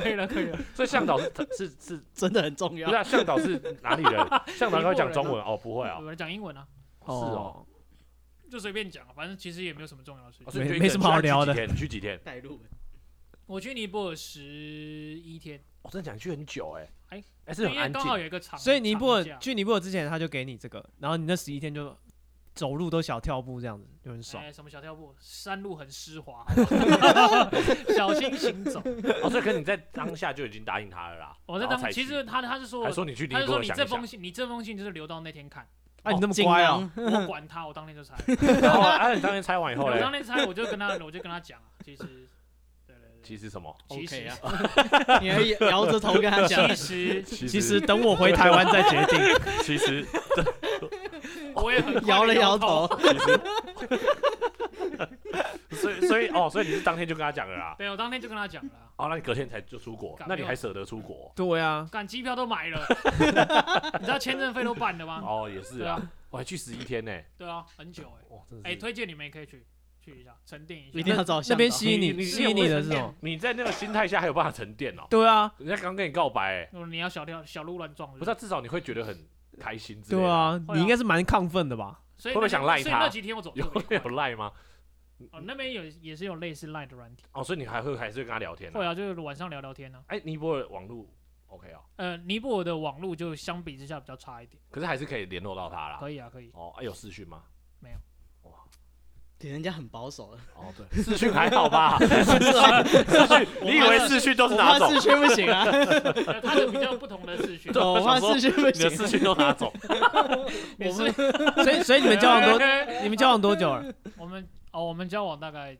Speaker 4: 可以了，可以了。
Speaker 3: 所以向导是是是，
Speaker 2: 真的很重
Speaker 3: 不
Speaker 2: 要
Speaker 3: 是。啊向导是哪里人？ 向导会讲中文哦，不会啊
Speaker 4: 有，人讲英文啊，
Speaker 3: 哦，
Speaker 4: 就随便讲，反正其实也没有什么重要的事
Speaker 3: 哦
Speaker 4: 情。
Speaker 3: 所以
Speaker 1: 没
Speaker 3: 你就一个人
Speaker 1: 没什么好聊的
Speaker 3: 去几天？你去几天？
Speaker 2: 带路
Speaker 4: 我去尼泊尔十一天，
Speaker 3: 我哦真的讲去很久哎，
Speaker 4: 哎
Speaker 3: 哎是
Speaker 4: 因
Speaker 3: 很
Speaker 4: 为
Speaker 3: 安
Speaker 4: 刚好
Speaker 3: 静，
Speaker 4: 有一个长，
Speaker 1: 所以尼泊尔
Speaker 4: 长假
Speaker 1: 去尼泊尔之前他就给你这个，然后你那十一天就走路都小跳步这样子，就很爽。
Speaker 4: 哎，什么小跳步，山路很湿 滑，好不好小心行走。
Speaker 3: 哦，所以可是你在当下就已经答应他了啦。
Speaker 4: 我在
Speaker 3: 然后
Speaker 4: 当
Speaker 3: 才
Speaker 4: 其
Speaker 3: 去
Speaker 4: 实他他是说
Speaker 3: 还说你去尼
Speaker 4: 他就
Speaker 3: 泊
Speaker 4: 说
Speaker 3: 尔
Speaker 4: 你
Speaker 3: 想
Speaker 4: 这
Speaker 3: 一
Speaker 4: 封
Speaker 3: 想，
Speaker 4: 信，你这封信就是留到那天看，
Speaker 3: 哎
Speaker 1: 啊，
Speaker 3: 哦
Speaker 1: 你那么
Speaker 2: 尽
Speaker 1: 乖
Speaker 2: 量
Speaker 1: 啊！
Speaker 4: 我管他，我当天就拆。
Speaker 3: 然 后啊，你当天拆完 以后
Speaker 4: 我
Speaker 3: 嘞，
Speaker 4: 当天拆，我就跟他，我就跟他讲啊，其实，对对对
Speaker 3: 其实什啊么？
Speaker 4: 其实
Speaker 2: OK 啊，你还摇着头跟他 讲
Speaker 4: 对，其，实
Speaker 1: 其实 等我回台湾再决定。
Speaker 3: 其实
Speaker 4: 我也很快地
Speaker 2: 摇了
Speaker 4: 摇
Speaker 2: 摇，头，
Speaker 3: 其实， 所以所以哦，所以你是当天就跟他讲了啦。
Speaker 4: 对我当天就跟他讲了啊，
Speaker 3: 哦，那你隔天才就出国，
Speaker 4: 干
Speaker 3: 那你
Speaker 4: 没有
Speaker 3: 还舍得出国？
Speaker 1: 对啊，
Speaker 4: 赶机票都买了， 你知道签证费都办了吗？
Speaker 3: 哦，也是
Speaker 4: 对
Speaker 3: 啊，
Speaker 4: 啊，
Speaker 3: 我还去十一天呢。
Speaker 4: 对啊，很久哎，
Speaker 3: 哇，真的
Speaker 4: 哎，
Speaker 3: 是。
Speaker 4: 推荐你们也可以去去一下，沉淀
Speaker 2: 一
Speaker 4: 一
Speaker 2: 定
Speaker 4: 下。
Speaker 2: 要找
Speaker 1: 那
Speaker 2: 向
Speaker 1: 边
Speaker 2: 导。
Speaker 1: 吸引你，吸引你的是什么？
Speaker 3: 你在那个心态下还有办法沉淀哦。
Speaker 1: 对啊，
Speaker 3: 人家刚跟你告白、欸，
Speaker 4: 如哦果你要小跳小鹿乱撞，
Speaker 3: 不是、啊，至少你会觉得很开心之类
Speaker 1: 对
Speaker 3: 的。
Speaker 1: 啊，
Speaker 4: 会啊
Speaker 1: 你应该是蛮亢奋的吧？
Speaker 4: 所以
Speaker 3: 会不会
Speaker 4: 那天
Speaker 3: 想赖
Speaker 4: 所以
Speaker 3: 他
Speaker 4: 那几天我走
Speaker 3: 有
Speaker 4: 特别快
Speaker 3: 有赖吗？
Speaker 4: 啊哦，那边有也是有类似 Line 的软体，
Speaker 3: 哦，所以你还会还是会跟他聊天、
Speaker 4: 会
Speaker 3: 啊。
Speaker 4: 啊，就是晚上聊聊天呢、啊
Speaker 3: 哎、尼泊尔网络 OK 哦，
Speaker 4: 呃，尼泊尔的网络就相比之下比较差一点，
Speaker 3: 可是还是可以联络到他啦。
Speaker 4: 可以啊，可以。
Speaker 3: 哦，啊、有视讯吗？
Speaker 2: 对人家很保 守的，
Speaker 3: 哦， 对，视讯还好吧？视
Speaker 1: 啊
Speaker 3: 讯，你以为视讯都是
Speaker 2: 我
Speaker 3: 哪
Speaker 2: 怕
Speaker 3: 种？，
Speaker 2: 视讯不行 啊，
Speaker 4: 呃它是比较不同的视讯
Speaker 3: 对
Speaker 2: 我怕视讯不
Speaker 3: 你的
Speaker 2: 行
Speaker 3: 视讯都哪种？
Speaker 4: 我
Speaker 2: 我们
Speaker 4: 们
Speaker 3: 啊
Speaker 1: 所以所以你们交往 多，
Speaker 4: 多，
Speaker 1: 你们交往多久了？
Speaker 4: 我们哦，我们交往大概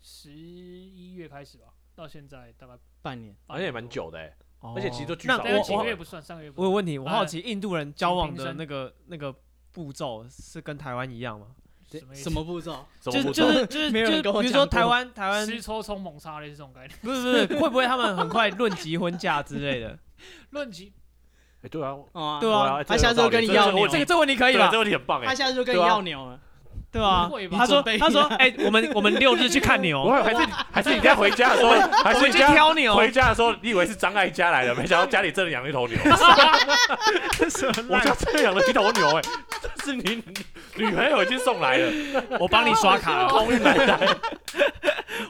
Speaker 4: 十一月开始吧，到现在大概
Speaker 2: 半年，
Speaker 4: 八
Speaker 3: 而且也
Speaker 4: 年
Speaker 3: 蛮
Speaker 4: 多，
Speaker 3: 久的欸，
Speaker 1: 哦
Speaker 3: 而且其实都聚
Speaker 1: 那
Speaker 3: 少
Speaker 4: 但是
Speaker 1: 我
Speaker 4: 几个
Speaker 3: 离
Speaker 4: 月
Speaker 3: 了
Speaker 4: 不算，上个月不
Speaker 1: 我
Speaker 4: 算。
Speaker 1: 有问题，我好奇印度人交往
Speaker 4: 请
Speaker 1: 的
Speaker 4: 平身
Speaker 1: 那个那个步骤是跟台湾一样吗？
Speaker 4: 什么意思
Speaker 2: 什么步骤？
Speaker 3: 怎
Speaker 1: 就
Speaker 3: 么不
Speaker 1: 就
Speaker 3: 懂
Speaker 1: 是就是
Speaker 2: 没有人
Speaker 1: 就
Speaker 2: 跟我
Speaker 1: 比如
Speaker 2: 讲
Speaker 1: 说
Speaker 2: 过
Speaker 1: 台湾台湾
Speaker 4: 吃抽冲猛杀类似这种概念？
Speaker 1: 不是不是，会不会他们很快论及婚嫁之类的？
Speaker 4: 论及
Speaker 3: 哎对啊，
Speaker 2: 哦啊
Speaker 1: 对啊
Speaker 3: 哎
Speaker 2: 他
Speaker 3: 这个
Speaker 2: 下
Speaker 3: 有
Speaker 2: 次
Speaker 3: 道
Speaker 2: 会跟
Speaker 3: 理
Speaker 2: 你
Speaker 3: 这个
Speaker 2: 要
Speaker 3: 是
Speaker 2: 鸟
Speaker 3: 问
Speaker 1: 这个这个问题可以
Speaker 3: 对啊
Speaker 1: 吧
Speaker 3: 这？问题很棒
Speaker 2: 他
Speaker 3: 哎，
Speaker 2: 下次就跟你
Speaker 3: 对啊
Speaker 2: 要鸟了。
Speaker 1: 对啊
Speaker 4: 不会，吧
Speaker 1: 他说
Speaker 2: 准备
Speaker 1: 他 说哎，我们我们六日去看
Speaker 3: 不
Speaker 1: 牛，
Speaker 3: 会，还是还是你在回家的时候，还
Speaker 1: 我
Speaker 3: 是
Speaker 1: 们
Speaker 3: 你
Speaker 1: 去
Speaker 3: 家
Speaker 1: 挑哦牛，
Speaker 3: 回家的时候，你以为是张爱家来的，没想到家里真的养了一头牛。我家真的养了几头牛哎、这是你女朋友已经送来了，
Speaker 1: 我帮你刷 卡，啊
Speaker 3: 空运来的。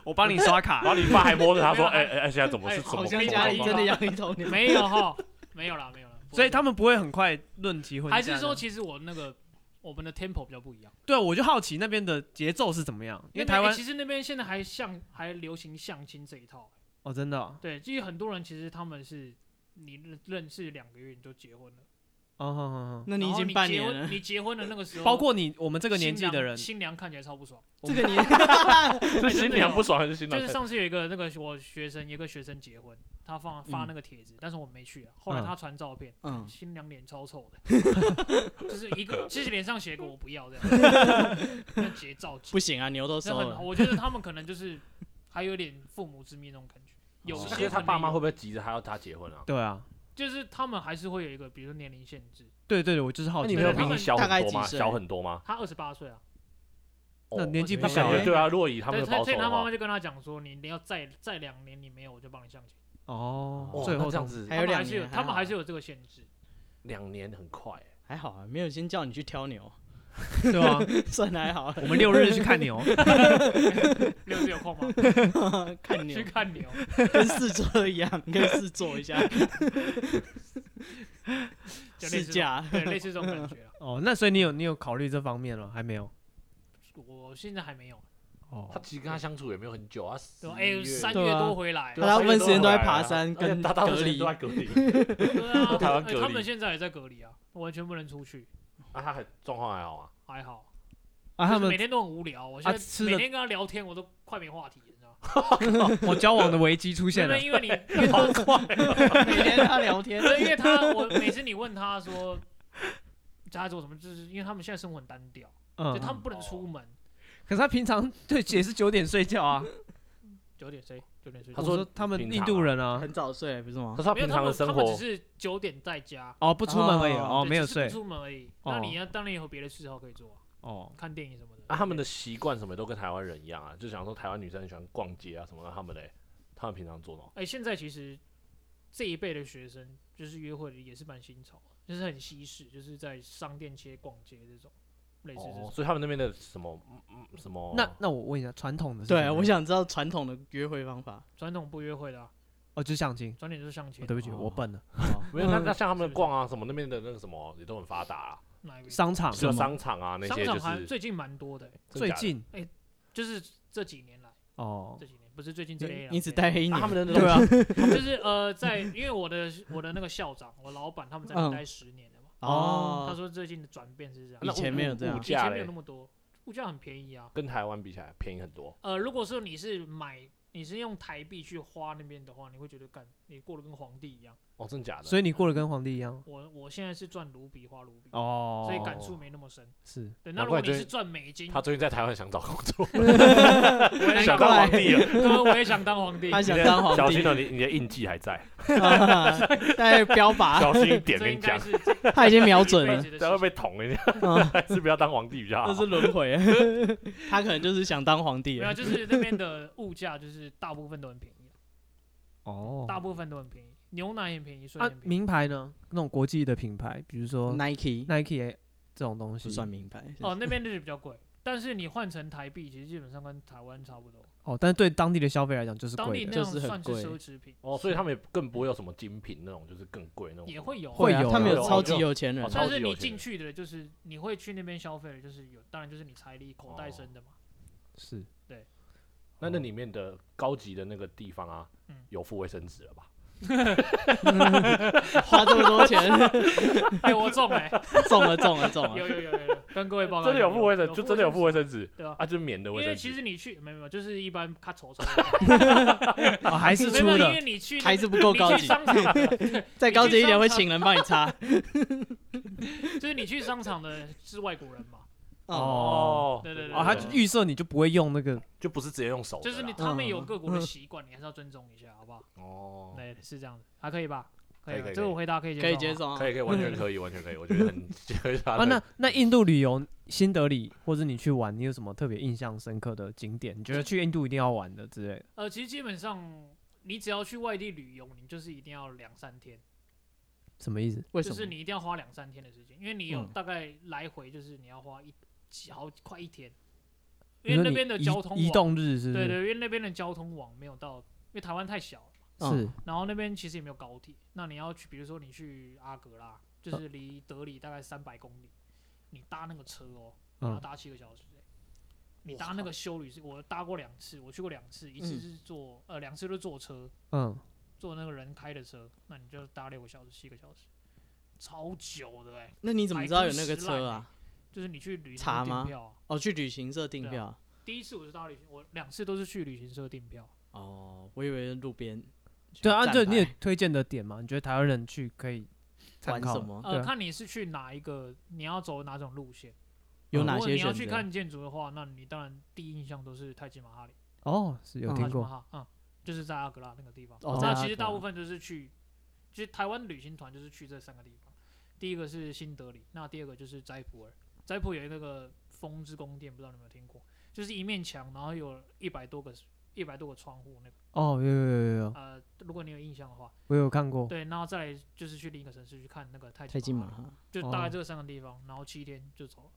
Speaker 1: 我帮你刷卡
Speaker 3: 然。后你爸还摸着他说：“哎哎哎，现在怎么是
Speaker 4: 哎
Speaker 3: 怎么
Speaker 2: 好
Speaker 3: 空
Speaker 2: 像
Speaker 3: 运
Speaker 2: 家里真
Speaker 3: 的？
Speaker 2: 的养一头牛。
Speaker 4: 没有哈，没有啦，没有啦。不 会
Speaker 1: 所以他们不会很快论及婚嫁
Speaker 4: 还
Speaker 1: 的，
Speaker 4: 是说，其实我那个我们的 tempo 比较不一样，
Speaker 1: 对，啊我就好奇那边的节奏是怎么样，因为
Speaker 4: 那边
Speaker 1: 台湾
Speaker 4: 欸其实那边现在还相还流行相亲这一套。
Speaker 1: 哦，真的哦，
Speaker 4: 对，其实很多人其实他们是你认认识两个月你就结婚了，
Speaker 1: 哦好好好
Speaker 2: 那
Speaker 4: 然
Speaker 2: 你已
Speaker 4: 后
Speaker 2: 经半
Speaker 4: 结
Speaker 2: 年
Speaker 4: 婚
Speaker 2: 了，
Speaker 4: 你结婚的那个时候，
Speaker 1: 包括你我们这个年纪的人，
Speaker 4: 新娘看起来超不爽。
Speaker 2: 这个你
Speaker 3: 是新娘不爽还是新
Speaker 4: 就
Speaker 3: 郎
Speaker 4: 是？上次有一个那个我学生，有一个学生结婚，他放发那个帖子，但是我没去啊。后来他传照片，
Speaker 2: 嗯
Speaker 4: 新娘脸超丑的， 就是一个其实脸上写个我不要这样，那结照
Speaker 2: 不行啊，牛都
Speaker 4: 那
Speaker 2: 收
Speaker 4: 很，
Speaker 2: 了。
Speaker 4: 我觉得他们可能就是还有点父母之命那种感觉。有
Speaker 3: 可
Speaker 4: 些
Speaker 3: 是哦他
Speaker 4: 可能
Speaker 3: 爸妈
Speaker 4: 有
Speaker 3: 会不会急着他要他结婚啊？
Speaker 1: 对啊，
Speaker 4: 就是他们还是会有一个，比如说年龄限制，
Speaker 3: 嗯
Speaker 1: 对对对，我就是好
Speaker 3: 那
Speaker 1: 奇
Speaker 3: 你
Speaker 1: 这
Speaker 3: 朋
Speaker 1: 个
Speaker 3: 友
Speaker 1: 问题，
Speaker 3: 比你小
Speaker 2: 大
Speaker 3: 很多
Speaker 2: 概
Speaker 3: 吗？
Speaker 2: 几岁
Speaker 3: 小很多吗？哦
Speaker 4: 他二十八岁啊，
Speaker 1: 那年纪不
Speaker 3: 那
Speaker 1: 小欸
Speaker 3: 感
Speaker 1: 了
Speaker 3: 觉对啊，若以他们的
Speaker 4: 对，所以
Speaker 3: 保守
Speaker 4: 所以
Speaker 3: 的
Speaker 4: 他妈妈
Speaker 3: 话，
Speaker 4: 就跟他讲说，你你要再再两年你没有，我就帮你相亲。
Speaker 1: 哦
Speaker 3: 哇，
Speaker 1: 最
Speaker 3: 那
Speaker 1: 后
Speaker 3: 这样
Speaker 1: 子
Speaker 3: 子
Speaker 2: 还有
Speaker 4: 他们
Speaker 2: 两
Speaker 4: 还是有，
Speaker 2: 年，
Speaker 4: 他们还是
Speaker 2: 有
Speaker 4: 有这个限制。
Speaker 3: 两年很快欸。
Speaker 2: 还好啊，没有先叫你去挑 牛，
Speaker 1: 对吧？
Speaker 2: 算还好。
Speaker 1: 我们六日去看哦牛，
Speaker 4: 六日有 空吗？
Speaker 2: 看牛
Speaker 4: 去看牛。
Speaker 2: 跟试坐一样，跟试坐 一下，
Speaker 4: 就类
Speaker 2: 试
Speaker 4: 似这种
Speaker 2: 驾。
Speaker 4: 对，类似这种感觉啊。
Speaker 1: 哦，那所以你有你有考虑这方面了？还没有？
Speaker 4: 我现在还没有，
Speaker 1: 哦
Speaker 3: 他，其实跟他相处也没有很久啊，十
Speaker 4: 对吧？
Speaker 3: 一
Speaker 4: 哎，
Speaker 3: 月
Speaker 4: 三
Speaker 2: 对
Speaker 4: 月
Speaker 2: 啊
Speaker 4: 多回来，
Speaker 2: 他大部分时间都在爬
Speaker 3: 而
Speaker 2: 山
Speaker 3: 且
Speaker 2: 跟
Speaker 3: 大大部分
Speaker 2: 隔
Speaker 3: 时间
Speaker 2: 离
Speaker 3: 都在隔离。
Speaker 4: 对啊，
Speaker 3: 台湾
Speaker 4: 哎
Speaker 3: 隔离
Speaker 4: 他们现在也在隔离啊，完全不能出去，
Speaker 3: 啊，他还状况还好啊。
Speaker 4: 还好。
Speaker 1: 啊，
Speaker 4: 就
Speaker 1: 他
Speaker 4: 是每
Speaker 1: 们
Speaker 4: 天都很无聊，我
Speaker 1: 啊
Speaker 4: 现
Speaker 1: 吃
Speaker 4: 在
Speaker 1: 的
Speaker 4: 每天跟他聊天，我都快没话题，你知道吗？
Speaker 1: 我交往的危机出现
Speaker 4: 因
Speaker 1: 了
Speaker 4: 为，因为你，因为他
Speaker 2: 每天跟他聊 天，
Speaker 4: 因为他，我每次你问他说他在做什么，就是因为他们现在生活很单调，就
Speaker 1: 嗯，
Speaker 4: 他们不能出门。
Speaker 1: 可是他平常对也是九点睡觉啊。
Speaker 4: 九点谁？九点睡
Speaker 3: 他
Speaker 4: 觉。
Speaker 1: 我
Speaker 3: 说
Speaker 1: 说他们
Speaker 3: 平
Speaker 1: 印
Speaker 3: 常
Speaker 1: 度
Speaker 3: 啊
Speaker 1: 人啊，
Speaker 2: 很早睡不是吗
Speaker 3: 可？是他
Speaker 4: 没有，
Speaker 3: 平
Speaker 4: 他
Speaker 3: 常
Speaker 4: 们
Speaker 3: 的
Speaker 4: 他
Speaker 3: 生
Speaker 4: 们
Speaker 3: 活
Speaker 4: 只是九点在家，
Speaker 1: 哦，不出门而已
Speaker 2: 哦
Speaker 1: 哦，
Speaker 4: 对
Speaker 1: 没有
Speaker 4: 只是
Speaker 1: 睡
Speaker 4: 不出门而已。
Speaker 1: 哦
Speaker 4: 那你要当然有别的事情可以做啊，
Speaker 1: 哦，
Speaker 4: 看电影什么的。
Speaker 3: 啊，他们的习惯什么都跟台湾人一样啊，就想说台湾女生喜欢逛街啊什么的，他们嘞，他们平常做什么？
Speaker 4: 哎、现在其实这一辈的学生，就是约会也是蛮新潮的，就是很西式，就是在商店街逛街这种，类似这种。
Speaker 3: 哦，所以他们那边的什么嗯嗯什么？
Speaker 1: 那那我问一下，传统的是什
Speaker 2: 对，
Speaker 1: 么
Speaker 2: 我想知道传统的约会方法。
Speaker 4: 传、统不约会的、啊，
Speaker 1: 哦，就是相亲。
Speaker 4: 转点就是向
Speaker 1: 哦
Speaker 4: 前。
Speaker 1: 对不起，
Speaker 2: 哦
Speaker 1: 我笨了。
Speaker 3: 没有，那那像他们的逛啊什么那边的那个什么也都很发达啊，
Speaker 4: 哪一个？
Speaker 1: 商场
Speaker 3: 比如
Speaker 1: 是吗
Speaker 3: 商场啊那
Speaker 4: 商
Speaker 3: 些就
Speaker 4: 场还
Speaker 3: 是
Speaker 4: 最近蛮多的欸、
Speaker 3: 真
Speaker 1: 最
Speaker 3: 假的
Speaker 1: 近
Speaker 4: 就是这几年来，
Speaker 1: 哦
Speaker 4: 这几年不是最近这
Speaker 2: 你
Speaker 4: 类，
Speaker 2: 你只待 一
Speaker 3: 啊
Speaker 2: 年，
Speaker 3: 他们的那
Speaker 1: 对啊
Speaker 3: 种
Speaker 4: 就是呃，在因为我的我的那个校长，我老板他们在那
Speaker 2: 嗯
Speaker 4: 边待十年了嘛，
Speaker 1: 哦
Speaker 4: 他
Speaker 2: 哦，
Speaker 4: 说最近的转变是这样，
Speaker 2: 以前没有这样
Speaker 3: 物
Speaker 4: 以
Speaker 3: 价
Speaker 4: 前没有
Speaker 3: 嘞
Speaker 4: 那，么多，物价很便宜啊。
Speaker 3: 跟台湾比起来便宜很多。
Speaker 4: 呃，如果说你是买，你是用台币去花那边的话，你会觉得干，你过得跟皇帝一样。
Speaker 3: 哦，真假的？
Speaker 1: 所以你过得跟皇帝一样
Speaker 4: 我我现在是赚卢比花卢比，
Speaker 1: 哦，
Speaker 4: 所以感触没那么深。
Speaker 1: 是
Speaker 4: 对，那
Speaker 3: 难
Speaker 4: 如
Speaker 3: 怪
Speaker 4: 果你
Speaker 3: 最
Speaker 4: 是赚美金，
Speaker 3: 他最近在台湾想找工作，想当
Speaker 4: 我也想当，
Speaker 3: 皇帝了。
Speaker 4: 对我也想当皇帝。
Speaker 2: 他想当皇
Speaker 3: 小
Speaker 2: 帝
Speaker 3: 心，哦了，你你的印记还在，
Speaker 2: 啊 在标靶，
Speaker 3: 小心一点，
Speaker 4: 这
Speaker 3: 跟
Speaker 4: 应
Speaker 3: 你讲
Speaker 4: 该，是这
Speaker 2: 他已经瞄
Speaker 4: 一
Speaker 2: 准
Speaker 4: 辈
Speaker 2: 了，
Speaker 4: 子的
Speaker 3: 这样会
Speaker 4: 事
Speaker 3: 被
Speaker 4: 情。
Speaker 3: 捅一下，
Speaker 2: 啊
Speaker 3: 还是不要当皇帝比较
Speaker 2: 这
Speaker 3: 好
Speaker 2: 是。轮回。 他可能就是想当皇帝
Speaker 4: 没有，
Speaker 2: 了，
Speaker 4: 就是那边的物价就是大部分都很便宜，
Speaker 1: 哦。
Speaker 4: 大部分都很便宜，牛奶很便宜，水
Speaker 1: 啊
Speaker 4: 也，很便宜。
Speaker 1: 名牌呢？那种国际的品牌，比如说
Speaker 2: Nike
Speaker 1: Nike 这种东西
Speaker 2: 不算名牌，
Speaker 4: 哦，那边就是比较贵，但是你换成台币，其实基本上跟台湾差不多。
Speaker 1: 哦，但是对当地的消费来讲就是
Speaker 4: 当
Speaker 1: 贵
Speaker 4: 地
Speaker 1: 的，
Speaker 4: 那
Speaker 2: 就
Speaker 4: 种
Speaker 2: 是很
Speaker 4: 算是
Speaker 2: 贵
Speaker 4: 奢侈品，
Speaker 3: 哦，所以他们也更不会有什么精品那种，就是更贵那种。
Speaker 4: 也会有啊，
Speaker 1: 会
Speaker 2: 啊
Speaker 1: 有
Speaker 2: 他们有
Speaker 3: 有
Speaker 2: 超
Speaker 3: 有
Speaker 2: 级有钱人
Speaker 3: 哦，超
Speaker 4: 但
Speaker 3: 级
Speaker 4: 是
Speaker 3: 有
Speaker 4: 你
Speaker 3: 钱
Speaker 4: 进
Speaker 3: 人
Speaker 4: 去的，就是你会去那边消费的，就是有，当然就是你财力、口
Speaker 3: 哦
Speaker 4: 袋深的嘛。
Speaker 1: 是
Speaker 4: 对。
Speaker 3: 那那里面的高级的那个地方啊
Speaker 4: 嗯，
Speaker 3: 有付卫生纸了吧？
Speaker 2: 花这么多 钱，
Speaker 4: 哎，我 中哎，
Speaker 2: 中了中了中了，
Speaker 4: 有有有有有，跟各位报告，
Speaker 3: 真的有附卫生，就真的有附卫
Speaker 4: 生
Speaker 3: 生纸
Speaker 4: 纸，对吧？
Speaker 3: 啊，就是免的卫
Speaker 4: 因
Speaker 3: 生
Speaker 4: 为
Speaker 3: 纸。
Speaker 4: 其实你去没有没有，就是一般咔丑丑，
Speaker 1: 哦还是
Speaker 4: 没
Speaker 1: 出
Speaker 4: 有，因
Speaker 1: 的
Speaker 4: 为你去那
Speaker 2: 还是不够高
Speaker 4: 你去
Speaker 2: 级，
Speaker 4: 商场的，
Speaker 2: 再高级一点会请人帮你 擦。
Speaker 4: 就是你去商场的是外国人嘛，
Speaker 2: 哦，
Speaker 3: 哦，
Speaker 4: 对对对
Speaker 1: 哦，他预设你就不会用那个
Speaker 3: 就不是直接用手的
Speaker 4: 就
Speaker 3: 啦，
Speaker 4: 是你他们有各国的习惯，你还是要尊重一下，好不好？
Speaker 3: 嗯哦，
Speaker 4: 对，是这样子，还可以吧？可
Speaker 3: 可以可
Speaker 4: 以，啊
Speaker 3: 以
Speaker 4: 这个回答可以接
Speaker 2: 可以接
Speaker 4: 受
Speaker 2: 受啊。
Speaker 3: 可以可以，完全可以，完全可以，我觉得很 就是他
Speaker 1: 啊。
Speaker 3: 的
Speaker 1: 那那印度旅游新德里，或者你去玩，你有什么特别印象深刻的景点？你觉得去印度一定要玩的之类的？
Speaker 4: 吗。呃，其实基本上你只要去外地旅游，你就是一定要两三天，
Speaker 1: 什么意思？
Speaker 2: 为什
Speaker 4: 就
Speaker 2: 么？
Speaker 4: 是你一定要花两三天的时间，因为你有
Speaker 1: 嗯
Speaker 4: 大概来回就是你要花一几好快一天，
Speaker 1: 你
Speaker 4: 因
Speaker 1: 说你
Speaker 4: 为那边的
Speaker 1: 移
Speaker 4: 交通
Speaker 1: 移
Speaker 4: 网
Speaker 1: 动日是不
Speaker 4: 对
Speaker 1: 是？
Speaker 4: 对，因为那边的交通网没有到，因为台湾太小了嘛，
Speaker 2: 哦
Speaker 1: 是
Speaker 4: 然后那边其实也没有高铁，那你要去，比如说你去阿格拉，
Speaker 1: 嗯
Speaker 4: 就是离德里大概三百公里，你搭那个车哦，你要
Speaker 1: 嗯
Speaker 4: 搭七个小时欸、你搭那个修旅是，我搭过两次，我去过两次，一次
Speaker 2: 嗯
Speaker 4: 是坐、呃两次都是坐车，
Speaker 1: 嗯，
Speaker 4: 坐那个人开的车，那你就搭六个小时七个小时，超久的哎、
Speaker 2: 那你怎么知道有那个车
Speaker 4: 百分之
Speaker 2: 啊？
Speaker 4: 就是你去旅行
Speaker 2: 查
Speaker 4: 社
Speaker 2: 吗
Speaker 4: 订票啊，
Speaker 2: 哦，去旅行社订票。
Speaker 4: 第一次我是搭旅行，我两次都是去旅行社订票。
Speaker 2: 哦，我以为路边。
Speaker 1: 对啊，
Speaker 2: 站
Speaker 1: 对，你也
Speaker 2: 牌
Speaker 1: 推荐的点嘛？你觉得台湾人去可以参
Speaker 2: 玩
Speaker 1: 考
Speaker 2: 什
Speaker 1: 的？
Speaker 2: 么？
Speaker 1: 对
Speaker 4: 呃，
Speaker 1: 啊
Speaker 4: 看你是去哪一个，你要走哪种路线。呃
Speaker 2: 有
Speaker 1: 嗯
Speaker 2: 哪
Speaker 4: 如果
Speaker 2: 些
Speaker 4: 哦你
Speaker 2: 选
Speaker 4: 要去
Speaker 2: 择？
Speaker 4: 看建筑的话，那你当然第一印象都是泰姬玛哈里，
Speaker 1: 哦，是有
Speaker 2: 嗯
Speaker 1: 听
Speaker 4: 泰姬玛
Speaker 1: 过，
Speaker 4: 哈，嗯，就是在阿格拉那个地方。
Speaker 2: 哦在阿
Speaker 4: 那其
Speaker 2: 格
Speaker 4: 实大
Speaker 2: 拉
Speaker 4: 部分就是去，其实台湾旅行团就是去这三个地方。第一个是新德里，那第二个就是斋普尔。斋普尔有一个风之宫殿，不知道你有没有听过？就是一面墙，然后有一百多个一百多个窗户，那个
Speaker 1: 哦，有有有有有，
Speaker 4: 呃，如果你有印象的话，
Speaker 1: 我有看过。
Speaker 4: 对，然后再来就是去另一个城市去看那个泰
Speaker 2: 哦太
Speaker 4: 姬
Speaker 2: 金
Speaker 4: 玛
Speaker 2: 马
Speaker 4: 哈里，
Speaker 2: 哈，
Speaker 4: 就大
Speaker 1: 哦
Speaker 4: 概这三个地方，然后七天就走了。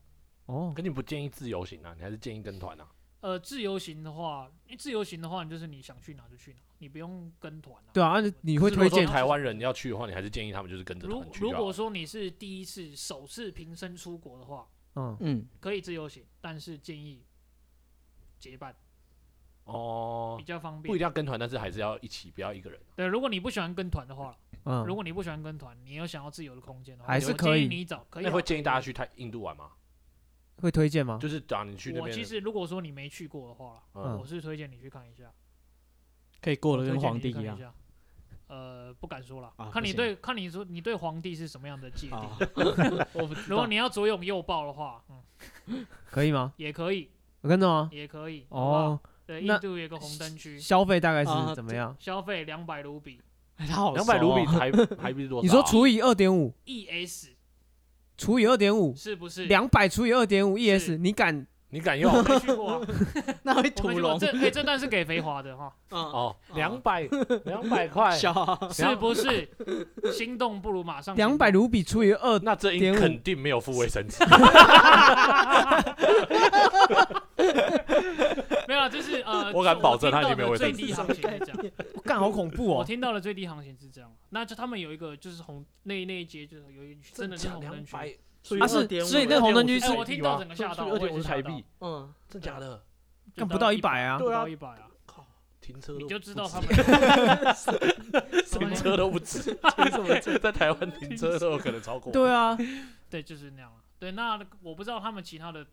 Speaker 1: 哦
Speaker 3: 可，你不建议自由行啊，你还是建议跟团啊？
Speaker 4: 呃，自由行的话，因为自由行的话，你就是你想去哪就去哪，你不用跟团、啊。
Speaker 1: 对啊，啊你会
Speaker 3: 如果
Speaker 1: 推
Speaker 3: 说
Speaker 1: 荐？
Speaker 3: 台湾人要去的话，你还是建议他们就是跟着
Speaker 4: 如
Speaker 3: 团去就
Speaker 4: 如
Speaker 3: 好
Speaker 4: 果说你是第一次、首次平生出国的话，
Speaker 1: 嗯，
Speaker 2: 嗯，
Speaker 4: 可以自由行，但是建议结伴
Speaker 3: 哦
Speaker 4: 比，较方
Speaker 3: 不一
Speaker 4: 便。
Speaker 3: 定要跟团，但是还是要一起，不要一个人。
Speaker 4: 对，如果你不喜欢跟团的话，
Speaker 1: 嗯，
Speaker 4: 如果你不喜欢跟团，你有想要自由的空间的话，
Speaker 1: 还是
Speaker 4: 我
Speaker 1: 可
Speaker 4: 建
Speaker 1: 以
Speaker 4: 议你找可以
Speaker 3: 那
Speaker 4: 啊。
Speaker 3: 会建议大家去泰印度玩吗？
Speaker 1: 会推荐吗？
Speaker 3: 就是讲你去那
Speaker 4: 我
Speaker 3: 边
Speaker 4: 其
Speaker 3: 的，
Speaker 4: 实如果说你没去过的话啦，
Speaker 1: 嗯
Speaker 4: 我是推荐你去看一下，
Speaker 2: 可以过得
Speaker 4: 推
Speaker 2: 跟
Speaker 4: 荐你
Speaker 2: 皇帝
Speaker 4: 去
Speaker 2: 一
Speaker 4: 看
Speaker 2: 样
Speaker 4: 一。下。呃，不敢说了，
Speaker 2: 啊不
Speaker 4: 看你
Speaker 2: 行
Speaker 4: 对看你说你对皇帝是什么样的界定。
Speaker 2: 啊，我不知
Speaker 4: 如果
Speaker 2: 道。
Speaker 4: 你要左拥右抱的话，嗯，
Speaker 1: 可以吗？
Speaker 4: 也可以，
Speaker 1: 我跟着吗？
Speaker 4: 也可以。好不好，
Speaker 1: 哦，
Speaker 4: 对，
Speaker 1: 那
Speaker 4: 印度有一个红灯区，
Speaker 1: 消费大概
Speaker 2: 啊
Speaker 1: 是怎么样？
Speaker 4: 消费两百卢比
Speaker 2: 他好
Speaker 3: 两百卢比
Speaker 2: 熟哦
Speaker 3: 台台币是多少啊？
Speaker 1: 你说除以二点五，
Speaker 4: ，ES
Speaker 1: 除以二点五，
Speaker 4: E 是不是？
Speaker 1: 两百除以二点五
Speaker 4: 是
Speaker 1: ES，你敢？
Speaker 3: 你敢 用哦
Speaker 4: 我没 去过啊，
Speaker 2: 那会
Speaker 4: 我
Speaker 2: 屠
Speaker 4: 没去过。
Speaker 2: 龙。
Speaker 4: 这 哎，这段是给肥华的哈，
Speaker 2: 嗯，
Speaker 3: 哦？两百两百
Speaker 4: 哎
Speaker 3: 块，
Speaker 2: 小
Speaker 4: 是不是？心动不如马上行动
Speaker 1: 两百卢比除以二，
Speaker 3: 那这应
Speaker 1: 点五
Speaker 3: 肯定没有付卫生纸。
Speaker 4: 没有啊，就是呃，
Speaker 3: 我敢保证他
Speaker 4: 我
Speaker 3: 一定
Speaker 4: 听
Speaker 3: 没有
Speaker 4: 到的
Speaker 3: 卫生
Speaker 4: 最
Speaker 3: 纸
Speaker 4: 低行情是这样。
Speaker 1: 干好恐怖
Speaker 4: 我
Speaker 1: 哦！
Speaker 4: 听到的最低行情是这样，啊那就他们有一个就是红那那一节就是有一真的是红灯
Speaker 3: 两
Speaker 4: 区。
Speaker 3: 百，
Speaker 1: 啊是所以那红灯区
Speaker 4: 哎，
Speaker 1: 是
Speaker 4: 我听到整个吓到，
Speaker 3: 二
Speaker 4: 我
Speaker 3: 点
Speaker 4: 也
Speaker 3: 五
Speaker 4: 是
Speaker 3: 台
Speaker 4: 吓到
Speaker 3: 币，，
Speaker 2: 嗯，
Speaker 3: 真假的？
Speaker 4: 就
Speaker 1: 干不到一百啊
Speaker 4: 不到
Speaker 3: 对啊
Speaker 4: 一百啊，
Speaker 3: 靠，停车
Speaker 4: 你
Speaker 3: 都
Speaker 4: 就知道他们
Speaker 3: 停
Speaker 1: 啊
Speaker 3: 车都不止，停什么车？在台湾停车都有可能超过。
Speaker 1: 对啊，
Speaker 4: 对，就是那样了。对，那我不知道他们其他的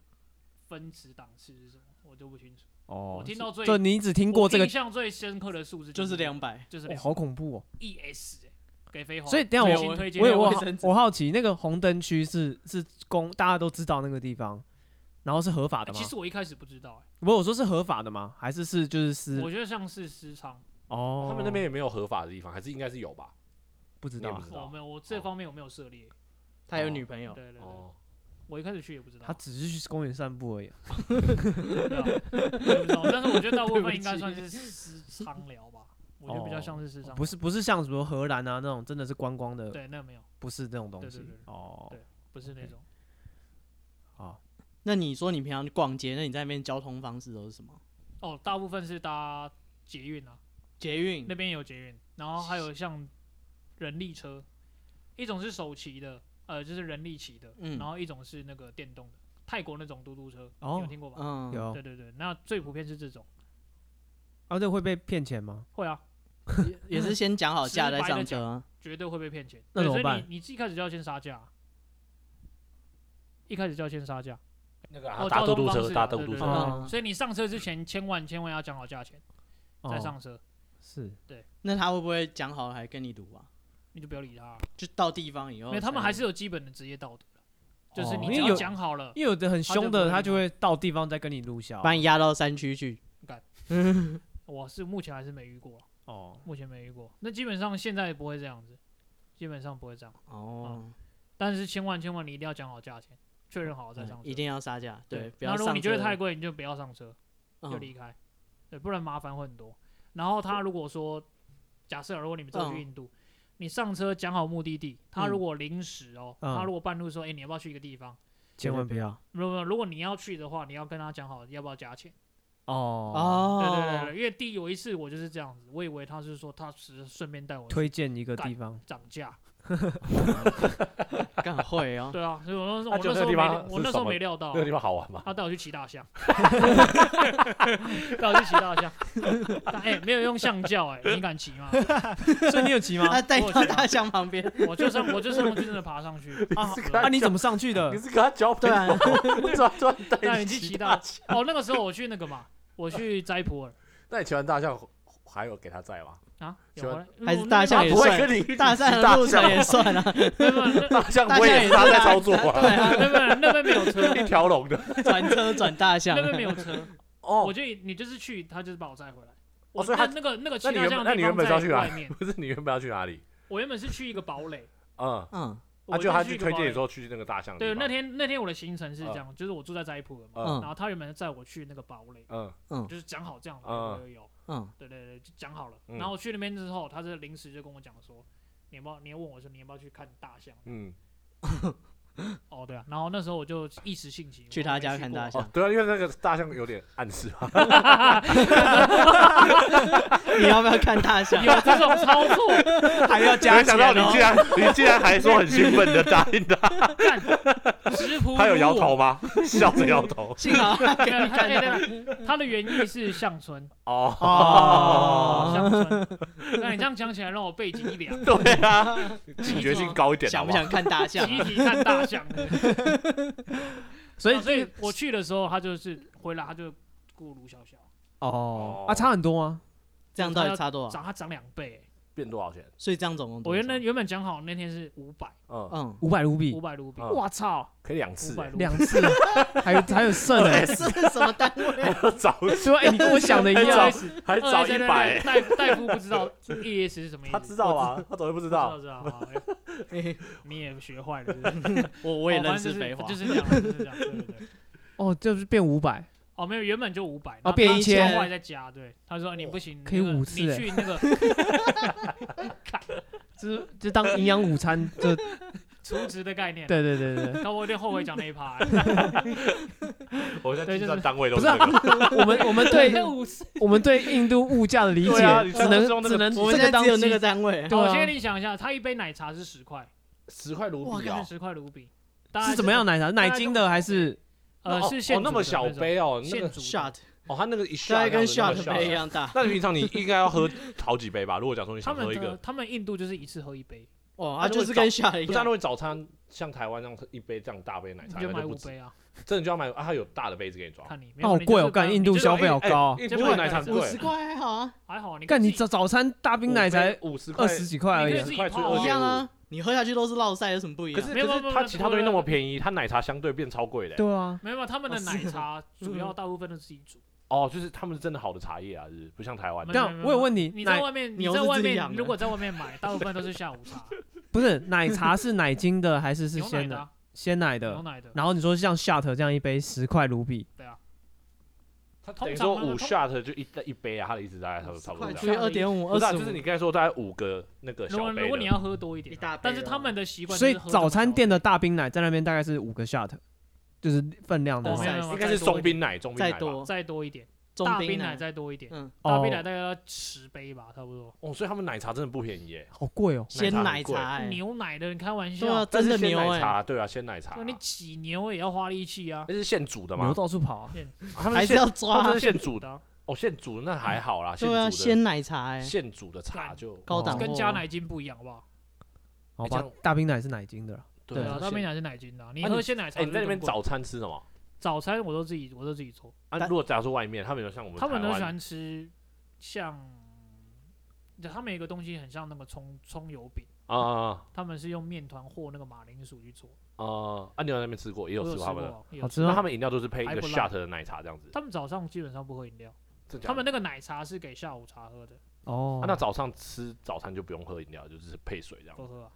Speaker 4: 分值档次是什么，我就不清楚。
Speaker 1: 哦
Speaker 4: 我听到最
Speaker 1: 这你只听过这个
Speaker 4: 我印，象最深刻的数字
Speaker 2: 就是
Speaker 4: 两，
Speaker 2: 两百。
Speaker 4: 就是
Speaker 1: 哦
Speaker 4: 两
Speaker 1: 好恐怖哦！
Speaker 4: ES 欸给飞鸿。
Speaker 1: 所以等一
Speaker 4: 最
Speaker 1: 下
Speaker 4: 新
Speaker 2: 我
Speaker 4: 推荐
Speaker 1: 我
Speaker 2: 也
Speaker 1: 有我
Speaker 2: 卫
Speaker 1: 好
Speaker 2: 生纸
Speaker 1: 我好奇，那个红灯区是是公大家都知道那个地方，然后是合法的吗？
Speaker 4: 哎其实我一开始不知道欸，
Speaker 1: 不，我说是合法的吗？还是是就是私
Speaker 4: 我觉得像是私仓，
Speaker 1: 哦？
Speaker 3: 他们那边也没有合法的地方，还是应该是有吧？
Speaker 1: 不知道
Speaker 3: 你也
Speaker 1: 啊
Speaker 3: 不，知道
Speaker 4: 我没有，我这方面我没有涉猎。
Speaker 2: 他有女朋友
Speaker 4: 对，对对，
Speaker 3: 哦，
Speaker 4: 我一开始去也不知道
Speaker 1: 他，只是去公园散步而已啊。
Speaker 4: 对啊我也不知道。但是我觉得大部
Speaker 2: 对不
Speaker 4: 分
Speaker 2: 起
Speaker 4: 应该算是私仓聊吧，我觉得比较像是私仓，
Speaker 1: 哦不是不是像什么荷兰啊那种真的是观光的，
Speaker 4: 对，那没有，
Speaker 1: 不是这种东
Speaker 4: 对
Speaker 1: 西
Speaker 4: 对对
Speaker 1: 哦
Speaker 4: 对。不是那种。
Speaker 1: 好，
Speaker 2: 那你说你平常逛街，那你在那边交通方式都是什么？
Speaker 4: 哦，大部分是搭捷运啊，
Speaker 2: 捷运
Speaker 4: 那边有捷运，然后还有像人力车，一种是手骑的，呃，就是人力骑的，
Speaker 2: 嗯
Speaker 4: 然后一种是那个电动的，泰国那种嘟嘟车，
Speaker 1: 哦
Speaker 4: 你有听过吧？
Speaker 2: 嗯，
Speaker 1: 有
Speaker 4: 对对对，那最普遍是这种，
Speaker 1: 啊，这会被骗钱吗？
Speaker 4: 会啊，
Speaker 2: 也也是先讲好价再上车啊。
Speaker 4: 绝对会被骗钱。
Speaker 1: 那
Speaker 4: 对
Speaker 1: 怎么
Speaker 4: 所以
Speaker 1: 办
Speaker 4: 你你一开始就要先杀价，啊一开始就要先杀价。
Speaker 3: 那个
Speaker 4: 哦
Speaker 3: 大
Speaker 4: 交
Speaker 3: 渡渡
Speaker 4: 通方
Speaker 3: 车，
Speaker 4: 式
Speaker 3: 大
Speaker 4: 啊
Speaker 3: 渡
Speaker 4: 对
Speaker 3: 渡
Speaker 4: 对
Speaker 3: 车
Speaker 4: 对
Speaker 1: 哦
Speaker 4: 所以你上车之前，千万千万要讲好价钱再
Speaker 1: 哦
Speaker 4: 上车，
Speaker 1: 是
Speaker 2: 那他会不会讲好还跟你赌啊？
Speaker 4: 你就不要理他
Speaker 1: 哦
Speaker 4: 啊。
Speaker 2: 就到地方以后
Speaker 4: 因
Speaker 2: 才，
Speaker 4: 为他们还是有基本的职业道德的，就是
Speaker 1: 哦
Speaker 4: 你
Speaker 1: 因为
Speaker 4: 只要
Speaker 1: 有
Speaker 4: 讲好了，
Speaker 1: 因为有的很凶的，他就会到地方再跟你录销。
Speaker 2: 把你压到山区去。
Speaker 4: 我是目前还是没遇过啊，
Speaker 1: 哦，
Speaker 4: 目前没遇过。那基本上现在也不会这样子，基本上不会这样。
Speaker 2: 哦，
Speaker 4: 但是千万千万你一定要讲好价钱，确认哦好再上
Speaker 2: 嗯
Speaker 4: 车。
Speaker 2: 一定要杀价，对，不要
Speaker 4: 那如果
Speaker 2: 上
Speaker 4: 你觉得
Speaker 2: 车
Speaker 4: 太贵，你就不要上车，就
Speaker 2: 嗯
Speaker 4: 离开，对，不然麻烦会很多。然后他如果说，假设啊如果你们这去
Speaker 2: 嗯
Speaker 4: 印度，你上车讲好目的地，他
Speaker 2: 嗯
Speaker 4: 如果临时哦，
Speaker 1: 嗯
Speaker 4: 他如果半路说，哎，你要不要去一个地方？
Speaker 1: 千万不要
Speaker 4: 如果如果你要去的话，你要跟他讲好要不要加钱。
Speaker 1: 哦。
Speaker 2: 哦，
Speaker 4: 对对对对，因为第有一次我就是这样子，我以为他是说他只是顺便带我
Speaker 1: 推荐一个地方，
Speaker 4: 涨价，
Speaker 2: 干会哦，
Speaker 4: 对啊，所以我那时候
Speaker 3: 那
Speaker 4: 我
Speaker 3: 就
Speaker 4: 那时
Speaker 3: 那
Speaker 4: 候
Speaker 3: 地
Speaker 4: 没
Speaker 3: 方
Speaker 4: 料
Speaker 3: 是
Speaker 4: 我那
Speaker 3: 什
Speaker 4: 时候
Speaker 3: 么
Speaker 4: 没料 到啊
Speaker 3: 那个地方好玩吗？
Speaker 4: 他带我去骑大象，带我去骑大象，但哎、没有用橡胶哎、你敢骑吗？
Speaker 1: 所以你有骑吗？
Speaker 2: 他啊带
Speaker 4: 哦我
Speaker 2: 到
Speaker 4: 觉得
Speaker 2: 大象旁 边，
Speaker 4: 我就上我就上去真的爬上去 啊！
Speaker 1: 啊，你怎么上去的
Speaker 3: 你？是给他交朋
Speaker 2: 对 啊
Speaker 3: 友，抓抓
Speaker 4: 那
Speaker 3: 带
Speaker 4: 你
Speaker 3: 你
Speaker 4: 去
Speaker 3: 骑
Speaker 4: 骑
Speaker 3: 大
Speaker 4: 大
Speaker 3: 象。
Speaker 4: 哦，那个时候我去那个嘛，我去斋普尔
Speaker 3: 那你骑完大象还有给他载吗？
Speaker 4: 啊，有
Speaker 3: 喜欢
Speaker 4: 回来
Speaker 2: 还是大象
Speaker 3: 他
Speaker 2: 也
Speaker 3: 啊不会
Speaker 2: 算
Speaker 3: 跟你一起 骑
Speaker 2: 大象的路程也算啊，
Speaker 4: 没有没有没有
Speaker 3: 大象
Speaker 2: 大
Speaker 3: 我
Speaker 2: 象
Speaker 3: 也
Speaker 2: 也
Speaker 3: 是他
Speaker 2: 是
Speaker 3: 在
Speaker 2: 啊
Speaker 3: 操作啊，
Speaker 4: 没有没有那边没有 车，
Speaker 3: 一条龙的
Speaker 2: 转车转大象
Speaker 4: 那，边没有车，我
Speaker 3: 哦。
Speaker 4: 觉得你就是去，他就是把我载回来。
Speaker 3: 哦
Speaker 4: 我
Speaker 3: 所以
Speaker 4: 那
Speaker 3: 他
Speaker 4: 那个那个骑
Speaker 3: 那你
Speaker 4: 大
Speaker 3: 原
Speaker 4: 象
Speaker 3: 那
Speaker 4: 的
Speaker 3: 你
Speaker 4: 地
Speaker 3: 原
Speaker 4: 方
Speaker 3: 本是要去啊
Speaker 4: 在
Speaker 3: 哪
Speaker 4: 外面，
Speaker 3: 不是你原本要去哪里？
Speaker 4: 我原本是去一个堡垒，
Speaker 3: 嗯，
Speaker 2: 嗯
Speaker 4: 我
Speaker 3: 啊，就他去
Speaker 4: 一个
Speaker 3: 推
Speaker 4: 堡
Speaker 3: 荐你
Speaker 4: 垒
Speaker 3: 说去那个大象的
Speaker 4: 对，
Speaker 3: 地
Speaker 4: 那
Speaker 3: 方。
Speaker 4: 天那天我的行程是这样，就是我住在斋普尔嘛，
Speaker 3: 嗯
Speaker 4: 然后他原本是载我去那个堡垒，
Speaker 3: 嗯
Speaker 4: 就是讲好这样的
Speaker 3: 嗯
Speaker 4: 有有有，
Speaker 2: 嗯，
Speaker 4: 对对对，就讲好了。
Speaker 3: 嗯
Speaker 4: 然后我去那边之后，他是临时就跟我讲说，你要不要？你要问我说你要不要去看大象？
Speaker 3: 嗯，
Speaker 4: 哦，对啊。然后那时候我就一时兴起，
Speaker 2: 去他家看大
Speaker 4: 象，
Speaker 3: 哦
Speaker 2: 象，，
Speaker 3: 对啊，因为那个大象有点暗示啊，
Speaker 2: 你要不要看大象？
Speaker 4: 有这种操作，
Speaker 2: 还要
Speaker 3: 没想到你竟然你竟然还说很兴奋的答应他，
Speaker 4: 干直扑。
Speaker 3: 他有摇头。吗？笑着摇头。
Speaker 2: 幸 好他 给
Speaker 4: 对
Speaker 2: 你
Speaker 4: 他哎
Speaker 2: 看
Speaker 4: 对
Speaker 2: 到。
Speaker 4: 对他的原意是乡村，
Speaker 2: 哦
Speaker 4: 乡村。那你这样讲起来，让我背 景一凉。
Speaker 3: 对啊，警觉性高一点，
Speaker 2: 想不
Speaker 3: 好
Speaker 2: 想看大 象啊？
Speaker 4: 集体看大象。
Speaker 1: 所以
Speaker 4: 啊所以我去的时候，他就是回来，他就雇卢小小，
Speaker 1: 哦，啊，差很多吗？
Speaker 2: 这样到底差多少？
Speaker 4: 涨他涨两倍欸。
Speaker 3: 不好变多少钱？
Speaker 2: 所以这样总共多
Speaker 4: 我
Speaker 2: 少
Speaker 4: 原来原本讲好那天是五百，
Speaker 3: 嗯，
Speaker 2: 嗯，
Speaker 1: 五百卢比
Speaker 4: 五，百卢比，
Speaker 3: 嗯
Speaker 4: 我操，
Speaker 3: 可以两次
Speaker 4: 五，百卢比。
Speaker 1: 两次，还有还有剩 的。
Speaker 2: 是什么单位？
Speaker 3: 早
Speaker 1: 对吧？哎你跟我想的一
Speaker 3: 还
Speaker 1: 样
Speaker 3: 早
Speaker 4: 一样
Speaker 3: 还早一百，
Speaker 4: 大夫大夫不 知道 E S 是什么意思，
Speaker 3: 他知道吧？他怎么会不知
Speaker 4: 我知道？
Speaker 3: 道？
Speaker 4: 知道知道，好哎你也学坏了，是不是
Speaker 2: 我我也
Speaker 4: 哦反
Speaker 2: 认
Speaker 4: 正
Speaker 2: 识
Speaker 4: 就是
Speaker 2: 肥华，
Speaker 4: 就是这样，啊就是这样，对对对。
Speaker 1: 哦，就是变五百，
Speaker 4: 哦，没有，原本就五百，
Speaker 1: 变
Speaker 4: 然后他
Speaker 1: 1000
Speaker 4: 后来再加，对，他说哦你不行，
Speaker 1: 可以
Speaker 4: 那个
Speaker 1: 五次
Speaker 4: 你
Speaker 1: 欸
Speaker 4: 去那个
Speaker 1: 就是就当营养午餐，就对
Speaker 4: 除值的概念，
Speaker 1: 对对对对。
Speaker 4: 但我有点后悔讲那一趴欸，
Speaker 3: 我现在
Speaker 4: 对
Speaker 3: 计
Speaker 4: 就
Speaker 3: 算
Speaker 4: 是
Speaker 3: 单位都
Speaker 1: 不
Speaker 3: 是
Speaker 1: 是啊
Speaker 3: 这个，
Speaker 1: 我们我们对
Speaker 4: 五次。
Speaker 1: 我们对印度物价的理解
Speaker 3: 对啊你，
Speaker 1: 只
Speaker 3: 上次用
Speaker 1: 能
Speaker 3: 那个
Speaker 1: 只能
Speaker 2: 我们
Speaker 1: 这个
Speaker 2: 现在
Speaker 1: 当
Speaker 2: 只有那
Speaker 1: 基
Speaker 2: 个单 位，
Speaker 1: 对
Speaker 4: 我
Speaker 1: 啊
Speaker 4: 现在你想一下，他一杯奶茶是十块，
Speaker 3: 十块卢
Speaker 4: 哇，
Speaker 3: 比
Speaker 4: 看
Speaker 3: 哦，
Speaker 4: 十块卢比，大概
Speaker 1: 是怎么样？奶茶？
Speaker 4: 大概
Speaker 1: 奶精的还是
Speaker 4: 呃，
Speaker 3: 哦
Speaker 4: 是现
Speaker 3: 哦那么
Speaker 4: 煮的
Speaker 3: 小
Speaker 4: 种，
Speaker 3: 杯哦，那
Speaker 4: 现
Speaker 3: 个
Speaker 4: 煮的
Speaker 2: shot
Speaker 3: 哦，他那个一
Speaker 2: 大
Speaker 3: 下
Speaker 2: 概跟
Speaker 3: 下
Speaker 2: shot 杯一。样大。
Speaker 3: 那你平常你应该要喝好几杯吧？如果假如说你
Speaker 4: 他
Speaker 3: 想
Speaker 4: 们
Speaker 3: 喝一
Speaker 4: 的
Speaker 3: 个，啊
Speaker 4: 他们印度就是一次喝一杯，
Speaker 2: 哇，它
Speaker 3: 那如
Speaker 2: 就
Speaker 3: 果
Speaker 2: 是跟 shot 一
Speaker 3: 不是啊，
Speaker 2: 样
Speaker 3: 如。果早餐像台湾那样一杯这样大杯奶茶，
Speaker 4: 你就
Speaker 3: 那
Speaker 4: 买
Speaker 3: 不
Speaker 4: 五
Speaker 3: 止，
Speaker 4: 杯啊，
Speaker 3: 真的就要买啊，它有大的杯子给你装。
Speaker 4: 看你。没
Speaker 1: 那
Speaker 4: 有
Speaker 1: 好
Speaker 4: 你
Speaker 1: 贵
Speaker 4: 就
Speaker 1: 哦，
Speaker 4: 是
Speaker 1: 干
Speaker 4: 刚
Speaker 1: 印度
Speaker 4: 你就
Speaker 1: 消费好
Speaker 3: 哎
Speaker 1: 高哦。
Speaker 3: 哎
Speaker 4: 就
Speaker 3: 不
Speaker 4: 是
Speaker 3: 过奶茶很
Speaker 2: 五
Speaker 3: 贵
Speaker 2: 十，块还好啊，
Speaker 4: 还好，你
Speaker 1: 干你
Speaker 4: 自己
Speaker 1: 早早餐大冰奶才
Speaker 3: 五十块
Speaker 1: 二十几块而已
Speaker 4: 你可以
Speaker 1: 啊
Speaker 4: 自，己
Speaker 3: 块
Speaker 4: 泡
Speaker 3: 除以
Speaker 4: 啊
Speaker 2: 一样啊。你喝下去都是烙塞，有什么不一
Speaker 3: 可
Speaker 2: 样？
Speaker 3: 是
Speaker 4: 没有
Speaker 3: 可
Speaker 4: 没
Speaker 3: 是
Speaker 4: 有
Speaker 3: 它
Speaker 4: 没有
Speaker 3: 其他东西那么便宜，它奶茶相对变超贵的欸。
Speaker 1: 对啊，嗯
Speaker 4: 没有，他们的奶茶主要大部分都自己煮。
Speaker 3: 哦，就是他们是真的好的茶叶啊，是不像台湾的
Speaker 4: 没有
Speaker 1: 但我有问你，
Speaker 4: 你在
Speaker 1: 奶
Speaker 4: 外面，你
Speaker 2: 牛
Speaker 4: 在
Speaker 2: 是
Speaker 4: 外
Speaker 2: 自己养
Speaker 4: 面，
Speaker 2: 的
Speaker 4: 如果在外 面买，大部分都是下午茶，
Speaker 1: 不是奶茶是奶精的还是是
Speaker 4: 牛奶
Speaker 1: 鲜
Speaker 4: 的
Speaker 1: 的？
Speaker 4: 啊，
Speaker 1: 鲜奶
Speaker 4: 牛
Speaker 1: 的。嗯
Speaker 4: 奶的，
Speaker 1: 然后你说像 shot 这样一杯十块卢比，
Speaker 3: 它等
Speaker 4: 通
Speaker 3: 于
Speaker 4: 常
Speaker 3: 说
Speaker 4: 呢
Speaker 3: 五
Speaker 4: 通
Speaker 3: shot 就一一杯啊，它的意思大概差不多差不多
Speaker 2: 快
Speaker 3: 这
Speaker 2: 除以
Speaker 3: 样。
Speaker 2: 二点五，
Speaker 3: 不是、啊，
Speaker 2: 二十
Speaker 3: 就是你
Speaker 2: 五。
Speaker 3: 刚才说大概五个那个
Speaker 4: 如
Speaker 3: 小
Speaker 4: 果
Speaker 3: 杯
Speaker 4: 如果你
Speaker 3: 的，
Speaker 4: 要喝多一点
Speaker 2: 一大
Speaker 4: 啊，
Speaker 2: 杯
Speaker 4: 但是
Speaker 2: 的
Speaker 4: 他
Speaker 2: 哦
Speaker 4: 们的习惯就
Speaker 1: 所
Speaker 4: 是
Speaker 1: 以
Speaker 4: 喝这么少，
Speaker 1: 早餐店的大冰奶在那边大概是五个 shot，就是分量的
Speaker 4: 哦
Speaker 1: 话
Speaker 4: 没有没有
Speaker 3: 应该是中冰奶，中冰奶
Speaker 2: 再
Speaker 3: 吧。
Speaker 2: 多
Speaker 4: 再多一点，
Speaker 2: 中
Speaker 4: 大冰
Speaker 2: 奶
Speaker 3: 啊
Speaker 4: 奶，再多一点，
Speaker 2: 嗯，
Speaker 1: 哦
Speaker 4: 大冰奶大概要十杯吧，差不多。
Speaker 3: 哦，所以他们奶茶真的不便宜耶。
Speaker 1: 好贵哦。
Speaker 2: 鲜奶
Speaker 3: 奶茶
Speaker 2: 茶，哎，
Speaker 4: 牛奶的，你开玩
Speaker 2: 对啊，
Speaker 4: 笑，
Speaker 3: 但
Speaker 2: 真的
Speaker 3: 是鲜
Speaker 2: 牛
Speaker 3: 奶
Speaker 2: 哎，
Speaker 3: 茶，对啊，鲜奶茶
Speaker 4: 那，你挤牛也要花力气啊，
Speaker 3: 那是现煮的
Speaker 1: 牛
Speaker 3: 吗？
Speaker 1: 到处跑啊，
Speaker 3: 他们
Speaker 2: 还是
Speaker 3: 现
Speaker 2: 要
Speaker 3: 他们
Speaker 2: 抓
Speaker 4: 啊
Speaker 3: 真的现煮的。哦，现煮的那还好啦，现
Speaker 5: 对啊，
Speaker 3: 煮的
Speaker 5: 鲜奶茶哎，
Speaker 3: 现煮的茶就
Speaker 5: 高档
Speaker 1: 哦
Speaker 4: 跟加奶精不一样，好不好？
Speaker 1: 好
Speaker 3: 这
Speaker 4: 哎
Speaker 1: 吧
Speaker 3: 样，
Speaker 1: 大冰奶是奶精的啦，
Speaker 3: 对
Speaker 4: 啊，那边
Speaker 3: 现
Speaker 4: 奶是奶精的啊，你
Speaker 3: 啊
Speaker 4: 喝
Speaker 3: 你
Speaker 4: 鲜奶茶
Speaker 3: 哎，
Speaker 4: 就
Speaker 3: 你
Speaker 4: 是
Speaker 3: 在
Speaker 4: 更贵。
Speaker 3: 那边早餐吃什么？
Speaker 4: 早餐我都自己我都自己做，
Speaker 3: 啊，
Speaker 5: 但
Speaker 3: 如果假如说外面，他们有像我们
Speaker 4: 他们
Speaker 3: 台
Speaker 4: 都
Speaker 3: 湾
Speaker 4: 喜欢吃像，他们有一个东西很像那个葱葱油饼，
Speaker 3: 啊啊
Speaker 4: 他们是用面团和那个马铃薯去做，
Speaker 3: 啊啊！啊，你有在那边吃过，也
Speaker 4: 我
Speaker 3: 有
Speaker 4: 有
Speaker 3: 吃
Speaker 4: 吃
Speaker 3: 过他
Speaker 4: 过
Speaker 3: 们的。
Speaker 4: 啊，也有
Speaker 1: 好
Speaker 4: 吃
Speaker 1: 吃
Speaker 3: 那
Speaker 1: 吗
Speaker 3: 他？们饮料都是配一
Speaker 4: 还
Speaker 3: 个
Speaker 4: 不
Speaker 3: shot
Speaker 4: 辣
Speaker 3: 的奶茶这样子。
Speaker 4: 他们早上基本上不喝饮料，
Speaker 3: 真假的
Speaker 4: 他们那个奶茶是给下午茶喝的，
Speaker 1: 哦
Speaker 3: 啊，那早上吃早餐就不用喝饮料，就只是配水这样
Speaker 4: 不
Speaker 3: 子。
Speaker 4: 喝啊，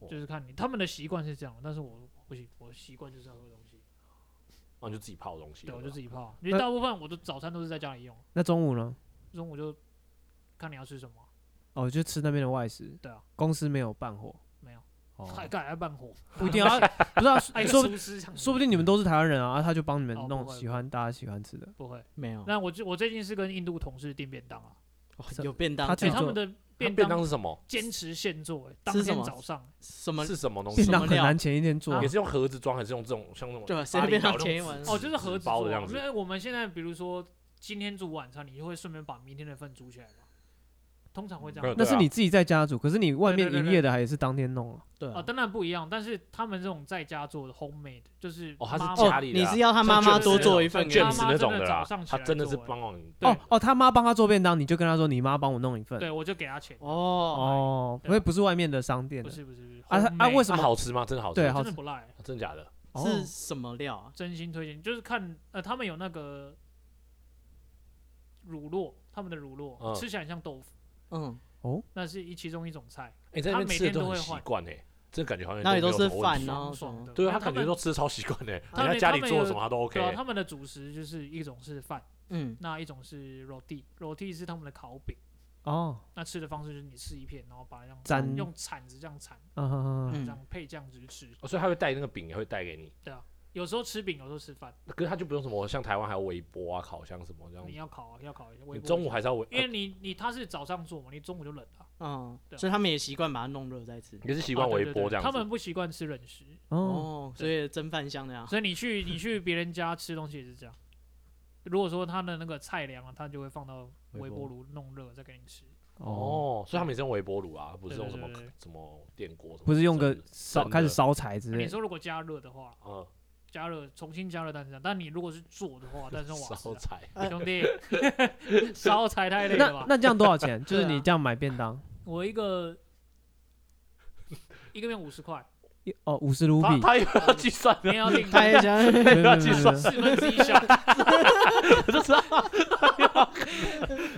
Speaker 3: 哦
Speaker 4: 就是看你他们的习惯是这样，但是我不行，我习惯就是要喝东西，
Speaker 3: 哦，你就自己泡东西。
Speaker 4: 对我就自
Speaker 3: 己。
Speaker 4: 己泡，因为
Speaker 1: 那
Speaker 4: 大部分我的早餐都是在家里用，
Speaker 1: 那中午呢？
Speaker 4: 中午就看你要吃什么，
Speaker 1: 哦，就吃那边的外食。
Speaker 4: 对啊，
Speaker 1: 公司没有办货，
Speaker 4: 没有，
Speaker 1: 哦，
Speaker 4: 还敢来办哎火，
Speaker 1: 不一定 啊，不知道，
Speaker 4: 还有
Speaker 1: 说
Speaker 4: 厨师这样子
Speaker 1: 说不定你们都是台湾人啊，啊他就帮你们
Speaker 4: 哦不
Speaker 1: 弄
Speaker 4: 会
Speaker 1: 喜
Speaker 4: 不
Speaker 1: 欢大家喜欢吃的。
Speaker 4: 不会。
Speaker 2: 哦
Speaker 5: 没有，
Speaker 4: 那我最我最近是跟印度同事订便当啊，
Speaker 5: 哦有便当
Speaker 1: 他，
Speaker 4: 所
Speaker 1: 自
Speaker 4: 以
Speaker 1: 己
Speaker 4: 他
Speaker 1: 做
Speaker 4: 们的
Speaker 3: 那
Speaker 4: 便
Speaker 3: 便
Speaker 4: 当
Speaker 3: 当是什么？
Speaker 4: 坚持现做、欸，当
Speaker 5: 什
Speaker 4: 天
Speaker 5: 么
Speaker 4: 早上
Speaker 5: 什么
Speaker 3: 是什么东西
Speaker 1: 便？当
Speaker 5: 什么
Speaker 1: 很
Speaker 5: 料
Speaker 1: 难前一天
Speaker 4: 啊
Speaker 1: 做
Speaker 3: 也，是用盒子装，还是用这种像那种
Speaker 5: 对啊谁
Speaker 3: 巴
Speaker 5: 的
Speaker 3: 厘
Speaker 5: 便当
Speaker 3: 岛那种
Speaker 5: 前一晚
Speaker 3: 纸
Speaker 4: 哦，就是
Speaker 3: 纸
Speaker 4: 盒子
Speaker 3: 包
Speaker 4: 做
Speaker 3: 的
Speaker 4: 啊
Speaker 3: 这样子。
Speaker 4: 那我们现在比如说今天煮晚餐，你就会顺便把明天的份煮起来嘛，通常会这
Speaker 3: 嗯
Speaker 4: 样。
Speaker 1: 那
Speaker 3: 对
Speaker 1: 是
Speaker 3: 啊
Speaker 1: 你自己在家煮，可是你外
Speaker 4: 对
Speaker 1: 面
Speaker 4: 对对
Speaker 1: 营业的还是当天弄啊。
Speaker 5: 对
Speaker 4: 啊，
Speaker 5: 啊，
Speaker 4: 当然不一样，但是他们这种在家做的 homemade 就是
Speaker 3: 哦他是
Speaker 4: 妈
Speaker 3: 家
Speaker 4: 妈
Speaker 3: 里的啊
Speaker 5: 你是要他妈妈
Speaker 4: 像
Speaker 5: 多做一
Speaker 3: 像
Speaker 5: 份给
Speaker 4: 卷
Speaker 5: 你
Speaker 4: 妈
Speaker 3: 卷纸
Speaker 4: 妈
Speaker 3: 那种的啦
Speaker 4: 真的早上，起
Speaker 3: 他
Speaker 4: 来
Speaker 3: 真的是
Speaker 4: 做欸
Speaker 3: 帮忙你。
Speaker 4: 对
Speaker 1: 哦哦，他妈帮他做便当，你就跟他说你妈帮我弄一份。
Speaker 4: 对我就给他钱，
Speaker 5: 哦，
Speaker 1: 哦，
Speaker 4: 对啊
Speaker 1: 所以不是外面的商店
Speaker 4: 不
Speaker 1: 的
Speaker 4: 是不是不是
Speaker 1: 啊他啊
Speaker 4: homemade，
Speaker 1: 为什
Speaker 3: 那
Speaker 1: 么
Speaker 3: 好吃吗？真的好吃？
Speaker 1: 对
Speaker 3: 啊
Speaker 1: 好
Speaker 4: 真的不赖、欸
Speaker 3: 真的假的？
Speaker 1: 哦
Speaker 5: 是什么料啊？
Speaker 4: 真心推荐，就是看呃，他们有那个乳酪，他们的乳酪、
Speaker 3: 嗯
Speaker 4: 吃起来很像豆腐，
Speaker 5: 嗯，
Speaker 4: 那是一其中一种菜，
Speaker 3: 哎，在那
Speaker 4: 他
Speaker 3: 边
Speaker 4: 每
Speaker 3: 吃的
Speaker 4: 天
Speaker 3: 都
Speaker 4: 都
Speaker 3: 很
Speaker 4: 会
Speaker 3: 习
Speaker 4: 换
Speaker 3: 惯哎，真的感觉好像
Speaker 5: 那里
Speaker 3: 都
Speaker 5: 都
Speaker 3: 没
Speaker 5: 哦
Speaker 3: 有
Speaker 5: 是
Speaker 3: 什么问
Speaker 5: 饭
Speaker 3: 题
Speaker 1: 哦
Speaker 5: 然后
Speaker 4: 爽
Speaker 5: 什
Speaker 4: 爽
Speaker 5: 么
Speaker 4: 的。
Speaker 3: 对啊，
Speaker 4: 那
Speaker 3: 他
Speaker 4: 他
Speaker 3: 感觉
Speaker 4: 们
Speaker 3: 都吃得超习惯的，
Speaker 4: 他
Speaker 3: 人家家
Speaker 4: 们他
Speaker 3: 里
Speaker 4: 们
Speaker 3: 做
Speaker 4: 有
Speaker 3: 什么他都 OK
Speaker 4: 对啊，
Speaker 3: 欸。
Speaker 4: 他们的主食就是一种是饭，
Speaker 5: 嗯，
Speaker 4: 那一种是 roti，roti 是他们的烤饼。
Speaker 1: 哦，
Speaker 4: 那吃的方式就是你吃一片，然后把它这样
Speaker 1: 沾
Speaker 4: 用铲子这样铲，
Speaker 1: 嗯哼哼哼
Speaker 4: 这
Speaker 5: 嗯
Speaker 4: 样配酱汁吃。
Speaker 3: 哦所以他会带那个饼，也会带给你。
Speaker 4: 有时候吃饼，有时候吃饭。
Speaker 3: 可是他就不用什么像台湾还有微波啊、烤箱什么这样
Speaker 4: 你
Speaker 3: 子。
Speaker 4: 要烤啊要烤一下。
Speaker 3: 你
Speaker 4: 微波
Speaker 3: 中
Speaker 4: 一
Speaker 3: 午
Speaker 4: 下，
Speaker 3: 还是要微，呃
Speaker 4: 因为你你他是早上做嘛，你中午就冷了。
Speaker 5: 嗯，
Speaker 4: 对啊
Speaker 5: 所以他们也习惯把它弄热再吃。
Speaker 3: 也是习惯
Speaker 4: 啊对
Speaker 3: 微
Speaker 4: 对
Speaker 3: 波
Speaker 4: 对
Speaker 3: 这样子。
Speaker 4: 他们不习惯吃冷食，
Speaker 1: 哦，
Speaker 5: 哦，所以蒸饭香那
Speaker 3: 啊
Speaker 5: 样。
Speaker 4: 所以你去你去别人家吃东西也是这样。如果说他的那个菜凉了，他就会放到微
Speaker 3: 微波
Speaker 4: 波炉弄热再给你吃。
Speaker 1: 哦，
Speaker 3: 哦，所以他们也是用微波炉啊，不是
Speaker 4: 对
Speaker 3: 用
Speaker 4: 对
Speaker 3: 什么
Speaker 4: 对对
Speaker 3: 什么电锅什么。
Speaker 1: 不是用个
Speaker 3: 蒸的
Speaker 1: 烧开始烧柴之
Speaker 4: 啊你
Speaker 1: 类的。
Speaker 4: 说如果加热的话，
Speaker 3: 嗯，
Speaker 4: 加热重新加热但是这样，但你如果是做的 话，但是用瓦斯
Speaker 3: 烧
Speaker 4: 啊、
Speaker 3: 柴
Speaker 4: 兄弟，烧柴太累了
Speaker 1: 那
Speaker 4: 吧？
Speaker 1: 呃那这样多少 钱？就是
Speaker 4: 对啊
Speaker 1: 你这样买便当，
Speaker 4: 我一个一个面五 十块，
Speaker 1: 一哦五十卢比
Speaker 3: 他，他又要计算
Speaker 4: 你
Speaker 3: 的，
Speaker 4: 要另
Speaker 5: 他
Speaker 4: 外
Speaker 5: 也想，
Speaker 1: 没有没有没有
Speaker 3: 计
Speaker 1: 没有
Speaker 3: 算
Speaker 4: 四 分之一小，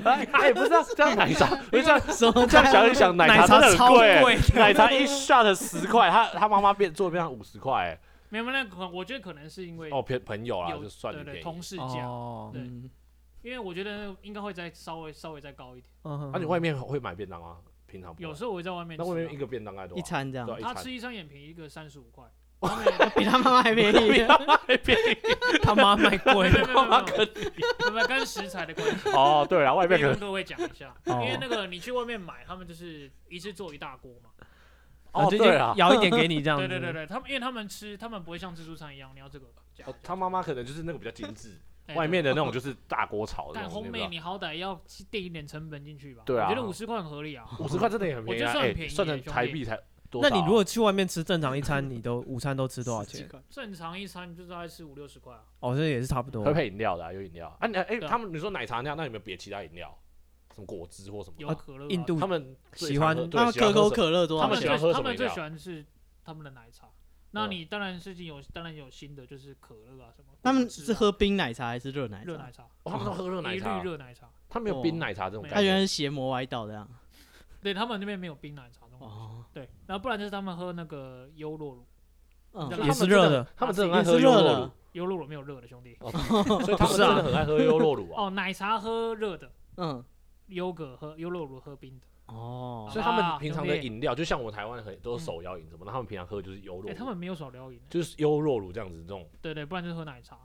Speaker 3: 哎哎，不是啊， 这样奶茶，不是这样
Speaker 5: 什么
Speaker 3: 这样想一想，茶真的很
Speaker 1: 超
Speaker 3: 贵欸，
Speaker 1: 贵的，
Speaker 3: 奶茶一 shot 十块，他他妈妈变做变成五十块欸，
Speaker 4: 没有没有那可能我觉得可能是因为
Speaker 3: 哦，朋朋友啦，
Speaker 4: 有
Speaker 3: 就算你
Speaker 4: 对对
Speaker 3: 便宜。
Speaker 4: 同事价，
Speaker 1: 哦，
Speaker 4: 对
Speaker 5: 嗯，
Speaker 4: 因为我觉得应该会再稍微稍微再高一点。
Speaker 1: 嗯
Speaker 3: 那你外面会买便当吗？平常不会
Speaker 4: 有时候我会在外面吃
Speaker 3: 哦那
Speaker 4: 啊，
Speaker 3: 外面一个便当该多
Speaker 5: 一
Speaker 3: 少？
Speaker 5: 餐这样
Speaker 3: 对，啊，一
Speaker 4: 他
Speaker 3: 餐
Speaker 4: 吃一张眼皮一个三十五 块，
Speaker 5: 比他妈妈还便 宜。
Speaker 1: 他妈卖贵
Speaker 4: 没有没有没有没有没有没有跟食材的关系，
Speaker 3: 哦，对啊，外
Speaker 4: 可
Speaker 3: 面
Speaker 4: 以
Speaker 3: 可能
Speaker 4: 跟各位讲 一下，因
Speaker 1: 哦
Speaker 4: 为那个你去外面买，他们就是一次做一大锅嘛。
Speaker 1: 哦，
Speaker 3: 哦，
Speaker 1: 就
Speaker 3: 对啊，
Speaker 1: 舀一点给你这样子。
Speaker 4: 对对对对，他们因为他们吃，他们不会像自助餐一样，你要这个加
Speaker 3: 哦他妈妈可能就是那个比较精致，
Speaker 4: 哎
Speaker 3: 外
Speaker 4: 对
Speaker 3: 面的那种就是大锅炒的
Speaker 4: 干
Speaker 3: 那种
Speaker 4: 烘
Speaker 3: 你
Speaker 4: 焙，
Speaker 3: 知
Speaker 4: 你好歹要垫一点成本进去吧。
Speaker 3: 对啊
Speaker 4: 我觉得五十块很合理啊。
Speaker 3: 道，五十块真的也很便宜啊，
Speaker 4: 我觉得
Speaker 3: 哎
Speaker 4: 算很便宜
Speaker 3: 算成
Speaker 4: 耶兄弟
Speaker 3: 台币才多
Speaker 1: 那
Speaker 3: 少啊。
Speaker 1: 你如果去外面吃正常一餐，你都午餐都吃多少
Speaker 5: 十几
Speaker 1: 钱？
Speaker 5: 块？
Speaker 4: 正常一餐就大概吃五六十块啊。
Speaker 1: 哦，这也是差不多
Speaker 3: 喝。配饮料的啊，有饮料啊，你哎，
Speaker 4: 对啊
Speaker 3: 他们你说奶茶那样，那有没有别其他饮料？什么果汁或什么的？
Speaker 4: 有可乐啊，
Speaker 1: 印度
Speaker 3: 他们最
Speaker 1: 喜欢
Speaker 3: 常喝对
Speaker 5: 那
Speaker 3: 喜欢
Speaker 5: 可
Speaker 3: 喝
Speaker 5: 口
Speaker 2: 啊
Speaker 3: 什么
Speaker 5: 可乐多
Speaker 4: 他
Speaker 5: 少
Speaker 4: 们
Speaker 3: 喜
Speaker 5: 钱？
Speaker 3: 欢
Speaker 4: 最
Speaker 3: 啊喝
Speaker 4: 他
Speaker 3: 什么
Speaker 4: 们
Speaker 3: 饮
Speaker 4: 最
Speaker 3: 料
Speaker 4: 喜欢是他们的奶茶。那
Speaker 3: 嗯
Speaker 4: 你当然是有，当然有新的就是可乐啊什么。
Speaker 5: 他们
Speaker 4: 果汁啊
Speaker 5: 是喝冰奶茶还是热奶
Speaker 4: 热
Speaker 5: 茶
Speaker 4: 奶？茶，
Speaker 3: 哦他们都喝热奶
Speaker 4: 一律
Speaker 3: 茶，
Speaker 4: 热奶茶。
Speaker 3: 他们有冰奶茶这种
Speaker 4: 哦
Speaker 2: 啊
Speaker 5: 他
Speaker 3: 感
Speaker 5: 原来是
Speaker 3: 觉。
Speaker 5: 邪魔歪倒的样。
Speaker 4: 对他们那边没有冰奶茶那种。
Speaker 5: 哦，
Speaker 4: 对，然后不然就是他们喝那个优酪乳，
Speaker 5: 嗯
Speaker 4: 这
Speaker 3: 就
Speaker 1: 也
Speaker 4: 样
Speaker 3: 他
Speaker 1: 是
Speaker 3: 们真
Speaker 1: 热的，
Speaker 3: 他们真的很爱
Speaker 5: 也
Speaker 3: 喝
Speaker 5: 是
Speaker 3: 优
Speaker 5: 热
Speaker 3: 酪
Speaker 5: 的
Speaker 3: 乳，
Speaker 4: 优酪乳没有热的兄弟。
Speaker 3: 哦所以他们真的很爱喝优酪乳啊。
Speaker 4: 哦，奶茶喝热的，
Speaker 5: 嗯，
Speaker 4: 优格喝优酪乳喝冰的。
Speaker 5: 哦，
Speaker 3: 所以他们平常的饮料，就像我们台湾很都是手摇饮什么，那他们平常喝就是优
Speaker 4: 哦嗯哎，
Speaker 3: 酪
Speaker 4: 他
Speaker 3: 乳，
Speaker 4: 们没有少聊饮。
Speaker 3: 就是优酪乳这样子这种。
Speaker 4: 对对，不然就是喝奶茶。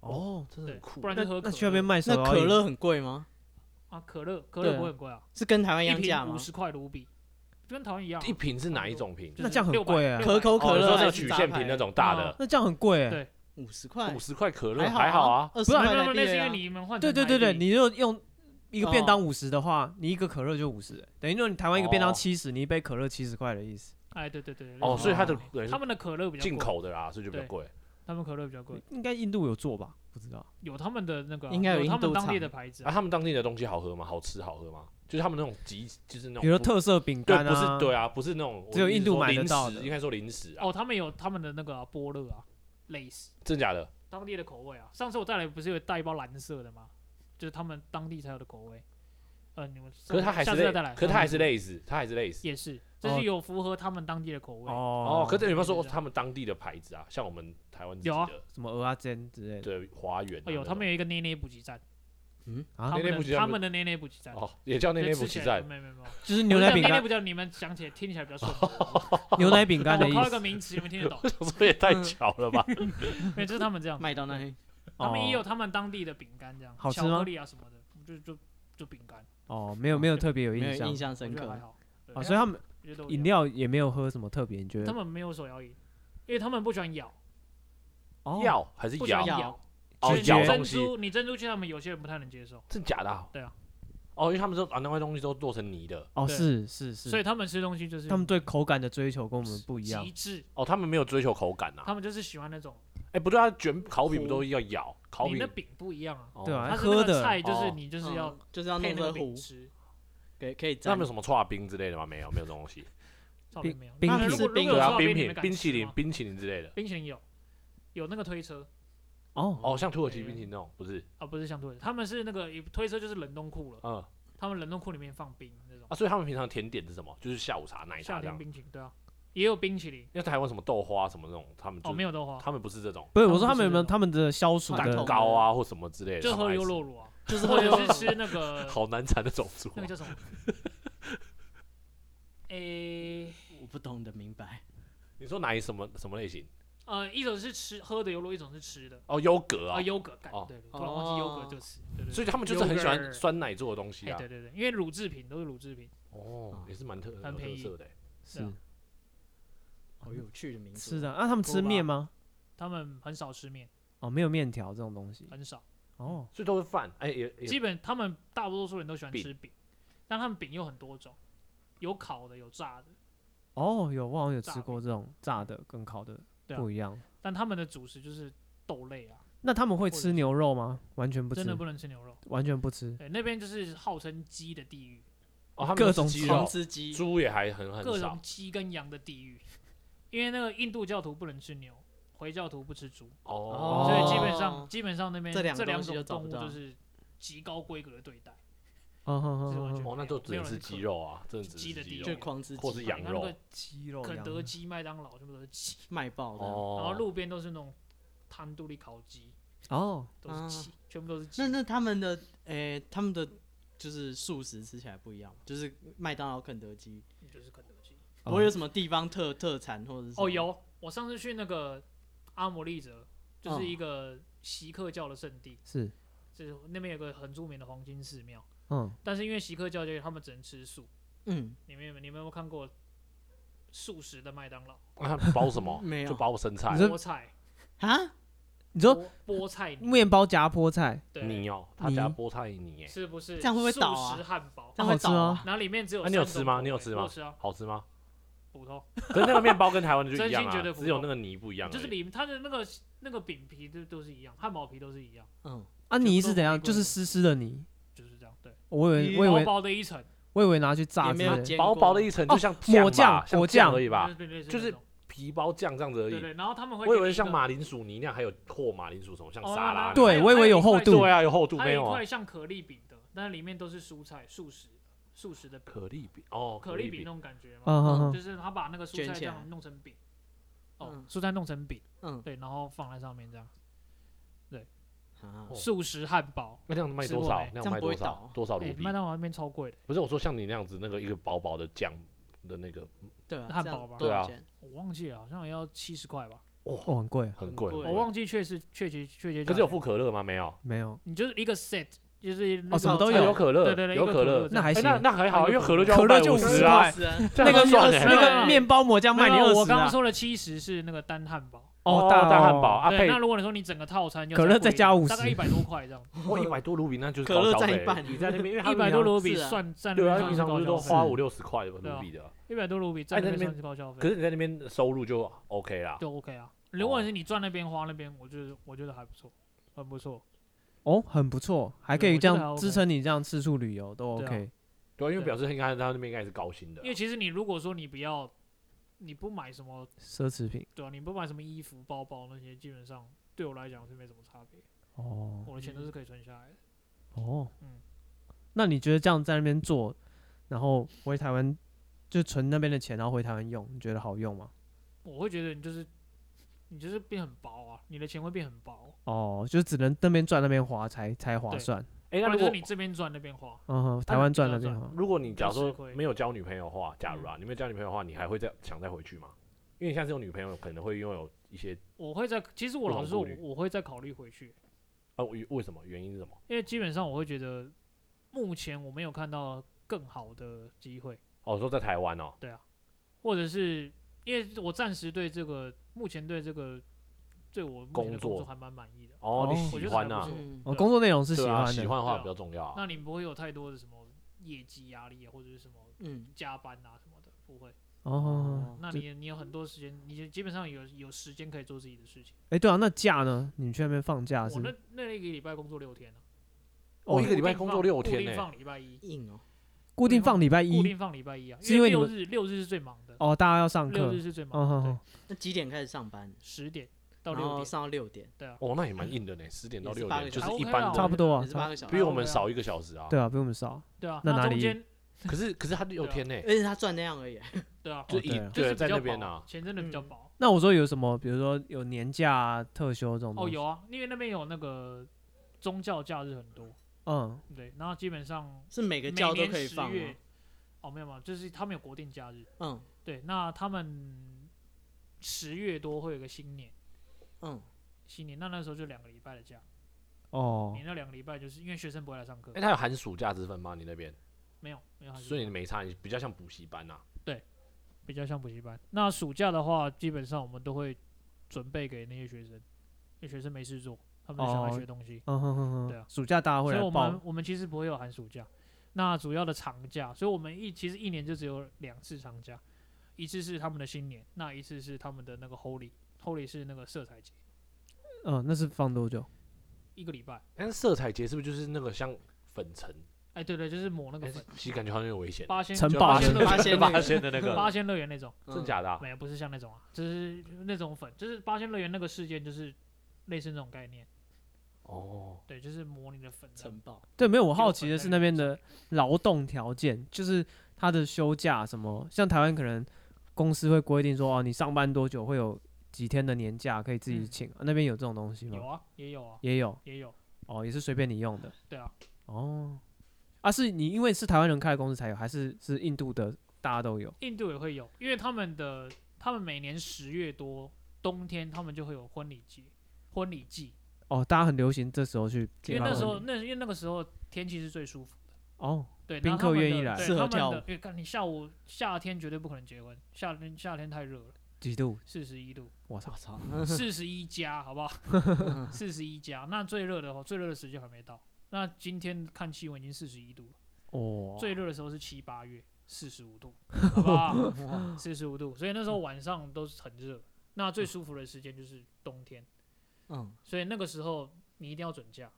Speaker 1: 哦，
Speaker 3: 真的
Speaker 4: 对，
Speaker 3: 很酷
Speaker 4: 不。然
Speaker 1: 那
Speaker 4: 就喝可
Speaker 1: 那
Speaker 4: 乐。
Speaker 1: 去外面卖手
Speaker 5: 那
Speaker 1: 摇
Speaker 5: 可
Speaker 1: 饮
Speaker 5: 乐很贵吗？
Speaker 4: 啊，可乐可
Speaker 5: 对
Speaker 4: 乐
Speaker 5: 啊
Speaker 4: 不会很贵啊，
Speaker 5: 是跟台湾一
Speaker 4: 一
Speaker 5: 样价
Speaker 4: 瓶
Speaker 5: 吗
Speaker 4: 五？十块卢比，跟台湾一样啊。
Speaker 3: 一瓶是哪一种瓶？
Speaker 4: 就
Speaker 1: 那
Speaker 4: 是
Speaker 1: 这样很
Speaker 4: 600
Speaker 1: 贵啊
Speaker 4: 600
Speaker 5: 可口可
Speaker 3: 哦你
Speaker 5: 乐
Speaker 3: 说那
Speaker 5: 还
Speaker 3: 个
Speaker 5: 是
Speaker 3: 曲
Speaker 5: 杂
Speaker 3: 线
Speaker 5: 牌
Speaker 3: 瓶那种大
Speaker 4: 哦
Speaker 3: 的，
Speaker 1: 那这样很贵欸。
Speaker 4: 对
Speaker 5: 五十块
Speaker 2: 哦
Speaker 3: 五，十块可乐
Speaker 5: 还
Speaker 3: 还好啊，
Speaker 5: 二十
Speaker 1: 不是
Speaker 5: 块
Speaker 4: 没有没
Speaker 5: 台
Speaker 4: 有，
Speaker 5: 币
Speaker 4: 那是
Speaker 5: 而已
Speaker 4: 因
Speaker 5: 啊
Speaker 4: 为你们换成
Speaker 1: 对对
Speaker 4: 台
Speaker 1: 对对，
Speaker 4: 币
Speaker 1: 你就用一个便
Speaker 5: 哦
Speaker 1: 当五十的话，你一个可乐就五十，欸等于说你台湾一个便
Speaker 3: 哦
Speaker 1: 当七十，你一杯可乐七十块的意思，
Speaker 4: 哎对对对
Speaker 3: 哦，所以它的对
Speaker 4: 嗯他们的可乐比较
Speaker 3: 进
Speaker 4: 贵，
Speaker 3: 口的啦，所以就比较贵。
Speaker 4: 他们可乐比较贵，
Speaker 1: 应该印度有做吧？不知道。
Speaker 4: 有他们的那个啊
Speaker 5: 应该有
Speaker 4: 有他
Speaker 5: 印度
Speaker 4: 们当地
Speaker 5: 产
Speaker 4: 的牌子
Speaker 3: 啊，
Speaker 4: 啊，
Speaker 3: 他们当地的东西好喝吗？好吃好喝吗？就是他们那种集，就是那种
Speaker 1: 比如说
Speaker 3: 不
Speaker 1: 特色饼
Speaker 3: 对，
Speaker 1: 干
Speaker 3: 不是
Speaker 1: 啊，
Speaker 3: 对啊，不是那种
Speaker 1: 只有印度买得到
Speaker 3: 我意思
Speaker 1: 的
Speaker 3: 是说零食应该说零食啊
Speaker 4: 哦，，他们有他们的那个啊波乐啊，类似
Speaker 3: 真假的？
Speaker 4: 当地的口味啊。上次我带来不是有带一包蓝色的吗？就是他们当地才有的口味。呃，你们
Speaker 3: 可是它
Speaker 4: 他
Speaker 3: 还是
Speaker 4: 下次
Speaker 3: 类
Speaker 4: 再带来，
Speaker 3: 可是它还是
Speaker 4: 类
Speaker 3: 类似，它还是类
Speaker 1: 嗯
Speaker 3: 似。
Speaker 4: 也是，就是有符合他们当地的口味。
Speaker 1: 哦
Speaker 3: 哦，可是有没有
Speaker 4: 对
Speaker 3: 说
Speaker 4: 对对
Speaker 3: 他们当地的牌子啊？像我们台湾自己
Speaker 4: 有啊
Speaker 3: 的，
Speaker 1: 什么鹅啊煎之类的，
Speaker 3: 对华园啊。
Speaker 4: 哎呦，
Speaker 3: 那
Speaker 4: 他
Speaker 3: 种
Speaker 4: 们有一个捏捏补给站，
Speaker 1: 啊
Speaker 4: 他
Speaker 3: 捏
Speaker 4: 们
Speaker 3: 捏补给
Speaker 4: 的
Speaker 3: 站
Speaker 4: 他
Speaker 3: 不
Speaker 4: 们的捏捏补给站，
Speaker 3: 哦，也叫那
Speaker 4: 就
Speaker 3: 天
Speaker 4: 吃
Speaker 3: 补
Speaker 4: 起
Speaker 3: 习
Speaker 4: 来
Speaker 3: 站
Speaker 4: 没有没有没有，
Speaker 1: 就是牛奶饼
Speaker 4: 我讲捏捏
Speaker 1: 干
Speaker 4: 补，给站你们想起来听起来比较顺口，
Speaker 1: 牛奶饼干的
Speaker 4: 我
Speaker 1: 意
Speaker 4: 靠一个
Speaker 1: 思。
Speaker 4: 名词你们听得懂，
Speaker 3: 我 说也太巧了吧？
Speaker 4: 因为就是他们这样，
Speaker 5: 卖到那里，
Speaker 4: 他们也有
Speaker 1: 哦
Speaker 4: 他们当地的饼干这样，
Speaker 1: 好吃
Speaker 4: 巧克
Speaker 1: 吗
Speaker 4: 力啊什么的，就就就饼干，
Speaker 1: 哦，没有没有特别有
Speaker 5: 没
Speaker 1: 印
Speaker 5: 有
Speaker 1: 象
Speaker 5: 印象
Speaker 4: 我
Speaker 5: 深
Speaker 4: 觉得
Speaker 5: 刻
Speaker 4: 还。好。对
Speaker 1: 啊，所以他们
Speaker 4: 我觉得都一样
Speaker 1: 饮料也没有喝什么特别，你觉
Speaker 4: 他
Speaker 1: 得？
Speaker 4: 们没有手摇饮，因为他们不喜欢咬，
Speaker 1: 哦，
Speaker 3: 药还是
Speaker 4: 不喜欢
Speaker 3: 咬？
Speaker 5: 咬
Speaker 4: 咬。
Speaker 3: 哦，
Speaker 4: 就是
Speaker 3: 咬
Speaker 4: 你珍
Speaker 3: 东西，
Speaker 4: 珠，你珍珠去他们有些人不太能接受，
Speaker 3: 真假的啊？
Speaker 4: 对啊。
Speaker 3: 哦，因为他们说啊，那块东西都做成泥的。
Speaker 1: 哦，
Speaker 4: 对
Speaker 1: 是是是，
Speaker 4: 所以他们吃东西就是
Speaker 1: 他们对口感的追求跟我们不一样
Speaker 4: 极。致，
Speaker 3: 哦，他们没有追求口感啊。
Speaker 4: 他们就是喜欢那种
Speaker 3: 哎，不对啊，卷烤饼不都要咬？烤
Speaker 4: 你
Speaker 3: 饼
Speaker 4: 的饼不一样啊，
Speaker 3: 哦
Speaker 1: 对啊
Speaker 4: 它是
Speaker 1: 喝
Speaker 4: 那
Speaker 1: 的
Speaker 4: 个菜就是
Speaker 3: 哦
Speaker 4: 你就是要
Speaker 5: 嗯就是要
Speaker 4: 配
Speaker 5: 弄
Speaker 4: 那
Speaker 5: 个
Speaker 4: 个饼
Speaker 5: 糊，
Speaker 4: 吃，
Speaker 5: 可以可以
Speaker 3: 那
Speaker 5: 沾
Speaker 3: 他们有。什么串冰之类的吗？没有，没有这种东西。
Speaker 4: 照
Speaker 1: 冰
Speaker 4: 片没有。
Speaker 1: 冰
Speaker 4: 那
Speaker 1: 品
Speaker 4: 如果
Speaker 5: 是
Speaker 4: 如
Speaker 5: 冰
Speaker 4: 果
Speaker 3: 对
Speaker 4: 有
Speaker 3: 啊，
Speaker 4: 照片
Speaker 3: 冰
Speaker 4: 你
Speaker 3: 品
Speaker 4: 们、敢
Speaker 3: 冰淇
Speaker 4: 吃
Speaker 3: 淋、
Speaker 4: 吗
Speaker 3: 冰淇淋之类的。
Speaker 4: 冰淇淋有有那个推车
Speaker 1: 哦，
Speaker 3: 哦，像土耳其
Speaker 4: 对
Speaker 3: 冰淇淋那种，不是？
Speaker 4: 啊，不是像推车，他们是那个推车就是冷冻库了，
Speaker 3: 嗯
Speaker 4: 他们冷冻库里面放冰那种
Speaker 3: 啊，所以他们平常甜点是什么？就是下午茶、奶茶
Speaker 4: 夏
Speaker 3: 这样
Speaker 4: 天。冰淇淋，对啊，也有冰淇淋
Speaker 3: 因为台湾什么豆花什么那种，他们就
Speaker 4: 哦，没有豆花，
Speaker 3: 他们不是这种
Speaker 1: 不是，
Speaker 4: 他们
Speaker 1: 我说他
Speaker 4: 不
Speaker 1: 们
Speaker 4: 是
Speaker 1: 有没有
Speaker 4: 那种
Speaker 1: 他们的消暑
Speaker 5: 传
Speaker 1: 的
Speaker 5: 统？
Speaker 3: 糕啊或什么之类的。
Speaker 4: 就喝
Speaker 3: 他们爱
Speaker 4: 优
Speaker 3: 吃
Speaker 4: 酪乳啊，
Speaker 5: 就是
Speaker 4: 或
Speaker 5: 会
Speaker 4: 者
Speaker 5: 有
Speaker 4: 是吃那个
Speaker 3: 好难缠的种族啊
Speaker 4: 那个叫什 么？诶、
Speaker 5: 我不懂的明白。
Speaker 3: 你说哪一什么什么类型？
Speaker 4: 呃，一种是吃喝的优酪，一种是吃的
Speaker 3: 哦，优格
Speaker 4: 啊，
Speaker 3: 啊，
Speaker 4: 优格干
Speaker 3: 哦
Speaker 4: 对，突然忘记优格这个词，对对
Speaker 3: 所
Speaker 4: 对。
Speaker 3: 以他们就是很喜
Speaker 4: 优格
Speaker 3: 欢酸奶做的东西
Speaker 4: 哎，
Speaker 3: 啊
Speaker 4: 对。对对，因为乳制品都是乳制品，
Speaker 3: 哦，也是蛮特有
Speaker 4: 很便
Speaker 3: 特
Speaker 4: 宜
Speaker 3: 色的欸。
Speaker 1: 是
Speaker 5: 好有趣的名字。
Speaker 1: 是的，啊那他们吃面吗？
Speaker 4: 他们很少吃面，
Speaker 1: 哦，没有面条这种东西。
Speaker 4: 很少，
Speaker 1: 哦，
Speaker 3: 所以都是饭，哎也也
Speaker 4: 基本他们大多数人都喜欢
Speaker 3: 饼
Speaker 4: 吃饼，但他们饼有很多种，有烤的，有炸的，
Speaker 1: 哦，有，我好像有
Speaker 4: 炸
Speaker 1: 吃过这种炸的跟烤的
Speaker 4: 对啊
Speaker 1: 不一样。
Speaker 4: 但他们的主食就是豆类啊，
Speaker 1: 那他们会
Speaker 4: 者
Speaker 1: 吃
Speaker 4: 是
Speaker 1: 牛肉吗？完全不
Speaker 4: 真的
Speaker 1: 吃，
Speaker 4: 不能吃牛肉。
Speaker 1: 完全不吃。
Speaker 4: 对，那边就是号称鸡的地狱，
Speaker 3: 哦，他们
Speaker 1: 各
Speaker 3: 都
Speaker 1: 种
Speaker 3: 吃鸡
Speaker 5: 狂
Speaker 3: 肉，
Speaker 5: 吃鸡，
Speaker 3: 猪也还很
Speaker 4: 各
Speaker 3: 很
Speaker 4: 种
Speaker 3: 少。
Speaker 4: 鸡跟羊的地狱，因为那个印度教徒不能吃牛，回教徒不吃猪。
Speaker 3: 哦，
Speaker 4: 所
Speaker 1: 哦
Speaker 4: 以基本上基本上那边
Speaker 5: 这两个
Speaker 4: 这两
Speaker 5: 东西
Speaker 4: 种
Speaker 5: 就找
Speaker 4: 动
Speaker 5: 不
Speaker 4: 物
Speaker 5: 到
Speaker 4: 就是极高规格的对待，
Speaker 1: 哦哦哦
Speaker 5: 嗯
Speaker 4: 这完
Speaker 1: 哦
Speaker 4: 全
Speaker 1: 哦
Speaker 3: 哦，那就只
Speaker 4: 没有
Speaker 3: 能
Speaker 4: 人
Speaker 3: 是
Speaker 4: 吃
Speaker 3: 鸡肉啊，真的只
Speaker 4: 鸡的
Speaker 3: 是鸡
Speaker 4: 地
Speaker 5: 就
Speaker 3: 肉
Speaker 4: 位
Speaker 5: 狂吃鸡，
Speaker 3: 或是羊
Speaker 4: 你看那
Speaker 3: 肉
Speaker 4: 个
Speaker 1: 鸡肉
Speaker 4: 肯
Speaker 1: 羊
Speaker 4: 德基、麦当劳全部都是鸡，
Speaker 5: 卖爆的。
Speaker 4: 然后
Speaker 3: 哦。
Speaker 4: 路边都是那种摊肚里烤鸡，
Speaker 1: 哦，
Speaker 4: 都是鸡，全部都是鸡
Speaker 5: 啊那。那他们的诶，他们的就是素食吃起来不一样，就是麦当劳、肯德基，
Speaker 4: 就是肯德基。
Speaker 1: 哦
Speaker 5: 不会有什么地方特特产或者是什么
Speaker 4: 哦，有，我上次去那个阿姆利泽，就是
Speaker 5: 嗯
Speaker 4: 一个锡克教的圣地，
Speaker 1: 是，
Speaker 4: 就是那边有个很著名的黄金寺庙，
Speaker 1: 嗯，
Speaker 4: 但是因为锡克教就他们只能吃素，
Speaker 5: 嗯，？
Speaker 4: 你们有没有你们有没有看过素食的麦当劳？
Speaker 3: 那他们包什么
Speaker 5: 没有
Speaker 3: 哦就包生菜
Speaker 1: 你。说
Speaker 4: 菠菜，
Speaker 5: 啊，
Speaker 1: 你说
Speaker 4: 菠菠菜泥
Speaker 1: 面包夹菠菜，
Speaker 4: 对
Speaker 3: 泥哦，他家菠菜泥，哎，
Speaker 4: 是不是？
Speaker 5: 这样会不会倒啊
Speaker 4: 素食汉堡，
Speaker 5: 这样会倒
Speaker 1: 好吃
Speaker 5: 啊
Speaker 4: 然后里面只有
Speaker 3: 啊你有
Speaker 4: 三种
Speaker 3: 吃吗
Speaker 4: 口味
Speaker 3: 你有吃吗
Speaker 4: 我吃啊，
Speaker 3: 好吃吗？
Speaker 4: 普通，
Speaker 3: 可是那个面包跟台湾的就一样
Speaker 4: 真心觉
Speaker 3: 啊，
Speaker 4: 得不
Speaker 3: 只有那个泥不一样而已。
Speaker 4: 就是里它的那个那个饼皮都都是一样，汉堡皮都是一样，
Speaker 5: 嗯，
Speaker 1: 啊，
Speaker 4: 全部
Speaker 1: 泥
Speaker 4: 都
Speaker 1: 是怎
Speaker 4: 玫
Speaker 1: 样？
Speaker 4: 瑰
Speaker 1: 就是
Speaker 4: 的
Speaker 1: 湿湿的泥，
Speaker 4: 就是这样。对，
Speaker 1: 我以为我以
Speaker 4: 薄
Speaker 1: 为
Speaker 4: 薄的一层，
Speaker 1: 我以为拿去炸
Speaker 5: 也
Speaker 1: 之
Speaker 5: 没
Speaker 1: 类
Speaker 4: 啊
Speaker 5: 有
Speaker 1: 的，
Speaker 5: 煎
Speaker 3: 薄
Speaker 5: 过
Speaker 3: 薄的一层，就像
Speaker 1: 抹
Speaker 3: 酱吧
Speaker 1: 酱抹
Speaker 3: 像酱
Speaker 1: 酱
Speaker 3: 而已吧，
Speaker 4: 对对对，
Speaker 3: 就是
Speaker 4: 那种
Speaker 3: 皮包酱这样子而
Speaker 4: 对
Speaker 3: 已。
Speaker 4: 对，然后他们会
Speaker 3: 我以
Speaker 4: 给你
Speaker 3: 为
Speaker 4: 一
Speaker 3: 像
Speaker 4: 个，
Speaker 3: 马铃薯泥那样，还有和马铃薯什么，像
Speaker 4: 哦
Speaker 3: 沙
Speaker 4: 那
Speaker 3: 拉。
Speaker 4: 那
Speaker 1: 对
Speaker 4: 还有
Speaker 1: 我以为有厚度
Speaker 3: 对啊，有厚度
Speaker 4: 还
Speaker 3: 没
Speaker 4: 有
Speaker 3: 有
Speaker 4: 一
Speaker 3: 啊
Speaker 4: 块？像可丽饼的，但是里面都是蔬菜、素食、素食的饼，
Speaker 3: 可丽饼哦，
Speaker 4: 可
Speaker 3: 丽
Speaker 4: 丽饼那种感觉嘛，
Speaker 1: 嗯
Speaker 5: 嗯
Speaker 1: 嗯
Speaker 4: 就
Speaker 1: 嗯，
Speaker 4: 是他把那个蔬
Speaker 5: 卷
Speaker 4: 菜
Speaker 5: 起
Speaker 4: 这
Speaker 5: 来
Speaker 4: 样弄成饼，哦
Speaker 5: 嗯，
Speaker 4: 蔬菜弄成饼，
Speaker 5: 嗯
Speaker 4: 对，然后放在上面这样，
Speaker 5: 啊
Speaker 3: 哦
Speaker 4: 素食汉堡。
Speaker 3: 那这样子卖
Speaker 4: 吃
Speaker 3: 多
Speaker 4: 过
Speaker 3: 少
Speaker 4: 没？
Speaker 3: 那
Speaker 5: 这
Speaker 3: 样
Speaker 5: 样
Speaker 3: 卖
Speaker 5: 不
Speaker 3: 多
Speaker 5: 会
Speaker 3: 少
Speaker 5: 倒？
Speaker 3: 多少
Speaker 4: 哎
Speaker 3: 卢，比
Speaker 4: 麦？当劳那边超贵的，
Speaker 3: 不是我说像你那样子，那个一个薄薄的酱的那个，
Speaker 5: 对啊，
Speaker 4: 汉
Speaker 5: 这样
Speaker 4: 堡吧
Speaker 5: 多少
Speaker 3: 对
Speaker 5: 钱？
Speaker 4: 我忘记了，好像也要七十块吧。
Speaker 1: 哦，很贵，
Speaker 3: 很贵。
Speaker 5: 很贵
Speaker 4: 我忘记确实确实确实，
Speaker 3: 可是有附可乐吗？没有。
Speaker 1: 没有，
Speaker 4: 你就是一个 set，就是那
Speaker 1: 哦什么都
Speaker 4: 个
Speaker 1: 有
Speaker 3: 啊有可乐，
Speaker 4: 对对对，
Speaker 3: 有
Speaker 4: 一个
Speaker 3: 可
Speaker 4: 可
Speaker 3: 乐。
Speaker 1: 那
Speaker 4: 这样
Speaker 1: 还
Speaker 3: 哎，
Speaker 1: 行。
Speaker 3: 那那还好，因为可乐就要
Speaker 1: 可乐
Speaker 3: 卖
Speaker 1: 就
Speaker 3: 50
Speaker 1: 50
Speaker 3: 啊，
Speaker 1: 块
Speaker 5: 是啊，
Speaker 3: 这
Speaker 1: 那
Speaker 3: 样
Speaker 1: 个
Speaker 3: 算
Speaker 1: 那
Speaker 3: 欸
Speaker 1: 个面包抹酱卖你
Speaker 4: 没有
Speaker 1: 二
Speaker 4: 我
Speaker 1: 十
Speaker 4: 刚刚
Speaker 1: 啊，
Speaker 4: 说了七十是那个单汉堡，
Speaker 1: 哦
Speaker 3: 大
Speaker 1: 大
Speaker 3: 汉堡啊
Speaker 4: 对，
Speaker 3: 配
Speaker 4: 那如果你说你整个套餐要
Speaker 1: 可乐再
Speaker 4: 贵一
Speaker 1: 加
Speaker 4: 点
Speaker 1: 50
Speaker 4: 大概一百多块这样，
Speaker 3: 哇一百多卢比那就是
Speaker 5: 可
Speaker 3: 高
Speaker 5: 乐
Speaker 3: 消
Speaker 5: 占
Speaker 3: 费
Speaker 5: 一。半，
Speaker 3: 你在那边，因为他
Speaker 4: 一
Speaker 3: 们
Speaker 4: 百
Speaker 3: 平
Speaker 4: 多
Speaker 3: 常
Speaker 4: 卢比
Speaker 5: 是啊
Speaker 4: 算占
Speaker 3: 对
Speaker 4: 那
Speaker 3: 啊，
Speaker 4: 边
Speaker 3: 平常
Speaker 4: 算
Speaker 3: 不是
Speaker 4: 是
Speaker 3: 都
Speaker 4: 高消
Speaker 3: 花
Speaker 4: 费，
Speaker 3: 五六十块的
Speaker 4: 对啊
Speaker 3: 卢比的，
Speaker 4: 一百多卢比占那
Speaker 3: 哎那边
Speaker 4: 边算是高消
Speaker 3: 可
Speaker 4: 费，
Speaker 3: 是你在那边收入就 OK 啦。
Speaker 4: 就 OK 啊。如
Speaker 3: 哦
Speaker 4: 果是你赚那边花那边，我觉得我觉得还不错，很不错。
Speaker 1: 哦，很不错，还可
Speaker 4: 对
Speaker 1: 以
Speaker 4: 我
Speaker 1: 这
Speaker 4: 觉得还
Speaker 1: 样
Speaker 4: OK
Speaker 1: 支撑你这样次数旅游都
Speaker 4: 对啊
Speaker 1: OK。
Speaker 3: 对啊，因为
Speaker 4: 对
Speaker 3: 表示应该他那边应该是高薪的啊
Speaker 4: 因。为其实你如果说你不要，你不买什么，
Speaker 1: 奢侈品
Speaker 4: 对啊，你不买什么衣服、包包那些，基本上对我来讲是没什么差别，
Speaker 1: 哦
Speaker 4: 我的钱都是
Speaker 3: 嗯
Speaker 4: 可以存下来的。
Speaker 1: 哦
Speaker 4: 嗯，
Speaker 1: 那你觉得这样在那边做，然后回台湾就存那边的钱，然后回台湾用，你觉得好用吗？
Speaker 4: 我会觉得你就是你就是变很薄啊，你的钱会变很薄，
Speaker 1: 哦，就只能那边赚那边花才才划
Speaker 4: 对
Speaker 1: 算。
Speaker 3: 哎，
Speaker 4: 不
Speaker 3: 那如
Speaker 4: 然就是
Speaker 3: 果
Speaker 4: 你这边赚那边花。
Speaker 1: 嗯哼，台
Speaker 4: 那啊
Speaker 1: 湾
Speaker 4: 你
Speaker 1: 赚
Speaker 4: 比
Speaker 1: 那
Speaker 4: 较
Speaker 1: 边
Speaker 4: 赚
Speaker 1: 花。
Speaker 3: 如果你假如
Speaker 4: 比较
Speaker 3: 说
Speaker 4: 实惠
Speaker 3: 没有交女朋友的话，假如啊，
Speaker 4: 嗯
Speaker 3: 你没有交女朋友的话，你还会再想再回去吗？因为你像这种女朋友，可能会拥有一些
Speaker 4: 我会在，其实我
Speaker 3: 不
Speaker 4: 老
Speaker 3: 同
Speaker 4: 实说，
Speaker 3: 顾
Speaker 4: 我
Speaker 3: 虑
Speaker 4: 我会再考虑回去，
Speaker 3: 啊，为为什么？原因是什么？
Speaker 4: 因为基本上我会觉得，目前我没有看到更好的机会，
Speaker 3: 哦，说在台湾哦，
Speaker 4: 或者是因为我暂时对这个目前对这个对我目前的
Speaker 3: 工作
Speaker 4: 工作还蛮满意的。
Speaker 3: 哦，你
Speaker 1: 哦
Speaker 3: 喜欢
Speaker 4: 我觉得还
Speaker 3: 呐
Speaker 4: 不错？
Speaker 5: 嗯，
Speaker 1: 哦，工作内容是喜
Speaker 3: 对啊，
Speaker 1: 欢
Speaker 3: 喜
Speaker 1: 的。
Speaker 3: 欢的话
Speaker 4: 对啊
Speaker 3: 比较重要啊。
Speaker 4: 那你不会有太多的什么业绩压力啊，或者是什么
Speaker 5: 嗯，
Speaker 4: 加班啊什么的，不会。
Speaker 1: 哦，
Speaker 5: 哦
Speaker 4: 那
Speaker 1: 这
Speaker 4: 你也你有很多时间，你就基本上有有时间可以做自己的事情。
Speaker 1: 哎，对啊，那假呢？你去那边放假是
Speaker 4: 我
Speaker 1: 不
Speaker 4: 那
Speaker 1: 是？
Speaker 4: 那一个礼拜工作六天
Speaker 3: 啊
Speaker 4: 啊，
Speaker 3: 哦，一
Speaker 4: 固
Speaker 3: 个礼拜
Speaker 4: 定
Speaker 3: 工
Speaker 4: 放
Speaker 3: 作六
Speaker 4: 固
Speaker 3: 天
Speaker 4: 定
Speaker 3: 呢，哎
Speaker 4: 放礼拜一，
Speaker 5: 硬哦，
Speaker 1: 固定放礼拜
Speaker 4: 固
Speaker 1: 一
Speaker 4: 定放礼拜一啊，
Speaker 1: 是因为你
Speaker 4: 六
Speaker 1: 们
Speaker 4: 日六日是最忙的，
Speaker 1: 哦，大家要上
Speaker 4: 六
Speaker 1: 课
Speaker 4: 日
Speaker 3: 嗯
Speaker 4: 是最
Speaker 1: 哦好
Speaker 4: 忙的，对
Speaker 1: 好，
Speaker 5: 那几点开始上班？
Speaker 4: 十点到
Speaker 5: 然
Speaker 4: 六
Speaker 5: 后
Speaker 4: 点，
Speaker 5: 上到六点，
Speaker 3: 哦，那也蛮硬的呢，十点到
Speaker 5: 也是
Speaker 3: 六
Speaker 5: 八
Speaker 3: 点
Speaker 5: 个
Speaker 3: 就是
Speaker 5: 小
Speaker 3: 一
Speaker 4: 时
Speaker 3: 般
Speaker 4: 还 OK
Speaker 1: 差
Speaker 4: 啊
Speaker 3: 的，
Speaker 1: 不多啊
Speaker 5: 也，是八个小时，
Speaker 3: 比我们
Speaker 4: 对啊
Speaker 3: 少一个小时啊。
Speaker 1: 对啊，比我们少。
Speaker 4: 对啊。
Speaker 1: 那哪
Speaker 4: 中
Speaker 1: 里
Speaker 4: 间
Speaker 3: 可是可是他六天呢，
Speaker 4: 啊
Speaker 5: 而且他赚那样而已，
Speaker 4: 对啊，
Speaker 3: 就
Speaker 1: 哦
Speaker 3: 一
Speaker 1: 对啊
Speaker 4: 就
Speaker 3: 对
Speaker 4: 是比
Speaker 3: 在
Speaker 4: 较
Speaker 3: 那边
Speaker 4: 薄
Speaker 3: 啊，
Speaker 4: 钱真的比较
Speaker 5: 嗯
Speaker 4: 薄。
Speaker 1: 那我说有什么，比如说有年假啊、特休这种
Speaker 4: 哦，
Speaker 1: 东西？
Speaker 4: 有啊，因为那边有那个宗教假日很多，
Speaker 1: 嗯，
Speaker 4: 对，然后基本上
Speaker 5: 是每个
Speaker 4: 每
Speaker 5: 教都
Speaker 4: 年
Speaker 5: 可以
Speaker 4: 十
Speaker 5: 放吗
Speaker 4: 月？，哦，没有没有，就是他们有国定假日，
Speaker 5: 嗯
Speaker 4: 对，那他们十月多会有个新年，
Speaker 5: 嗯，
Speaker 4: 新年那那时候就两个礼拜的假，
Speaker 1: 哦
Speaker 4: 你，那两个礼拜就是因为学生不会来上课
Speaker 3: 哎，，他有寒暑假之分吗？你那边，
Speaker 4: 没有没啊有寒暑假，
Speaker 3: 所以你没差，你比较像补习班啊呐。
Speaker 4: 比较像补习班。那暑假的话，基本上我们都会准备给那些学生，因为学生没事做，他们就想
Speaker 1: 哦
Speaker 4: 来学东西，
Speaker 1: 嗯哼哼
Speaker 4: 对啊
Speaker 1: 哼，暑假大家会
Speaker 4: 所以我
Speaker 1: 来报
Speaker 4: 们我们其实不会有寒暑假，那主要的长假，所以我们一其实一年就只有两次长假，一次是他们的新年，那一次是他们的那个 Holy，Holy 是那个色彩节，
Speaker 1: 嗯，那是放多久？
Speaker 4: 一个礼拜。
Speaker 3: 但是色彩节是不是就是那个像粉尘？
Speaker 4: 哎，对对，就是抹那个
Speaker 3: 哎
Speaker 4: 粉，
Speaker 3: 其实感觉好像有点危险。
Speaker 4: 八仙
Speaker 1: 城
Speaker 3: 就
Speaker 1: 堡
Speaker 4: 八仙
Speaker 1: 的
Speaker 4: 乐
Speaker 5: 八
Speaker 4: 园
Speaker 5: 仙
Speaker 3: 八仙的那
Speaker 4: 八
Speaker 3: 个，
Speaker 4: 仙乐园那种，
Speaker 5: 嗯
Speaker 3: 真假的啊？
Speaker 4: 没有不是像那种啊，就是那种粉，就是八仙乐园那个事件，就是类似那种概念，
Speaker 3: 哦，
Speaker 4: 对，就是模拟的粉这样
Speaker 5: 城堡，
Speaker 1: 对，没有。我
Speaker 4: 就
Speaker 1: 好
Speaker 4: 有
Speaker 1: 奇
Speaker 4: 分
Speaker 1: 的
Speaker 4: 在
Speaker 1: 是
Speaker 4: 那
Speaker 1: 那边
Speaker 4: 边
Speaker 1: 的劳动条件，就是他的休假什么，像台湾可能公司会规定说，哦，你上班多久会有几天的年假可以自己
Speaker 4: 嗯
Speaker 1: 请，啊那边有这种东西
Speaker 4: 有
Speaker 1: 吗？
Speaker 4: 啊，也有啊，
Speaker 1: 也有
Speaker 4: 也有，
Speaker 1: 哦，也是随便你用的
Speaker 4: 对啊，
Speaker 1: 哦。啊，是你因为是台湾人开的公司才有，还是是印度的大家都有？
Speaker 4: 印度也会有，因为他们的他们每年十月多冬天，他们就会有婚礼季，婚礼季，
Speaker 1: 哦，大家很流行这时候去
Speaker 4: 因
Speaker 1: 举
Speaker 4: 为
Speaker 1: 办婚礼，
Speaker 4: 那时候那因为那个时候天气是最舒服的，
Speaker 1: 哦，
Speaker 4: 对，
Speaker 1: 宾
Speaker 4: 然后他
Speaker 1: 客
Speaker 4: 们
Speaker 1: 愿
Speaker 4: 的
Speaker 1: 意来
Speaker 4: 对
Speaker 5: 适合
Speaker 4: 他们
Speaker 5: 跳舞
Speaker 4: 的因为看你下午夏天绝对不可能结婚，夏天夏天太热了，
Speaker 1: 几度？
Speaker 4: 四十一度，
Speaker 1: 我操
Speaker 5: 我！操，
Speaker 4: 四十一加，好不好？四十一加，那最热的话，最热的时间还没到。那今天看气温已经四十一度了，
Speaker 1: 哦，
Speaker 4: 最热的时候是七八月，四十五度，好不 好？ 四十五度，所以那时候晚上都是很热。那
Speaker 1: 嗯
Speaker 4: 最舒服的时间就是冬天，
Speaker 5: 嗯，
Speaker 4: 所以那个时候你一定要准假，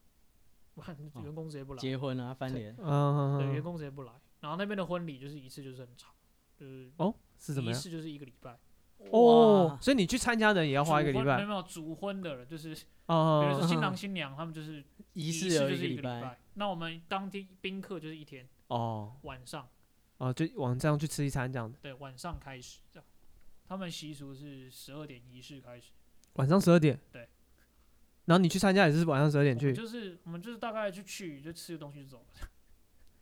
Speaker 4: 不然
Speaker 5: 哦
Speaker 4: 员工直接不来，
Speaker 5: 结婚啊，翻脸，
Speaker 4: 对，
Speaker 1: 嗯
Speaker 4: 员，工直接不来。然后那边的婚礼就是一次就是很长，就是
Speaker 1: 哦，是怎么
Speaker 4: 一
Speaker 1: 样？
Speaker 4: 次就是一个礼拜，
Speaker 1: 哦
Speaker 5: 哇，，
Speaker 1: 所以你去参加的人也要花一个
Speaker 4: 主
Speaker 1: 礼
Speaker 4: 婚没
Speaker 1: 拜
Speaker 4: 有没有主婚的人，就是比
Speaker 1: 哦
Speaker 4: 如说新 郎新娘他们就是
Speaker 5: 仪
Speaker 4: 式
Speaker 5: 式有
Speaker 4: 就是
Speaker 5: 个
Speaker 4: 一个
Speaker 5: 礼
Speaker 4: 礼，那我们当天宾客就是一天
Speaker 1: 哦
Speaker 4: 晚上，
Speaker 1: 哦，就晚上去吃一餐这样的，
Speaker 4: 对，晚上开始这样。他们习俗是十二点仪式开始，
Speaker 1: 晚上十二点。
Speaker 4: 对。
Speaker 1: 然后你去参加也是晚上十二
Speaker 4: 我
Speaker 1: 点
Speaker 4: 们
Speaker 1: 去，
Speaker 4: 就是我们就是大概就去就吃个东西就走了。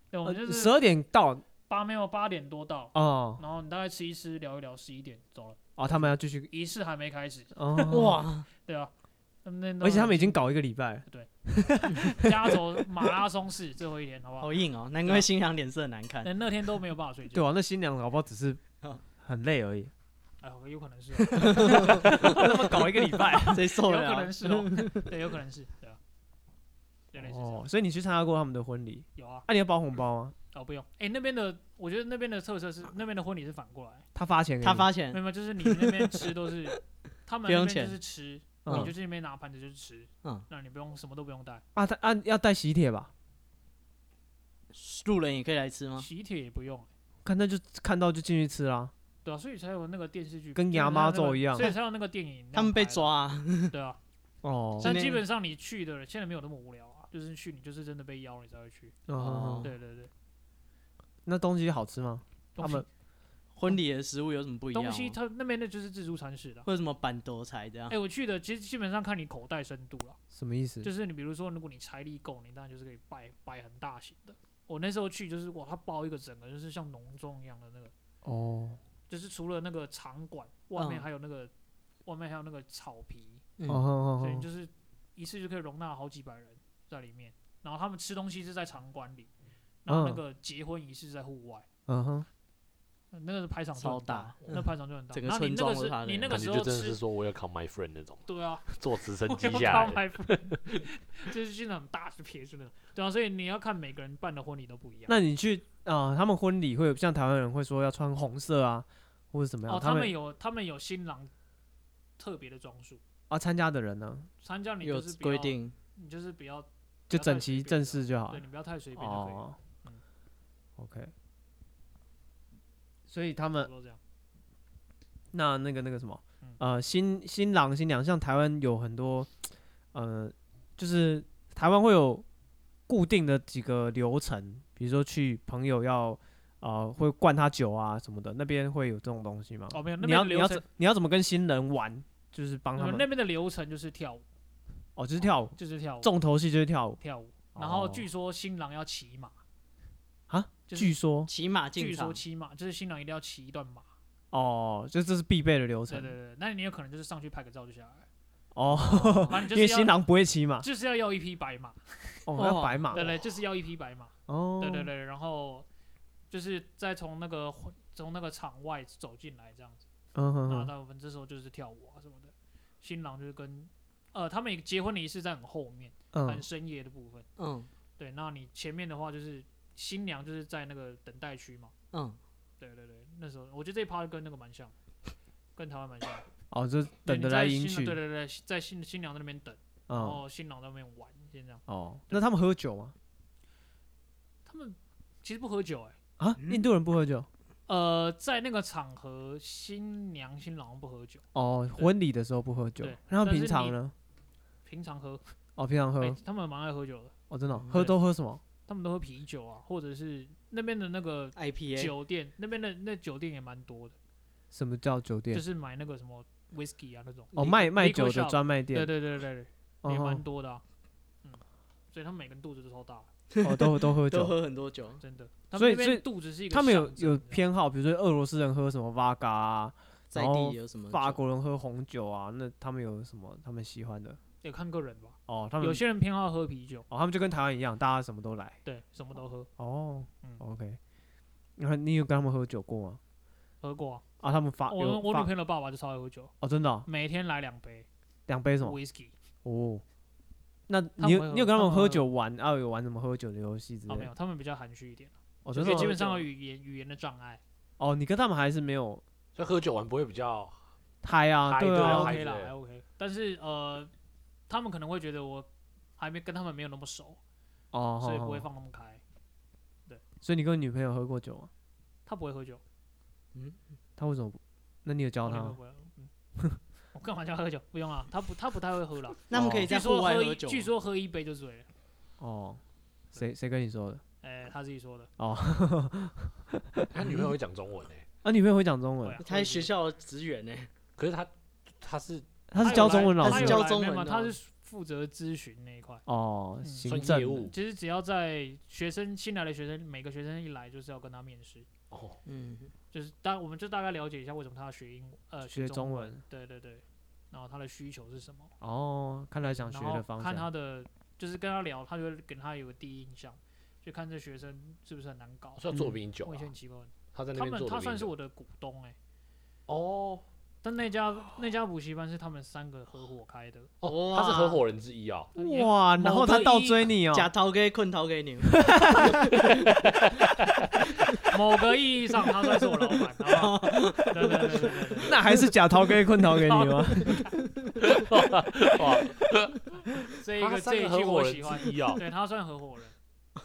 Speaker 4: 对，我们就
Speaker 1: 呃十
Speaker 4: 是
Speaker 1: 二点到
Speaker 4: 八没有八点多到，
Speaker 1: 哦
Speaker 4: 然后你大概吃一吃聊一聊，十一点走了，
Speaker 1: 哦，他们要继续
Speaker 4: 仪式还没开始，
Speaker 1: 哦
Speaker 5: 哇，
Speaker 4: 对啊。他们那
Speaker 1: 而且他们已经搞一个礼拜了，
Speaker 4: 压轴马拉松式最后一天，好不好
Speaker 5: 好？硬哦，难怪新娘脸色很难看
Speaker 4: 那，那天都没有办法睡觉
Speaker 1: 对。啊，那新娘搞不好只是很累而已。
Speaker 4: 哎呦，有可能是哦，
Speaker 2: 他们搞一个礼 拜，
Speaker 5: 谁受
Speaker 4: 啊
Speaker 5: 得
Speaker 1: 啊
Speaker 4: 有可
Speaker 5: 了
Speaker 4: 能？是哦，对，有可能是，对啊，对类似这样
Speaker 1: 哦，所以你去参加过他们的婚礼？
Speaker 4: 有啊，
Speaker 1: 啊，你要包红包吗？
Speaker 4: 哦，不用，哎，那边的，我觉得那边的特色是那边的婚礼是反过来，
Speaker 1: 他发钱给你？
Speaker 5: 他发
Speaker 4: 没
Speaker 5: 钱，
Speaker 4: 有，就是你那边吃都是， 他们
Speaker 5: 不用
Speaker 4: 那边就
Speaker 5: 钱
Speaker 4: 是吃，
Speaker 1: 嗯
Speaker 4: 你就去那边拿盘子就是吃，
Speaker 5: 嗯，
Speaker 4: 那你不用什么都不用带，
Speaker 1: 啊，他啊要带喜帖吧？
Speaker 5: 路人也可以来吃吗？
Speaker 4: 喜帖也不用，欸
Speaker 1: 看那就看到就进去吃啦。
Speaker 4: 对啊，所以才有那个电视剧，
Speaker 1: 跟
Speaker 4: 就是
Speaker 1: 牙
Speaker 4: 他
Speaker 1: 妈
Speaker 4: 那个
Speaker 1: 咒一样
Speaker 4: 所以才有那个电影，
Speaker 5: 他们被，抓啊，
Speaker 4: 对啊，
Speaker 1: 哦，
Speaker 4: 但
Speaker 5: 那
Speaker 4: 基本上你去的人现在没有那么无聊啊，就是去你就是真的被邀你才会去，
Speaker 1: 哦哦哦
Speaker 4: 对对对，
Speaker 1: 那东西好吃吗？
Speaker 4: 东
Speaker 1: 他
Speaker 4: 西
Speaker 1: 们
Speaker 5: 婚礼的食物有什么不一样吗？哦
Speaker 4: 东西它那边的就是自助餐式的啊。
Speaker 5: 或者什么板豆菜这样
Speaker 4: 哎、？我去的其实基本上看你口袋深度了，
Speaker 1: 什么意思？
Speaker 4: 就是你比如说，如果你财力够，你当然就是可以摆摆很大型的。我那时候去就是哇，他包一个整个就是像农庄一样的那个，
Speaker 1: 哦
Speaker 4: 就是除了那个场馆外面
Speaker 5: 嗯
Speaker 4: 还有那个、外面还有那个草皮，
Speaker 1: 哦哦
Speaker 4: 所以
Speaker 1: 哦，
Speaker 4: 嗯就是一次就可以容纳好几百人在里面。然后他们吃东西是在场馆里，然后那
Speaker 1: 嗯
Speaker 4: 个结婚仪式是在户外。嗯
Speaker 1: 嗯哼，
Speaker 4: 那个排场就
Speaker 5: 超
Speaker 4: 很
Speaker 5: 大
Speaker 4: 那排场就很 大。
Speaker 5: 整个
Speaker 4: 然后
Speaker 5: 村
Speaker 4: 你那个
Speaker 5: 庄都
Speaker 4: 是
Speaker 5: 他的
Speaker 4: 你那
Speaker 5: 人
Speaker 4: 个
Speaker 3: 感
Speaker 4: 时
Speaker 3: 觉就
Speaker 4: 候
Speaker 3: 真的是
Speaker 4: 吃，
Speaker 3: 说我要 come my friend 那种，
Speaker 4: 对啊，
Speaker 3: 坐直升
Speaker 4: 我
Speaker 3: 机
Speaker 4: 要
Speaker 3: 下来，
Speaker 4: 靠买分，就是去那种大去撇出那种，对啊，所以你要看每个人办的婚礼都不一样。
Speaker 1: 那你去啊？他们婚礼会有像台湾人会说要穿红色啊，或者怎么
Speaker 4: 哦，
Speaker 1: 样？
Speaker 4: 他们
Speaker 1: 们
Speaker 4: 有他们有新郎特别的装束，
Speaker 1: 啊，参加的人呢
Speaker 4: 参加你
Speaker 5: 有
Speaker 4: 就是不
Speaker 5: 规
Speaker 4: 要，
Speaker 5: 定，
Speaker 4: 你就是不要，
Speaker 1: 就
Speaker 4: 不要太
Speaker 1: 整齐
Speaker 4: 随便
Speaker 1: 正
Speaker 4: 了
Speaker 1: 式就好
Speaker 4: 对
Speaker 1: 了。
Speaker 4: 你不要太随便就可以
Speaker 1: 啊
Speaker 4: 了，
Speaker 1: 哦
Speaker 4: 嗯
Speaker 1: ，OK。所以他们
Speaker 4: 差不多这样。
Speaker 1: 那那个那个什么
Speaker 4: 嗯，
Speaker 1: 呃，新新郎新娘，像台湾有很多，呃，就是台湾会有固定的几个流程，比如说去朋友要，呃，会灌他酒啊什么的，那边会有这种东西吗？
Speaker 4: 哦，没有，那
Speaker 1: 你要
Speaker 4: 边
Speaker 1: 你
Speaker 4: 的流
Speaker 1: 要怎
Speaker 4: 程，
Speaker 1: 你要怎么跟新人玩？就是帮他
Speaker 4: 我
Speaker 1: 们
Speaker 4: 们那边的流程就是跳舞，
Speaker 1: 哦，就是跳舞，
Speaker 4: 就是跳舞，
Speaker 1: 重头戏就是跳舞。
Speaker 4: 跳舞。然后
Speaker 1: 哦啊
Speaker 4: 据说新郎要骑马，就是
Speaker 1: 据说
Speaker 5: 骑马进
Speaker 4: 据说
Speaker 5: 场，
Speaker 4: 骑马就是新郎一定要骑一段马。
Speaker 1: 哦，就这是必备的流
Speaker 4: 对
Speaker 1: 程
Speaker 4: 对对，那你有可能就是上去拍个照就下来，
Speaker 1: 哦，
Speaker 4: 反正就
Speaker 1: 因为
Speaker 4: 是要
Speaker 1: 新郎不会骑马，
Speaker 4: 就是要要一匹白马，
Speaker 1: 哦，要白马
Speaker 4: 对对，就是要一匹白马，
Speaker 1: 哦，
Speaker 4: 对对对，然后就是再从那个婚从那个场外走进来这样子，
Speaker 1: 嗯哼
Speaker 4: 然后
Speaker 1: 哼，
Speaker 4: 到我们这时候就是跳舞啊什么的，新郎就是跟呃他们结婚的仪式在很后面，很
Speaker 1: 嗯
Speaker 4: 深夜的部分，
Speaker 5: 嗯
Speaker 4: 对，那你前面的话就是新娘就是在那个等待区嘛，
Speaker 5: 嗯，
Speaker 4: 对对对，那时候我觉得这一趴跟那个蛮像，跟台湾蛮像，
Speaker 1: 哦，就
Speaker 4: 对
Speaker 1: 等着
Speaker 4: 你在
Speaker 1: 来迎
Speaker 4: 新
Speaker 1: 娶
Speaker 4: 对，哦对对，在新新娘那边等，然
Speaker 1: 嗯。
Speaker 4: 后新郎在那边玩，先这样，
Speaker 1: 哦，那他们喝酒吗？
Speaker 4: 他们其实不喝酒哎、
Speaker 1: 啊，印度人不喝酒。
Speaker 4: 呃，在那个场合，新娘新郎不喝酒，
Speaker 1: 哦，婚礼的时候不喝酒
Speaker 4: 对，
Speaker 1: 那他
Speaker 4: 但
Speaker 1: 们
Speaker 4: 是
Speaker 1: 平常
Speaker 4: 你
Speaker 1: 呢？
Speaker 4: 平常喝，
Speaker 1: 哦，平常喝
Speaker 4: 哎、，他们蛮爱喝酒的，
Speaker 1: 哦，真的哦
Speaker 5: 嗯
Speaker 1: 喝
Speaker 4: 对
Speaker 1: 都喝什么？
Speaker 4: 他们都喝啤酒啊，或者是那边的那个
Speaker 5: IPA
Speaker 4: 酒店，那边的那酒店也蛮多的，
Speaker 1: 什么叫酒
Speaker 4: 就
Speaker 1: 店？
Speaker 4: 是买那个什么 whisky 啊那种，
Speaker 1: 哦，卖卖
Speaker 4: liquor
Speaker 1: 酒的
Speaker 4: shop
Speaker 1: 专卖
Speaker 4: 对
Speaker 1: 店，
Speaker 4: 对对对对，也蛮
Speaker 1: 哦，
Speaker 4: 多的啊，嗯，所以他们每个人肚子都超大的，
Speaker 1: 哦都都喝
Speaker 5: 都
Speaker 1: 酒。
Speaker 5: 喝很多酒，
Speaker 4: 真的，他
Speaker 1: 所
Speaker 4: 们
Speaker 1: 以所
Speaker 4: 那
Speaker 1: 以
Speaker 4: 边肚子是一个
Speaker 1: 他们有
Speaker 4: 象征
Speaker 1: 有
Speaker 4: 这样
Speaker 1: 偏好，比如说俄罗斯人喝什么 v 嘎啊，
Speaker 5: 在
Speaker 1: 然后
Speaker 5: 地有什么
Speaker 1: 法
Speaker 5: 酒？
Speaker 1: 国人喝红酒啊，那他们有什么他们喜欢的？
Speaker 4: 有看个人吧，
Speaker 1: 哦，他们
Speaker 4: 有些人偏好喝啤酒，
Speaker 1: 哦，他们就跟台湾一样，大家什么都来。
Speaker 4: 对，什么都喝，
Speaker 1: 哦
Speaker 4: 嗯
Speaker 1: ，OK。然后你有跟他们喝酒过吗？
Speaker 4: 喝过、啊，
Speaker 1: 啊，他们发
Speaker 4: 我
Speaker 1: 有
Speaker 4: 我女
Speaker 1: 发
Speaker 4: 朋友的爸爸就超爱喝酒，
Speaker 1: 哦，真的哦
Speaker 4: 每天来两杯
Speaker 1: 两杯什么？
Speaker 4: whisky。
Speaker 1: 哦，那
Speaker 4: 他
Speaker 1: 你有
Speaker 4: 们会
Speaker 1: 你有跟他
Speaker 4: 他
Speaker 1: 们
Speaker 4: 们
Speaker 1: 喝
Speaker 4: 会
Speaker 1: 酒玩啊？有玩什么喝酒的游戏之
Speaker 4: 哦，
Speaker 1: 类
Speaker 4: 没
Speaker 1: 的？
Speaker 4: 有，他们比较含蓄一点，
Speaker 1: 哦，
Speaker 4: 就
Speaker 1: 真
Speaker 4: 是
Speaker 1: 的
Speaker 4: 基
Speaker 1: 哦
Speaker 4: 本上有语言语言的障碍
Speaker 1: 哦，你跟他们还是没有
Speaker 3: 所以喝酒完不会比较
Speaker 1: 嗨啊？
Speaker 3: 嗨
Speaker 1: 对
Speaker 3: 对
Speaker 4: 还
Speaker 3: 啊
Speaker 1: 啊
Speaker 3: 嗨，
Speaker 4: OK 啦，
Speaker 3: 对
Speaker 4: 还 OK。但是呃，他们可能会觉得我还没跟他们没有那么熟，
Speaker 1: 哦，
Speaker 4: 所以
Speaker 1: 好
Speaker 4: 不会。
Speaker 1: 好
Speaker 4: 放那么开。
Speaker 1: 所以你跟女朋友喝过酒吗？
Speaker 4: 他不会喝酒，
Speaker 1: 她为什么不？那你有教
Speaker 4: 我
Speaker 1: 她
Speaker 4: 女朋友
Speaker 1: 吗？
Speaker 4: 不会。嗯 我干嘛叫他喝酒？不用啊，他不他不太会喝了。
Speaker 5: 那他们可以
Speaker 4: 据
Speaker 5: 在
Speaker 4: 说
Speaker 5: 户外
Speaker 4: 一，
Speaker 5: 喝酒吗，
Speaker 4: 据说喝一杯就醉了。
Speaker 1: 哦，谁谁跟你说的？
Speaker 4: 哎，他自己说的。
Speaker 3: 他女朋友会讲中文诶、
Speaker 1: 啊，女朋友会讲中
Speaker 4: 会
Speaker 1: 文
Speaker 4: 啊，
Speaker 5: 他是学校的职员呢，
Speaker 3: 可是他他是
Speaker 1: 她是
Speaker 4: 有
Speaker 1: 教
Speaker 4: 来
Speaker 1: 中文
Speaker 4: 他
Speaker 1: 老
Speaker 5: 她
Speaker 1: 师
Speaker 4: 有
Speaker 5: 教
Speaker 1: 吗
Speaker 4: 来
Speaker 5: 中
Speaker 4: 没有
Speaker 5: 文
Speaker 4: 没有
Speaker 5: 的
Speaker 4: 他
Speaker 5: 哦
Speaker 4: 是负责咨询那一块。
Speaker 1: 哦，
Speaker 4: 嗯
Speaker 1: 行
Speaker 3: 算
Speaker 1: 政
Speaker 3: 业
Speaker 1: 的
Speaker 3: 务
Speaker 4: 其实只要在学生新来的学生，每个学生一来就是要跟他面试。
Speaker 3: 哦，
Speaker 5: 嗯，
Speaker 4: 就是大，我们就大概了解一下为什么他要学英呃
Speaker 1: 学
Speaker 4: 中
Speaker 1: 中
Speaker 4: 文
Speaker 1: 文，
Speaker 4: 对对对，然后他的需求是什么，
Speaker 1: 哦，看来想学
Speaker 4: 然
Speaker 1: 的
Speaker 4: 后
Speaker 1: 方
Speaker 4: 看他
Speaker 1: 向
Speaker 4: 的就是跟他聊，他就会给他有个第一印象，就看这学生是不是很难搞。
Speaker 3: 所以他做冰酒、
Speaker 4: 我以
Speaker 3: 啊
Speaker 4: 前很奇怪，
Speaker 3: 他在那
Speaker 4: 他
Speaker 3: 边
Speaker 4: 们
Speaker 3: 做
Speaker 4: 他
Speaker 3: 的冰
Speaker 4: 算是
Speaker 3: 酒
Speaker 4: 我的股东哎、
Speaker 3: 哦，
Speaker 4: 但那家那家补习班是他们三个合伙开的，
Speaker 3: 哦，他是合伙人之一哦。
Speaker 1: 哇，然后他倒追你哦、
Speaker 5: 假逃给困逃给 你，
Speaker 4: 某个意义上他算是我老板，好不好对对对对对对，
Speaker 1: 那还是假逃给困逃给你吗？
Speaker 3: 哇，
Speaker 4: 这一个
Speaker 3: 他
Speaker 4: 这
Speaker 3: 三
Speaker 4: 一
Speaker 3: 个
Speaker 4: 句
Speaker 3: 合
Speaker 4: 我
Speaker 3: 伙
Speaker 4: 喜
Speaker 3: 人
Speaker 4: 欢，
Speaker 3: 之一哦。
Speaker 4: 对他算合伙人，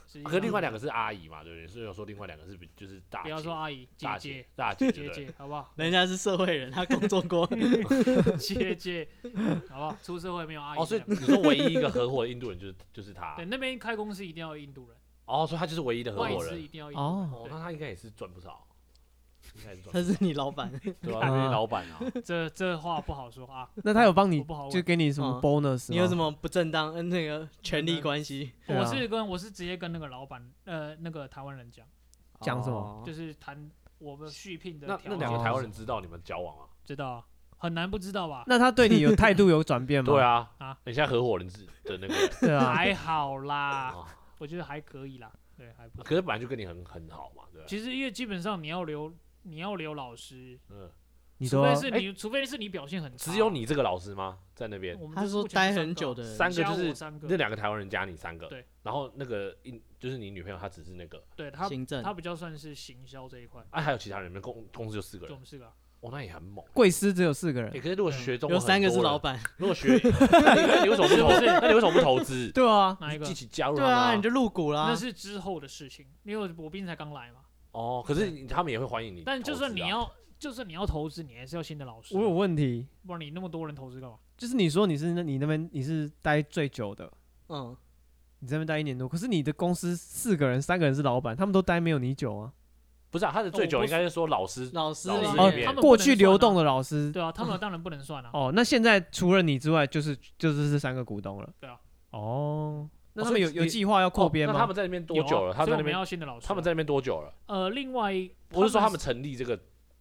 Speaker 4: 实际
Speaker 3: 可
Speaker 4: 上
Speaker 3: 是另外两个是阿姨嘛，对不对？所以我说另外两个是比就是大
Speaker 4: 不要
Speaker 3: 姐
Speaker 4: 说阿姨，姐
Speaker 3: 大
Speaker 4: 姐
Speaker 3: 大姐对
Speaker 4: 姐
Speaker 3: 不对
Speaker 4: 姐，好不好？
Speaker 5: 人家是社会人，他工作 过，
Speaker 4: 姐姐，好不好？出社会没有阿姨
Speaker 3: 哦，
Speaker 4: 这
Speaker 3: 所以
Speaker 4: 两个。
Speaker 3: 你说唯一一个合伙的印度人就是就是他
Speaker 4: 对，那边开公司一定要印度人，
Speaker 3: 哦，所以他就是唯一的合
Speaker 4: 外
Speaker 3: 伙
Speaker 4: 资一
Speaker 3: 人
Speaker 4: 定要印度
Speaker 1: 哦，
Speaker 3: 哦，那他应该也是赚不少，应该也是赚
Speaker 5: 他
Speaker 3: 不
Speaker 5: 是你老板，
Speaker 3: 少，对吧？他是老板啊，
Speaker 4: 人，这这话不好说啊。
Speaker 1: 那他有帮
Speaker 4: 我
Speaker 1: 你
Speaker 4: 不好问
Speaker 1: 就给你什么
Speaker 5: 嗯
Speaker 1: bonus？
Speaker 5: 你有什
Speaker 1: 么？
Speaker 5: 么不正当呃那个权利关系？
Speaker 1: 对啊
Speaker 4: 我是跟我是直接跟那个老板，呃，那个台湾人讲，
Speaker 1: 讲什么
Speaker 5: 哦
Speaker 4: 就是谈我们续聘的
Speaker 3: 那
Speaker 4: 条
Speaker 3: 那
Speaker 4: 件
Speaker 3: 两个台湾人知道你们交往吗？
Speaker 4: 知道啊，很难不知道吧？
Speaker 1: 那他对你有态度有转 变吗？
Speaker 3: 对，啊，
Speaker 4: 啊
Speaker 3: 你现在合伙人是的那个
Speaker 1: 对 啊，
Speaker 4: 还好啦，
Speaker 3: 哦
Speaker 4: 我觉得还可以啦，对，还不错。
Speaker 3: 可是本来就跟你很很好嘛，对吧？
Speaker 4: 其实因为基本上你要留，你要留老师，
Speaker 3: 嗯，
Speaker 1: 你哎
Speaker 4: 除
Speaker 1: 说
Speaker 4: 非是你，除非是你表现很差。
Speaker 3: 只有你这个老师吗？在那边
Speaker 4: 我们
Speaker 5: 他
Speaker 4: 就是
Speaker 5: 说
Speaker 4: 目前
Speaker 5: 待
Speaker 4: 就
Speaker 5: 很
Speaker 4: 三
Speaker 5: 久
Speaker 4: 啊
Speaker 5: 的人，
Speaker 3: 三个
Speaker 4: 加
Speaker 3: 就
Speaker 4: 我
Speaker 3: 是
Speaker 4: 三
Speaker 3: 那
Speaker 4: 个，
Speaker 3: 两个台湾人加你三个，
Speaker 4: 对，
Speaker 3: 然后那个印就是你女朋友，她只是那个，
Speaker 4: 对他
Speaker 5: 行政
Speaker 4: 他比较算是行销这一块，
Speaker 3: 啊，还有其他人，你们公公司就四个
Speaker 4: 就我
Speaker 3: 人，
Speaker 4: 们四个啊，
Speaker 3: 哦，那也很猛。
Speaker 1: 贵司只有四个人
Speaker 3: 欸，可是如果学中
Speaker 5: 有三个是老
Speaker 3: 板，
Speaker 5: 板，
Speaker 3: 如果学， 那你为什么不投？那你为什么不投资？
Speaker 1: 对啊，
Speaker 4: 哪一个
Speaker 3: 一？起加入
Speaker 5: 对
Speaker 3: 他们
Speaker 5: 啊，你就入股啦
Speaker 4: 那。是之后的事情，因为我毕竟才刚来嘛。
Speaker 3: 哦，可是你他们也会欢迎你投资啊。
Speaker 4: 但就算你要，就算你要投资，你还是要新的老师
Speaker 1: 我有
Speaker 4: 啊，
Speaker 1: 问题，
Speaker 4: 不然你那么多人投资干嘛？
Speaker 1: 就是你说你是那你那边你是待最久的，
Speaker 5: 嗯，
Speaker 1: 你在那边待一年多，可是你的公司四个人，三个人是老板，他们都待没有你久啊。
Speaker 3: 不是啊，他的最
Speaker 4: 哦
Speaker 3: 久应该是说老师
Speaker 5: 老师
Speaker 3: 老
Speaker 5: 里
Speaker 3: 师
Speaker 5: 面
Speaker 1: 哦
Speaker 3: 里
Speaker 4: 他
Speaker 3: 面
Speaker 4: 们不能
Speaker 1: 过去
Speaker 4: 算啊
Speaker 1: 流动的老师，
Speaker 4: 对啊，他们当然不能算啊。
Speaker 1: 哦，那现在除了你之外，就是就是这三个股东了。
Speaker 4: 对啊。
Speaker 1: 哦，那他
Speaker 3: 哦
Speaker 1: 们
Speaker 3: 所以
Speaker 1: 有有
Speaker 3: 你
Speaker 1: 计划要扩编
Speaker 3: 哦那他
Speaker 1: 吗？
Speaker 3: 们在那边多
Speaker 4: 有啊
Speaker 3: 久了？他
Speaker 4: 所以
Speaker 3: 在那
Speaker 4: 我们
Speaker 3: 边
Speaker 4: 要新的老师啊。
Speaker 3: 他们在那边多久了？
Speaker 4: 呃，另外一
Speaker 3: 不是说他
Speaker 4: 他
Speaker 3: 们成立这个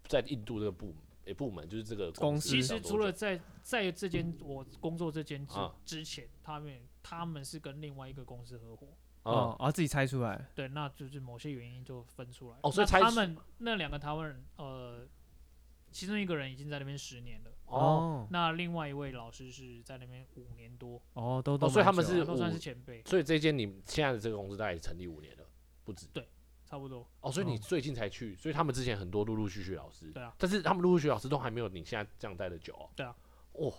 Speaker 3: 在印度这个部诶部门，就是这个
Speaker 1: 公司
Speaker 3: 司
Speaker 4: 其
Speaker 3: 到
Speaker 4: 实
Speaker 3: 多
Speaker 4: 除
Speaker 3: 久嗯
Speaker 4: 了在在这间我工作这间之
Speaker 3: 啊
Speaker 4: 之前，他们他们是跟另外一个公司合伙，
Speaker 3: 哦
Speaker 1: 哦，啊，自己猜出来。
Speaker 4: 对，那就是某些原因就分出来。
Speaker 3: 哦所以
Speaker 4: 那
Speaker 3: 才
Speaker 4: 他们那两个台湾人，呃，其中一个人已经在那边十年了，
Speaker 3: 哦
Speaker 1: 哦
Speaker 4: 那另外一位老师是在那边五年多，
Speaker 1: 哦，都都
Speaker 3: 哦所以他
Speaker 1: 蛮久
Speaker 3: 们是
Speaker 1: 了
Speaker 4: 都算
Speaker 3: 五
Speaker 4: 是前辈，
Speaker 3: 所以这间你现在的这个公司大概也成立五年了，不止。
Speaker 4: 差不多。
Speaker 3: 哦，所以
Speaker 1: 哦
Speaker 3: 你最近才去，所以他们之前很多陆陆续续老师，
Speaker 4: 对啊，
Speaker 3: 但是他们陆陆续续老师都还没有你现在这样待的久哦。
Speaker 4: 对啊，
Speaker 3: 哦，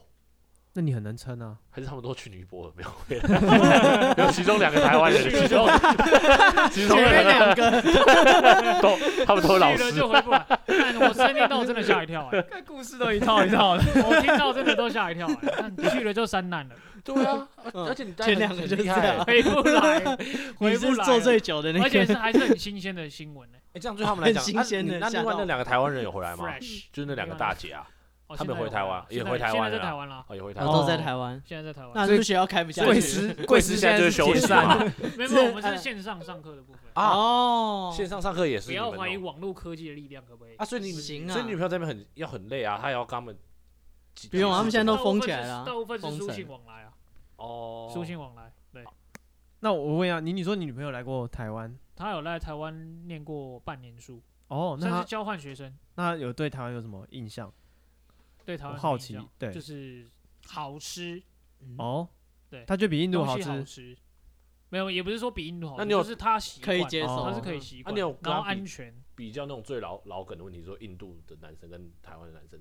Speaker 1: 那你很能撑啊。
Speaker 3: 还是他们都去尼泊尔没有回来？ 有其中两个台湾人， 其中 其中
Speaker 5: 前面
Speaker 3: 两
Speaker 5: 两个
Speaker 3: 个都他们都是老
Speaker 4: 去了
Speaker 3: 师
Speaker 4: 就回不来，但我身听到真的吓一跳、哎，
Speaker 1: 看故事都 一套一套的。
Speaker 4: 我听到真的都吓一跳、哎，但去了就三难了，
Speaker 3: 对啊，
Speaker 5: 嗯
Speaker 3: 而且你
Speaker 5: 前
Speaker 3: 待很
Speaker 5: 两个
Speaker 3: 很
Speaker 5: 就是
Speaker 3: 厉
Speaker 5: 这
Speaker 3: 害
Speaker 5: 样
Speaker 4: 回不来，
Speaker 5: 你
Speaker 4: 回不
Speaker 5: 是
Speaker 4: 来
Speaker 5: 做
Speaker 4: 了，
Speaker 5: 最久的那
Speaker 4: 而且
Speaker 5: 个，
Speaker 4: 是还是很新鲜的新闻呢、
Speaker 3: 哎，这样对他们来讲，
Speaker 5: 很新
Speaker 3: 那
Speaker 5: 鲜
Speaker 3: 你
Speaker 5: 的
Speaker 3: 那
Speaker 5: 吓
Speaker 3: 另外
Speaker 5: 到
Speaker 3: 那两个台湾人有回来吗？
Speaker 4: fresh，
Speaker 3: 就是那两个大姐啊，
Speaker 4: 哦
Speaker 3: 他们
Speaker 4: 现在
Speaker 3: 回台湾
Speaker 4: 了
Speaker 3: 也
Speaker 4: 现在
Speaker 3: 回台湾
Speaker 4: 现在
Speaker 3: 了
Speaker 4: 在
Speaker 3: 啦
Speaker 4: 台湾了，
Speaker 3: 哦，也回台
Speaker 5: 我
Speaker 3: 湾。
Speaker 5: 都在台湾，
Speaker 4: 现在在台湾。
Speaker 5: 那是不是学校开不下
Speaker 1: 贵
Speaker 5: 去？
Speaker 1: 司贵司现
Speaker 3: 司现
Speaker 1: 在
Speaker 3: 在就是啊
Speaker 1: 是
Speaker 3: 休
Speaker 1: 解
Speaker 3: 息
Speaker 1: 散
Speaker 3: 嘛
Speaker 1: 了。
Speaker 4: 没有，
Speaker 5: 是
Speaker 4: 没有我们是
Speaker 5: 哎
Speaker 4: 线上上课的部分，
Speaker 3: 啊，
Speaker 5: 哦，
Speaker 3: 线上上课也是
Speaker 4: 不
Speaker 3: 你们
Speaker 4: 要
Speaker 3: 哦
Speaker 4: 怀疑网络科技的力量，可不可以？
Speaker 3: 啊，所以你
Speaker 5: 行啊
Speaker 3: 所以女朋友在那边很要很累啊，她也要跟他们几。
Speaker 5: 不用他们现在都
Speaker 4: 大部分
Speaker 5: 封起来
Speaker 4: 是
Speaker 5: 了啊
Speaker 4: 大部分是
Speaker 5: 封
Speaker 4: 书
Speaker 5: 城
Speaker 4: 信往来啊，
Speaker 3: 哦，
Speaker 4: 书信往来。对，
Speaker 1: 那我问一下，你你说你女朋友来过台湾？
Speaker 4: 他有来台湾念过半年书，
Speaker 1: 哦，那
Speaker 4: 算
Speaker 1: 她
Speaker 4: 是交换学生。
Speaker 1: 那她有对台湾有什么印象？
Speaker 4: 对台湾
Speaker 1: 我
Speaker 4: 的
Speaker 1: 好
Speaker 4: 印
Speaker 1: 奇
Speaker 4: 象
Speaker 1: 对
Speaker 4: 就是好吃，
Speaker 3: 嗯
Speaker 1: 哦，
Speaker 4: 对
Speaker 1: 她觉得比印度
Speaker 4: 东
Speaker 1: 好
Speaker 4: 西好
Speaker 1: 吃。
Speaker 4: 吃。没有，也不是说比印度好吃，
Speaker 3: 那你有
Speaker 4: 就是他习
Speaker 5: 可
Speaker 4: 惯
Speaker 5: 以接
Speaker 1: 哦
Speaker 5: 受，
Speaker 4: 他是可以习惯
Speaker 3: 啊你有
Speaker 4: 的，然
Speaker 3: 跟
Speaker 4: 后
Speaker 3: 他比
Speaker 4: 安全。
Speaker 3: 比较那种最老老梗的问题，说印度的男生跟台湾的男生，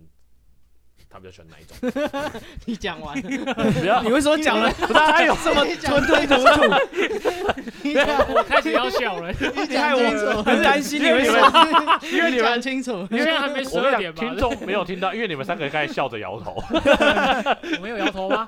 Speaker 3: 他比较喜欢哪一 种？
Speaker 5: 你讲完了，
Speaker 3: 不要
Speaker 1: 你为什么讲 了？她有这么吞吞吐吐？
Speaker 5: 你讲
Speaker 4: 我开始要笑 了，
Speaker 5: 你
Speaker 1: 你害
Speaker 5: 讲清
Speaker 1: 我
Speaker 5: 楚，
Speaker 1: 很担心你会
Speaker 3: 因为你
Speaker 1: 说
Speaker 3: 们
Speaker 5: 因 为你讲清楚，
Speaker 4: 现在还没十
Speaker 3: 我跟你
Speaker 4: 二点
Speaker 3: 讲，
Speaker 4: 吧？
Speaker 3: 听众没有听到，因为你们三个开始笑着摇头。
Speaker 4: 我没有摇 头吗？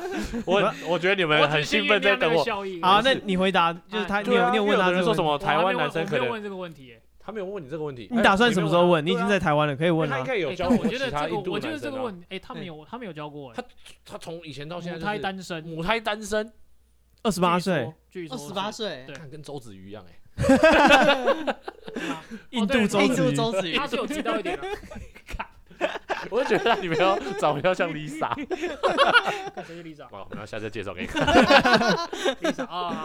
Speaker 3: 我我觉得你们
Speaker 4: 只
Speaker 3: 很
Speaker 4: 是
Speaker 3: 兴奋
Speaker 4: 酝
Speaker 3: 在
Speaker 4: 酿那
Speaker 3: 等
Speaker 4: 个
Speaker 3: 我。
Speaker 4: 效益
Speaker 1: 好，
Speaker 4: 我
Speaker 1: 那
Speaker 4: 是
Speaker 1: 你回答就是他，你
Speaker 3: 对
Speaker 1: 有
Speaker 3: 啊
Speaker 1: 你有
Speaker 3: 因为
Speaker 1: 问他
Speaker 3: 有的人说什
Speaker 1: 么？
Speaker 3: 么
Speaker 4: 我还
Speaker 3: 台
Speaker 4: 没
Speaker 3: 湾
Speaker 4: 问
Speaker 3: 男生
Speaker 4: 我
Speaker 3: 可
Speaker 4: 没有
Speaker 3: 能
Speaker 4: 问这个问题耶。
Speaker 3: 他没有问你这个问题，
Speaker 1: 你打算什么时候问？你
Speaker 3: 对
Speaker 1: 已
Speaker 3: 啊
Speaker 1: 经在台湾了，可以问
Speaker 3: 他
Speaker 1: 了
Speaker 3: 应。该有
Speaker 4: 哎
Speaker 3: 教
Speaker 4: 但
Speaker 3: 过
Speaker 4: 我觉
Speaker 3: 其
Speaker 4: 得
Speaker 3: 他
Speaker 4: 这个
Speaker 3: 印，度
Speaker 4: 我觉
Speaker 3: 男
Speaker 4: 得这
Speaker 3: 生
Speaker 4: 个
Speaker 3: 啊。
Speaker 4: 问，哎，他没有，他没有教过哎，
Speaker 3: 他从以前到现
Speaker 4: 母
Speaker 3: 在
Speaker 4: 胎
Speaker 3: 就是
Speaker 4: 单身，
Speaker 3: 母胎单身，
Speaker 1: 二十八岁，
Speaker 4: 据说，
Speaker 5: 二
Speaker 4: 据说
Speaker 5: 哦十八
Speaker 4: 是
Speaker 5: 岁，
Speaker 4: 对
Speaker 3: 看跟周子瑜一样哎。
Speaker 1: 印度
Speaker 4: 哦对
Speaker 1: 周
Speaker 5: 印度
Speaker 1: 子瑜，
Speaker 5: 哎周子瑜
Speaker 4: 他，是有知道一点的，
Speaker 3: 我就觉得你们要长得要像 Lisa。
Speaker 4: 看谁是 Lisa
Speaker 3: 好，然后下次再介绍给你。
Speaker 4: Lisa 啊，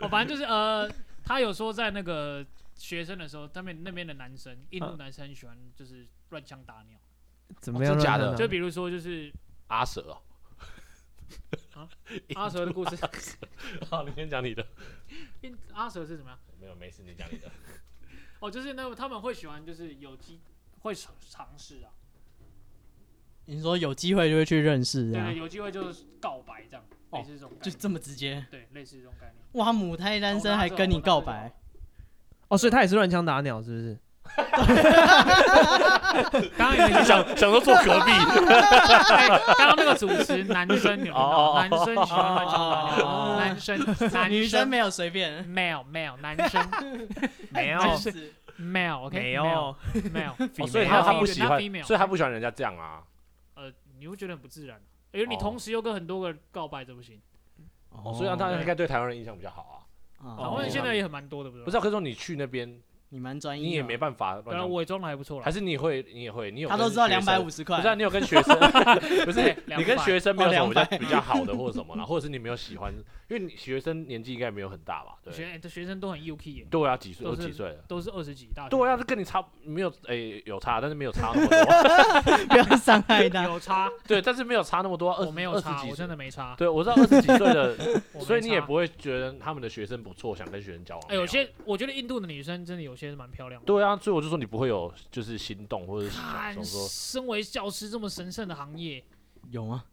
Speaker 4: 我反正就是呃，他有说在那
Speaker 5: 嗯
Speaker 4: 个学生的时候，他们那边的男生，印度男生很喜欢就是乱枪打鸟，
Speaker 1: 怎么样
Speaker 3: 哦真假
Speaker 1: 让
Speaker 3: 的
Speaker 5: 嗯
Speaker 1: 他拿？
Speaker 4: 就比如说就是
Speaker 3: 阿蛇 哦，
Speaker 4: 阿蛇的故事，
Speaker 3: 好，你先讲你的。
Speaker 4: 因阿蛇是怎么样？
Speaker 3: 没有，没事，你讲你的。
Speaker 4: 哦，就是那个他们会喜欢就是有机会尝尝试啊，
Speaker 5: 你说有机会就会去认识，这
Speaker 4: 对对，
Speaker 5: 样
Speaker 4: 有机会就是告白这样，
Speaker 5: 哦
Speaker 4: 类似这种概
Speaker 5: 就
Speaker 4: 念，
Speaker 5: 这么直接。
Speaker 4: 对，类似这种概念。
Speaker 5: 哇，母胎单身还跟你告白，
Speaker 1: 哦，所以他也是乱枪打鸟，是不是？
Speaker 4: 刚刚有
Speaker 3: 你
Speaker 4: 一
Speaker 3: 想想说坐隔 壁，
Speaker 4: 哎刚刚那个主持男生有没
Speaker 3: 哦
Speaker 4: 有？男生喜欢乱讲话
Speaker 5: 哦
Speaker 4: 男生男
Speaker 5: 女生
Speaker 4: 生
Speaker 5: 没有随便，哦
Speaker 4: male male 男生哎
Speaker 1: 没有
Speaker 5: 男士
Speaker 4: male OK
Speaker 1: 没有，
Speaker 4: male，
Speaker 3: 哦所以
Speaker 1: female
Speaker 3: 他
Speaker 4: 他
Speaker 3: 他不喜欢
Speaker 4: female，，
Speaker 3: 所以他不喜欢人家这样啊。
Speaker 4: 呃，你会觉得很不自然。啊因为你
Speaker 3: 哦
Speaker 4: 同时又跟很多个告白，怎么行？
Speaker 3: 哦，所以让他应该对台湾人印象比较好啊。
Speaker 5: 哦
Speaker 4: 台湾人现在也很蛮多的，不是吗？
Speaker 3: 不是、啊，可是说你去那边，
Speaker 5: 你蛮专一的，
Speaker 3: 你也没办法乱
Speaker 4: 当然
Speaker 3: 讲，
Speaker 4: 伪啊装的还不错啦
Speaker 3: 还。是你会，你也会，你有
Speaker 5: 他
Speaker 3: 跟
Speaker 5: 都知道
Speaker 3: 学
Speaker 5: 两
Speaker 3: 生
Speaker 5: 百五，十块
Speaker 3: 不是、，啊、你有跟学 生，不是
Speaker 4: 对
Speaker 3: 你跟
Speaker 4: 200
Speaker 3: 学生没有
Speaker 5: 哦
Speaker 3: 什么比较
Speaker 5: 200
Speaker 3: 比较好的或者什么啦，或者是你没有喜欢，因为你学生年纪应该没有很大吧？
Speaker 4: 学
Speaker 3: 对，
Speaker 4: 哎这学生都很 UK 耶，
Speaker 3: 对啊，几岁？
Speaker 4: 都
Speaker 3: 都
Speaker 4: 是
Speaker 3: 几岁了？
Speaker 4: 都是二十几大学生。
Speaker 3: 对啊，这跟你差没有诶、有差，但是没有差那么 多。 啊
Speaker 5: 不要伤害他。
Speaker 4: 有差，
Speaker 3: 对，但是没有差那么多，二
Speaker 4: 我
Speaker 3: 十
Speaker 4: 没有
Speaker 3: 二十
Speaker 4: 差，
Speaker 3: 几
Speaker 4: 我
Speaker 3: 岁
Speaker 4: 真。的没差。
Speaker 3: 对，我知道二十几岁的，
Speaker 4: 我没
Speaker 3: 所以你也
Speaker 4: 差
Speaker 3: 不会觉得他们的学生不错，想跟学生交往。
Speaker 4: 哎，有些我觉得印度的女生真的有些是蛮漂亮的。
Speaker 3: 对啊，所以我就说你不会有就是心动或者是想
Speaker 4: 看，
Speaker 3: 想说
Speaker 4: 身为教师这么神圣的行业，
Speaker 5: 有 吗？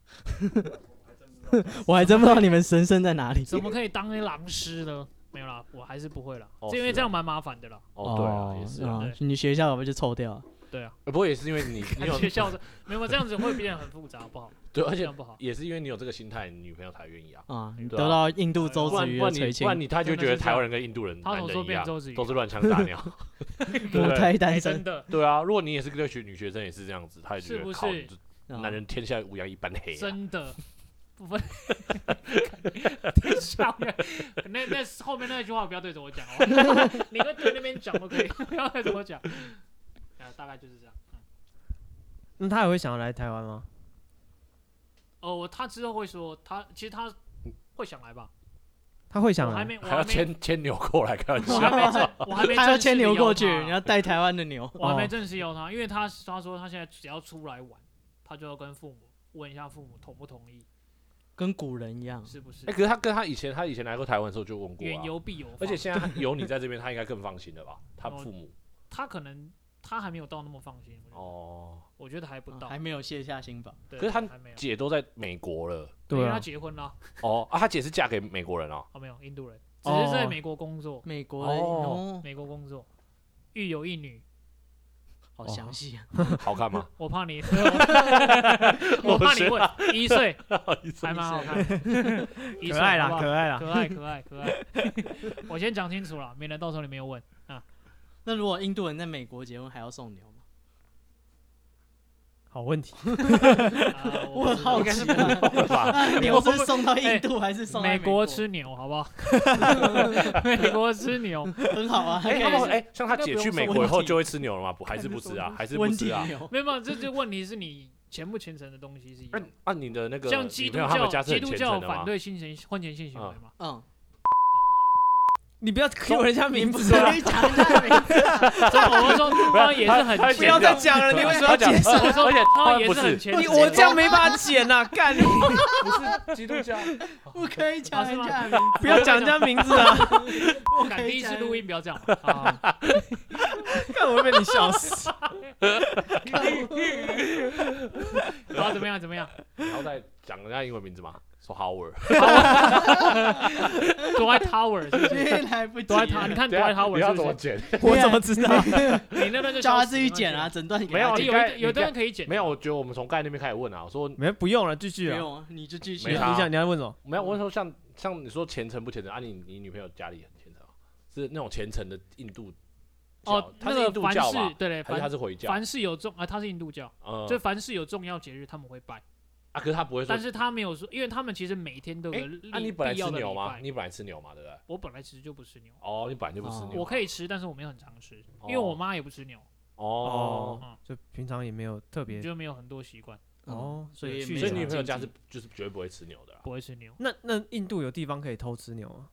Speaker 5: 我还真不知道你们神圣在哪里。
Speaker 4: 怎么可以当狼师呢？没有啦，我还是不会啦，
Speaker 3: 哦
Speaker 4: 是因为
Speaker 3: 是
Speaker 4: 这样
Speaker 3: 啊
Speaker 4: 蛮麻烦的啦。
Speaker 3: 哦，对啊，也是啊。
Speaker 5: 哦你学校要不就臭掉了？
Speaker 4: 对啊，
Speaker 3: 呃不过也是因为你，你有
Speaker 4: 学校的没有这样子会变得很复杂，不好，
Speaker 3: 对，而
Speaker 4: 这
Speaker 3: 且
Speaker 4: 样不好。
Speaker 3: 也是因为你有这个心态，你女朋友才愿意啊。
Speaker 5: 啊，你
Speaker 3: 对啊
Speaker 5: 得到印度周
Speaker 3: 不
Speaker 5: 子
Speaker 3: 然
Speaker 5: 瑜
Speaker 3: 不
Speaker 5: 的
Speaker 3: 然
Speaker 5: 垂
Speaker 3: 你不然
Speaker 5: 青，
Speaker 3: 你他就
Speaker 4: 真的
Speaker 3: 觉得
Speaker 4: 是
Speaker 3: 台湾人跟印度人
Speaker 4: 他
Speaker 3: 男
Speaker 4: 怎么说
Speaker 3: 人一
Speaker 4: 变
Speaker 3: 样，
Speaker 4: 周子瑜
Speaker 3: 都？是乱枪打鸟。 对
Speaker 5: 母胎单
Speaker 4: 哎，
Speaker 5: 身
Speaker 4: 真，的
Speaker 3: 对啊，如果你也是对学女学生也是这样子，他也觉
Speaker 4: 是
Speaker 3: 得
Speaker 4: 不
Speaker 3: 靠，
Speaker 4: 是
Speaker 3: 你这
Speaker 5: 啊
Speaker 3: 男人天下无羊一般黑啊。
Speaker 4: 真的。不分，等一下，那那后面那句话不要对着我讲哦， 你跟对那边讲都可以，不要对着我讲。啊，大概就是这样。嗯
Speaker 1: 那他也会想要来台湾吗？
Speaker 4: 哦，我他之后会说，他其实他会想来吧？
Speaker 1: 他会
Speaker 4: 我
Speaker 1: 想
Speaker 4: 还
Speaker 1: 来？
Speaker 4: 没，我
Speaker 3: 还
Speaker 4: 还
Speaker 3: 要
Speaker 4: 没，
Speaker 3: 牵牵牛过来开玩
Speaker 4: 我还
Speaker 3: 笑，
Speaker 4: 没正，我 还没
Speaker 5: 他要
Speaker 4: 正式
Speaker 5: 牵
Speaker 4: 地
Speaker 5: 牛
Speaker 4: 邀
Speaker 5: 过
Speaker 4: 他
Speaker 5: 去，你要带台湾的牛。
Speaker 4: 我还没
Speaker 1: 哦
Speaker 4: 正式邀他，因为他他说他现在只要出来玩，他就要跟父母问一下父母同不同意，
Speaker 5: 跟古人一样，
Speaker 4: 是不是
Speaker 3: 哎，？可是他跟他以前他以前来过台湾的时候就问过
Speaker 4: 远
Speaker 3: 啊，
Speaker 4: 游必有方，
Speaker 3: 而且现在有你在这边，他应该更放心了吧？他
Speaker 4: 哦
Speaker 3: 父母
Speaker 4: 他可能他还没有到那么放心，我觉得
Speaker 3: 哦，
Speaker 4: 我觉得还不
Speaker 5: 啊
Speaker 4: 到
Speaker 5: 还，没有卸下心防。
Speaker 4: 对
Speaker 3: 可是他
Speaker 4: 还没有，
Speaker 3: 姐都在美国了，
Speaker 4: 因
Speaker 1: 对
Speaker 4: 为
Speaker 1: 啊
Speaker 4: 他，结婚了，
Speaker 3: 哦啊，他姐是嫁给美国人哦，
Speaker 4: 哦没有印度人，只是在美国工作，
Speaker 5: 美国的
Speaker 3: 哦
Speaker 5: 哦，
Speaker 4: 美国工作，育有一女，
Speaker 5: 好详细啊。
Speaker 3: 好看 吗？
Speaker 4: 我怕你， 我怕你问，一岁还蛮好看的，一岁
Speaker 1: 可爱
Speaker 4: 好
Speaker 1: 啦，
Speaker 4: 不好
Speaker 1: 可爱啦。
Speaker 4: 可爱可爱可爱， 我先讲清楚了，免得到时候你没有问。
Speaker 5: 那如果印度人在美国结婚还要送牛吗？
Speaker 1: 好 问题，
Speaker 4: 啊
Speaker 5: 我很好
Speaker 4: 不知道
Speaker 5: 奇啊，那 牛是送到印度还是送到
Speaker 4: 美
Speaker 5: 国
Speaker 4: 国
Speaker 1: 哎
Speaker 4: 吃牛，好不好？ 美国吃 牛，
Speaker 5: 很好啊，
Speaker 3: 哎，
Speaker 5: 可以
Speaker 3: 他们
Speaker 5: 是
Speaker 3: 哎，像他
Speaker 5: 应该
Speaker 3: 姐
Speaker 5: 不
Speaker 3: 去
Speaker 5: 用
Speaker 3: 美
Speaker 5: 说
Speaker 3: 国以
Speaker 5: 问
Speaker 3: 后
Speaker 5: 题
Speaker 3: 就会吃牛了吗？不，还是不吃啊？还是不
Speaker 5: 温
Speaker 3: 吃
Speaker 5: 体
Speaker 3: 啊？
Speaker 5: 牛。
Speaker 4: 没有，没有，这这问题是你前不虔诚的东西是一
Speaker 3: 那
Speaker 4: 样的。
Speaker 3: 那啊你的那个
Speaker 4: 像
Speaker 3: 女
Speaker 4: 基督
Speaker 3: 朋友他们家
Speaker 4: 教，
Speaker 3: 是
Speaker 4: 基
Speaker 3: 很
Speaker 4: 督
Speaker 3: 虔
Speaker 4: 教
Speaker 3: 诚的
Speaker 4: 反
Speaker 3: 吗？
Speaker 4: 对性行婚前性行为嘛，
Speaker 5: 嗯，
Speaker 1: 哦你不要 Q 人家名
Speaker 5: 不
Speaker 1: 字
Speaker 5: 是
Speaker 1: 啊！
Speaker 5: 可以讲一下 名字啊？
Speaker 4: 所以我说东方也是很
Speaker 3: 他他
Speaker 1: 不
Speaker 4: 虔
Speaker 1: 要
Speaker 4: 诚
Speaker 1: 再讲了，你为什么要
Speaker 3: 讲
Speaker 1: 解释？
Speaker 4: 我说
Speaker 3: 而且
Speaker 4: 东
Speaker 3: 他
Speaker 4: 方
Speaker 3: 们
Speaker 4: 也
Speaker 3: 不
Speaker 4: 是
Speaker 3: 是
Speaker 4: 很虔诚。
Speaker 1: 你我这样没办法剪呐，干你！
Speaker 3: 不是基督教，
Speaker 5: 不可以讲人家的名字，
Speaker 1: 不要讲人家名字啊！
Speaker 5: 不
Speaker 4: 敢
Speaker 5: 可
Speaker 4: 第
Speaker 5: 以
Speaker 4: 一次
Speaker 5: 讲
Speaker 4: 录音不要这样嘛，啊
Speaker 1: 看我会被你笑死。
Speaker 4: 然后怎么样怎么样，
Speaker 3: 然后再讲人家英文名字嘛，说 Howard，
Speaker 4: 躲在 Tower 是不
Speaker 5: 因
Speaker 4: 是？
Speaker 5: 为 来不及
Speaker 4: 躲
Speaker 5: 了
Speaker 4: 在。他，你看
Speaker 3: 等
Speaker 4: 躲
Speaker 3: 一
Speaker 4: 在
Speaker 3: 下你
Speaker 4: Tower
Speaker 3: 要
Speaker 4: 是
Speaker 3: 怎
Speaker 4: 不
Speaker 3: 么
Speaker 4: 是？
Speaker 3: 剪？
Speaker 1: 我怎么知道？
Speaker 4: 你那段就
Speaker 5: 叫他
Speaker 4: 消失
Speaker 5: 自己剪啊，，整段给他
Speaker 3: 没有
Speaker 4: 没关
Speaker 5: 剪
Speaker 4: 系
Speaker 3: 你
Speaker 4: 哎
Speaker 3: 该
Speaker 4: 有一有的人可以剪，
Speaker 3: 没有，我觉得我们从概念那边开始问啊，我说
Speaker 1: 没不用了，继续
Speaker 5: 没
Speaker 1: 啊。
Speaker 5: 有啊，你就继续
Speaker 1: 你
Speaker 3: 没
Speaker 5: 啊。
Speaker 3: 有啊
Speaker 1: 想你要问什么？
Speaker 3: 没有，我是说像像你说虔诚不虔诚啊？你你女朋友家里很虔诚吗，是那种虔诚的印度教
Speaker 4: 哦，，
Speaker 3: 他
Speaker 4: 那
Speaker 3: 是
Speaker 4: 个
Speaker 3: 印度
Speaker 4: 凡
Speaker 3: 教
Speaker 4: 是
Speaker 3: 吧？
Speaker 4: 对对，
Speaker 3: 还是他
Speaker 4: 凡
Speaker 3: 是回教？
Speaker 4: 凡是有重啊，他是印度教，
Speaker 3: 呃
Speaker 4: 就凡是有重要节日他们会拜，
Speaker 3: 啊，可是他不会说
Speaker 4: 但。是他没有说，因为他们其实每天都有
Speaker 3: 哎
Speaker 4: 个必，
Speaker 3: 那你本来
Speaker 4: 必要
Speaker 3: 吃
Speaker 4: 的
Speaker 3: 牛
Speaker 4: 礼
Speaker 3: 吗？
Speaker 4: 拜
Speaker 3: 你本来吃牛嘛，对不对？
Speaker 4: 我本来其实就不吃牛，
Speaker 3: 哦，你本来就不吃
Speaker 5: 哦
Speaker 3: 牛。
Speaker 4: 我可以吃，但是我没有很常吃，因为
Speaker 3: 哦
Speaker 4: 我妈也不吃牛，
Speaker 3: 哦，
Speaker 4: 嗯，
Speaker 1: 就平常也没有特别
Speaker 4: 就没嗯有很多习惯，
Speaker 1: 哦，
Speaker 5: 所以
Speaker 1: 有趣
Speaker 5: 没
Speaker 3: 所以
Speaker 5: 什么
Speaker 3: 女朋友
Speaker 5: 禁
Speaker 3: 家
Speaker 5: 忌
Speaker 3: 是就是绝对不会吃牛的啦。
Speaker 4: 不会吃牛。
Speaker 1: 那那印度有地方可以偷吃牛吗？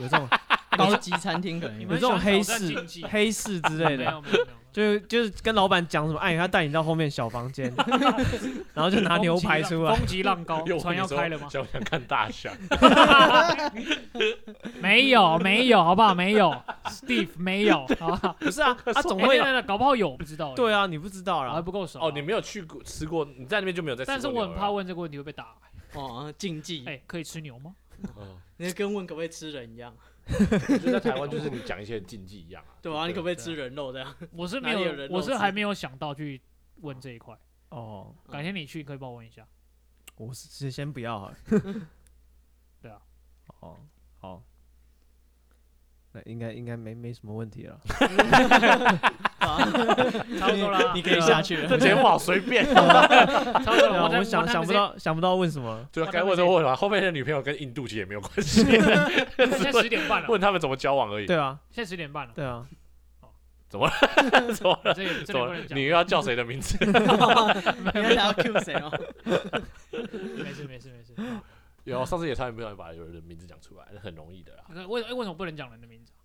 Speaker 1: 有这种？
Speaker 4: 哎
Speaker 5: 高级餐厅可能
Speaker 4: 你
Speaker 5: 有
Speaker 1: 有
Speaker 4: 们
Speaker 1: 这种黑
Speaker 4: 喜欢挑
Speaker 1: 市
Speaker 4: 战禁忌
Speaker 1: 黑市之
Speaker 4: 没有
Speaker 1: 类
Speaker 4: 没
Speaker 1: 的，
Speaker 4: 有没有，
Speaker 1: 就就是跟老板讲什么，哎，他带你到后面小房间，然后就拿牛排出来。
Speaker 4: 风急 浪高
Speaker 3: 因为，我
Speaker 4: 哦船
Speaker 3: 跟你
Speaker 4: 要
Speaker 3: 说
Speaker 4: 开了吗？哦
Speaker 3: 想不想看大 象？
Speaker 4: 没有没有，好不好？没有，Steve 没有，好不好？
Speaker 1: 不是啊，他总
Speaker 4: 哎
Speaker 1: 会
Speaker 4: 那那那搞不好有，不知道。
Speaker 1: 对，啊，你不知道
Speaker 4: 还
Speaker 1: 啦。
Speaker 4: 不够熟啊。
Speaker 3: 哦，你没有去过吃过，你在那边就没有在吃过
Speaker 4: 但是
Speaker 3: 牛了。
Speaker 4: 我很怕问这个问题会被打。
Speaker 5: 哦，禁忌，
Speaker 4: 哎，可以吃牛吗？
Speaker 3: 哦，
Speaker 5: 那跟问可不可以吃人一样，
Speaker 3: 我觉得在台湾就是你讲一些禁忌一样啊。
Speaker 5: 对吧？你可不可以
Speaker 3: 对
Speaker 5: 吃人肉这样？
Speaker 4: 我是没
Speaker 5: 哪里有人
Speaker 4: 有，
Speaker 5: 肉
Speaker 4: 我是
Speaker 5: 吃
Speaker 4: 还没有想到去问这一块。
Speaker 1: 哦，
Speaker 3: 嗯
Speaker 4: 改天你去可以帮我问一下。
Speaker 1: 我是先不要好了。
Speaker 4: 对啊。
Speaker 1: 哦，好。那应该应该没没什么问题了。
Speaker 4: 差不多 啦，
Speaker 5: 你可以下去了。
Speaker 3: 啊这节目好随 便，
Speaker 4: 差不多
Speaker 1: 对啊
Speaker 4: 了。
Speaker 1: 我
Speaker 4: 我
Speaker 1: 想想不，到想不到问什么了。
Speaker 3: 对啊，该问的问了。后面的女朋友跟印度其实也没有关 系，
Speaker 4: 现在十点 半了，
Speaker 3: 问他们怎么交往而已。
Speaker 1: 对啊，
Speaker 4: 现在十点半了，
Speaker 1: 对啊。
Speaker 3: 怎么了？
Speaker 4: 这也这
Speaker 3: 怎
Speaker 4: 也
Speaker 3: 么
Speaker 4: 不
Speaker 3: 了
Speaker 4: 能？讲
Speaker 3: 你。又要叫谁的名字？
Speaker 5: 你要想要 Q 谁哦？
Speaker 4: 没事没事没事。
Speaker 3: 有，上次也差点没有把有人的名字讲出来，那很容易的啦。
Speaker 4: 那为哎为什么不能讲人的名字啊？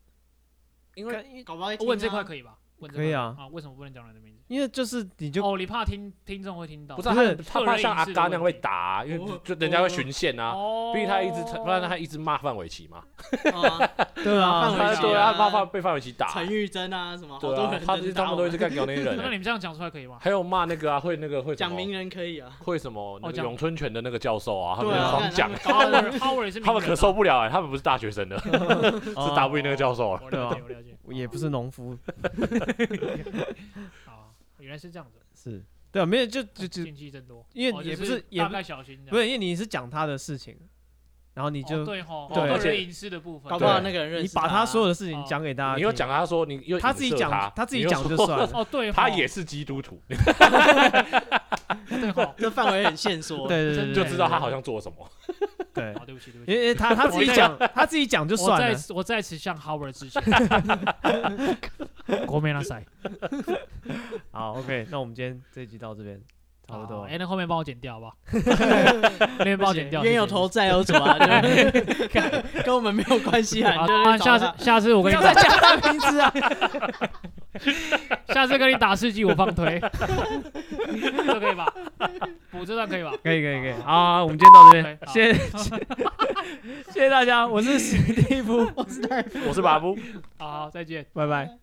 Speaker 1: 因为
Speaker 5: 搞不好
Speaker 3: 哎
Speaker 5: 会听啊
Speaker 4: 问这块可以吧？问这块
Speaker 1: 可以啊
Speaker 4: 啊，为什么不能讲人的名字？
Speaker 1: 因为就是你就
Speaker 4: 哦，你怕听听众会听到，
Speaker 3: 不是啊
Speaker 1: 不
Speaker 3: 他
Speaker 1: 是
Speaker 3: 很，他怕像阿嘎那样被打啊，因为
Speaker 5: 哦
Speaker 3: 就人家会巡线啊。
Speaker 4: 哦，
Speaker 3: 毕竟他一直，不然他一直骂范玮琪嘛，
Speaker 5: 哦
Speaker 1: 对啊
Speaker 5: 范，玮
Speaker 3: 他
Speaker 5: 琪
Speaker 3: 对
Speaker 5: 啊
Speaker 3: 啊，他怕范被范玮琪打，
Speaker 5: 陈玉珍啊什么，好
Speaker 3: 对
Speaker 5: 多
Speaker 3: 啊
Speaker 5: 人，
Speaker 3: 他
Speaker 5: 都是
Speaker 3: 他
Speaker 5: 打
Speaker 3: 们
Speaker 5: 我
Speaker 3: 都一
Speaker 5: 们
Speaker 3: 直干搞那些
Speaker 4: 那
Speaker 3: 人，
Speaker 4: 你们这样讲出来可以 吗？
Speaker 3: 还有骂那个啊，会那个会什
Speaker 5: 讲
Speaker 3: 么
Speaker 5: 名人可以啊。
Speaker 3: 会什么那
Speaker 4: 哦
Speaker 3: 个
Speaker 4: 讲
Speaker 3: 咏春拳的那个教授啊，他
Speaker 5: 对
Speaker 3: 们
Speaker 5: 啊，
Speaker 3: 狂讲，
Speaker 5: 看
Speaker 4: Howard Howard 是名人啊
Speaker 3: 他们可受不了哎，他们不是大学生的，是
Speaker 1: 哦
Speaker 3: 打不赢那个教授了。
Speaker 4: 我哦了
Speaker 1: 对
Speaker 4: 解
Speaker 1: 啊
Speaker 4: 我了解，
Speaker 1: 也不是农夫，
Speaker 4: 啊，原来是这样子，
Speaker 1: 是对啊，没有就就就
Speaker 4: 禁忌真多，
Speaker 1: 因为
Speaker 4: 哦
Speaker 1: 也
Speaker 4: 就
Speaker 1: 不是也
Speaker 4: 大
Speaker 1: 不
Speaker 4: 概小心这样，
Speaker 1: 不是，因为你是讲他的事情，然后你
Speaker 4: 你
Speaker 1: 就
Speaker 4: 对吼，
Speaker 1: 对
Speaker 4: 个
Speaker 3: 而且
Speaker 4: 人隐私的部分，
Speaker 5: 搞不好
Speaker 3: 对
Speaker 5: 那个人认
Speaker 1: 你
Speaker 5: 识
Speaker 1: 把他
Speaker 5: 他啊
Speaker 1: 所有的事情
Speaker 4: 哦
Speaker 1: 讲给大家，
Speaker 3: 你又，讲他说你又
Speaker 1: 他自己
Speaker 3: 影射
Speaker 1: 讲，他自己讲
Speaker 3: 你
Speaker 1: 就
Speaker 3: 又说
Speaker 1: 算了。
Speaker 4: 哦对吼，
Speaker 3: 他也是基督徒，
Speaker 4: 对吼，
Speaker 5: 这范围很哦限缩。
Speaker 1: 对对
Speaker 4: 真
Speaker 1: 对，
Speaker 4: 的
Speaker 3: 就
Speaker 1: 对
Speaker 3: 知道他好像做了什么。
Speaker 1: 对，
Speaker 4: 哦好对不起对不
Speaker 1: 因
Speaker 4: 起，
Speaker 1: 为他他自己 讲，他自己讲就
Speaker 4: 我
Speaker 1: 算
Speaker 4: 在
Speaker 1: 了。
Speaker 4: 我在此向 Howard 致 歉，国美拉塞，
Speaker 1: 好，OK，那我们今天这一集到这边差不多
Speaker 4: 哎，。那后面帮我剪掉好 不好？那边帮我剪掉，
Speaker 5: 冤有
Speaker 4: 谢谢
Speaker 5: 头债有主啊， 就是跟跟我们没有关系啊。
Speaker 4: 好，
Speaker 5: 你就去
Speaker 4: 下
Speaker 5: 找他
Speaker 4: 次下次我
Speaker 1: 不
Speaker 4: 跟你
Speaker 1: 要
Speaker 4: 打
Speaker 1: 再，讲他的名字啊！
Speaker 4: 下次跟你打世纪我 放推，这可以吧？补这段可以吧？
Speaker 1: 可以可以可以，好，好我们今天到这边
Speaker 4: OK，，好
Speaker 1: 谢谢谢谢大家，我是史蒂夫，
Speaker 3: 我是巴布。
Speaker 4: 好，好再见。
Speaker 1: 拜拜。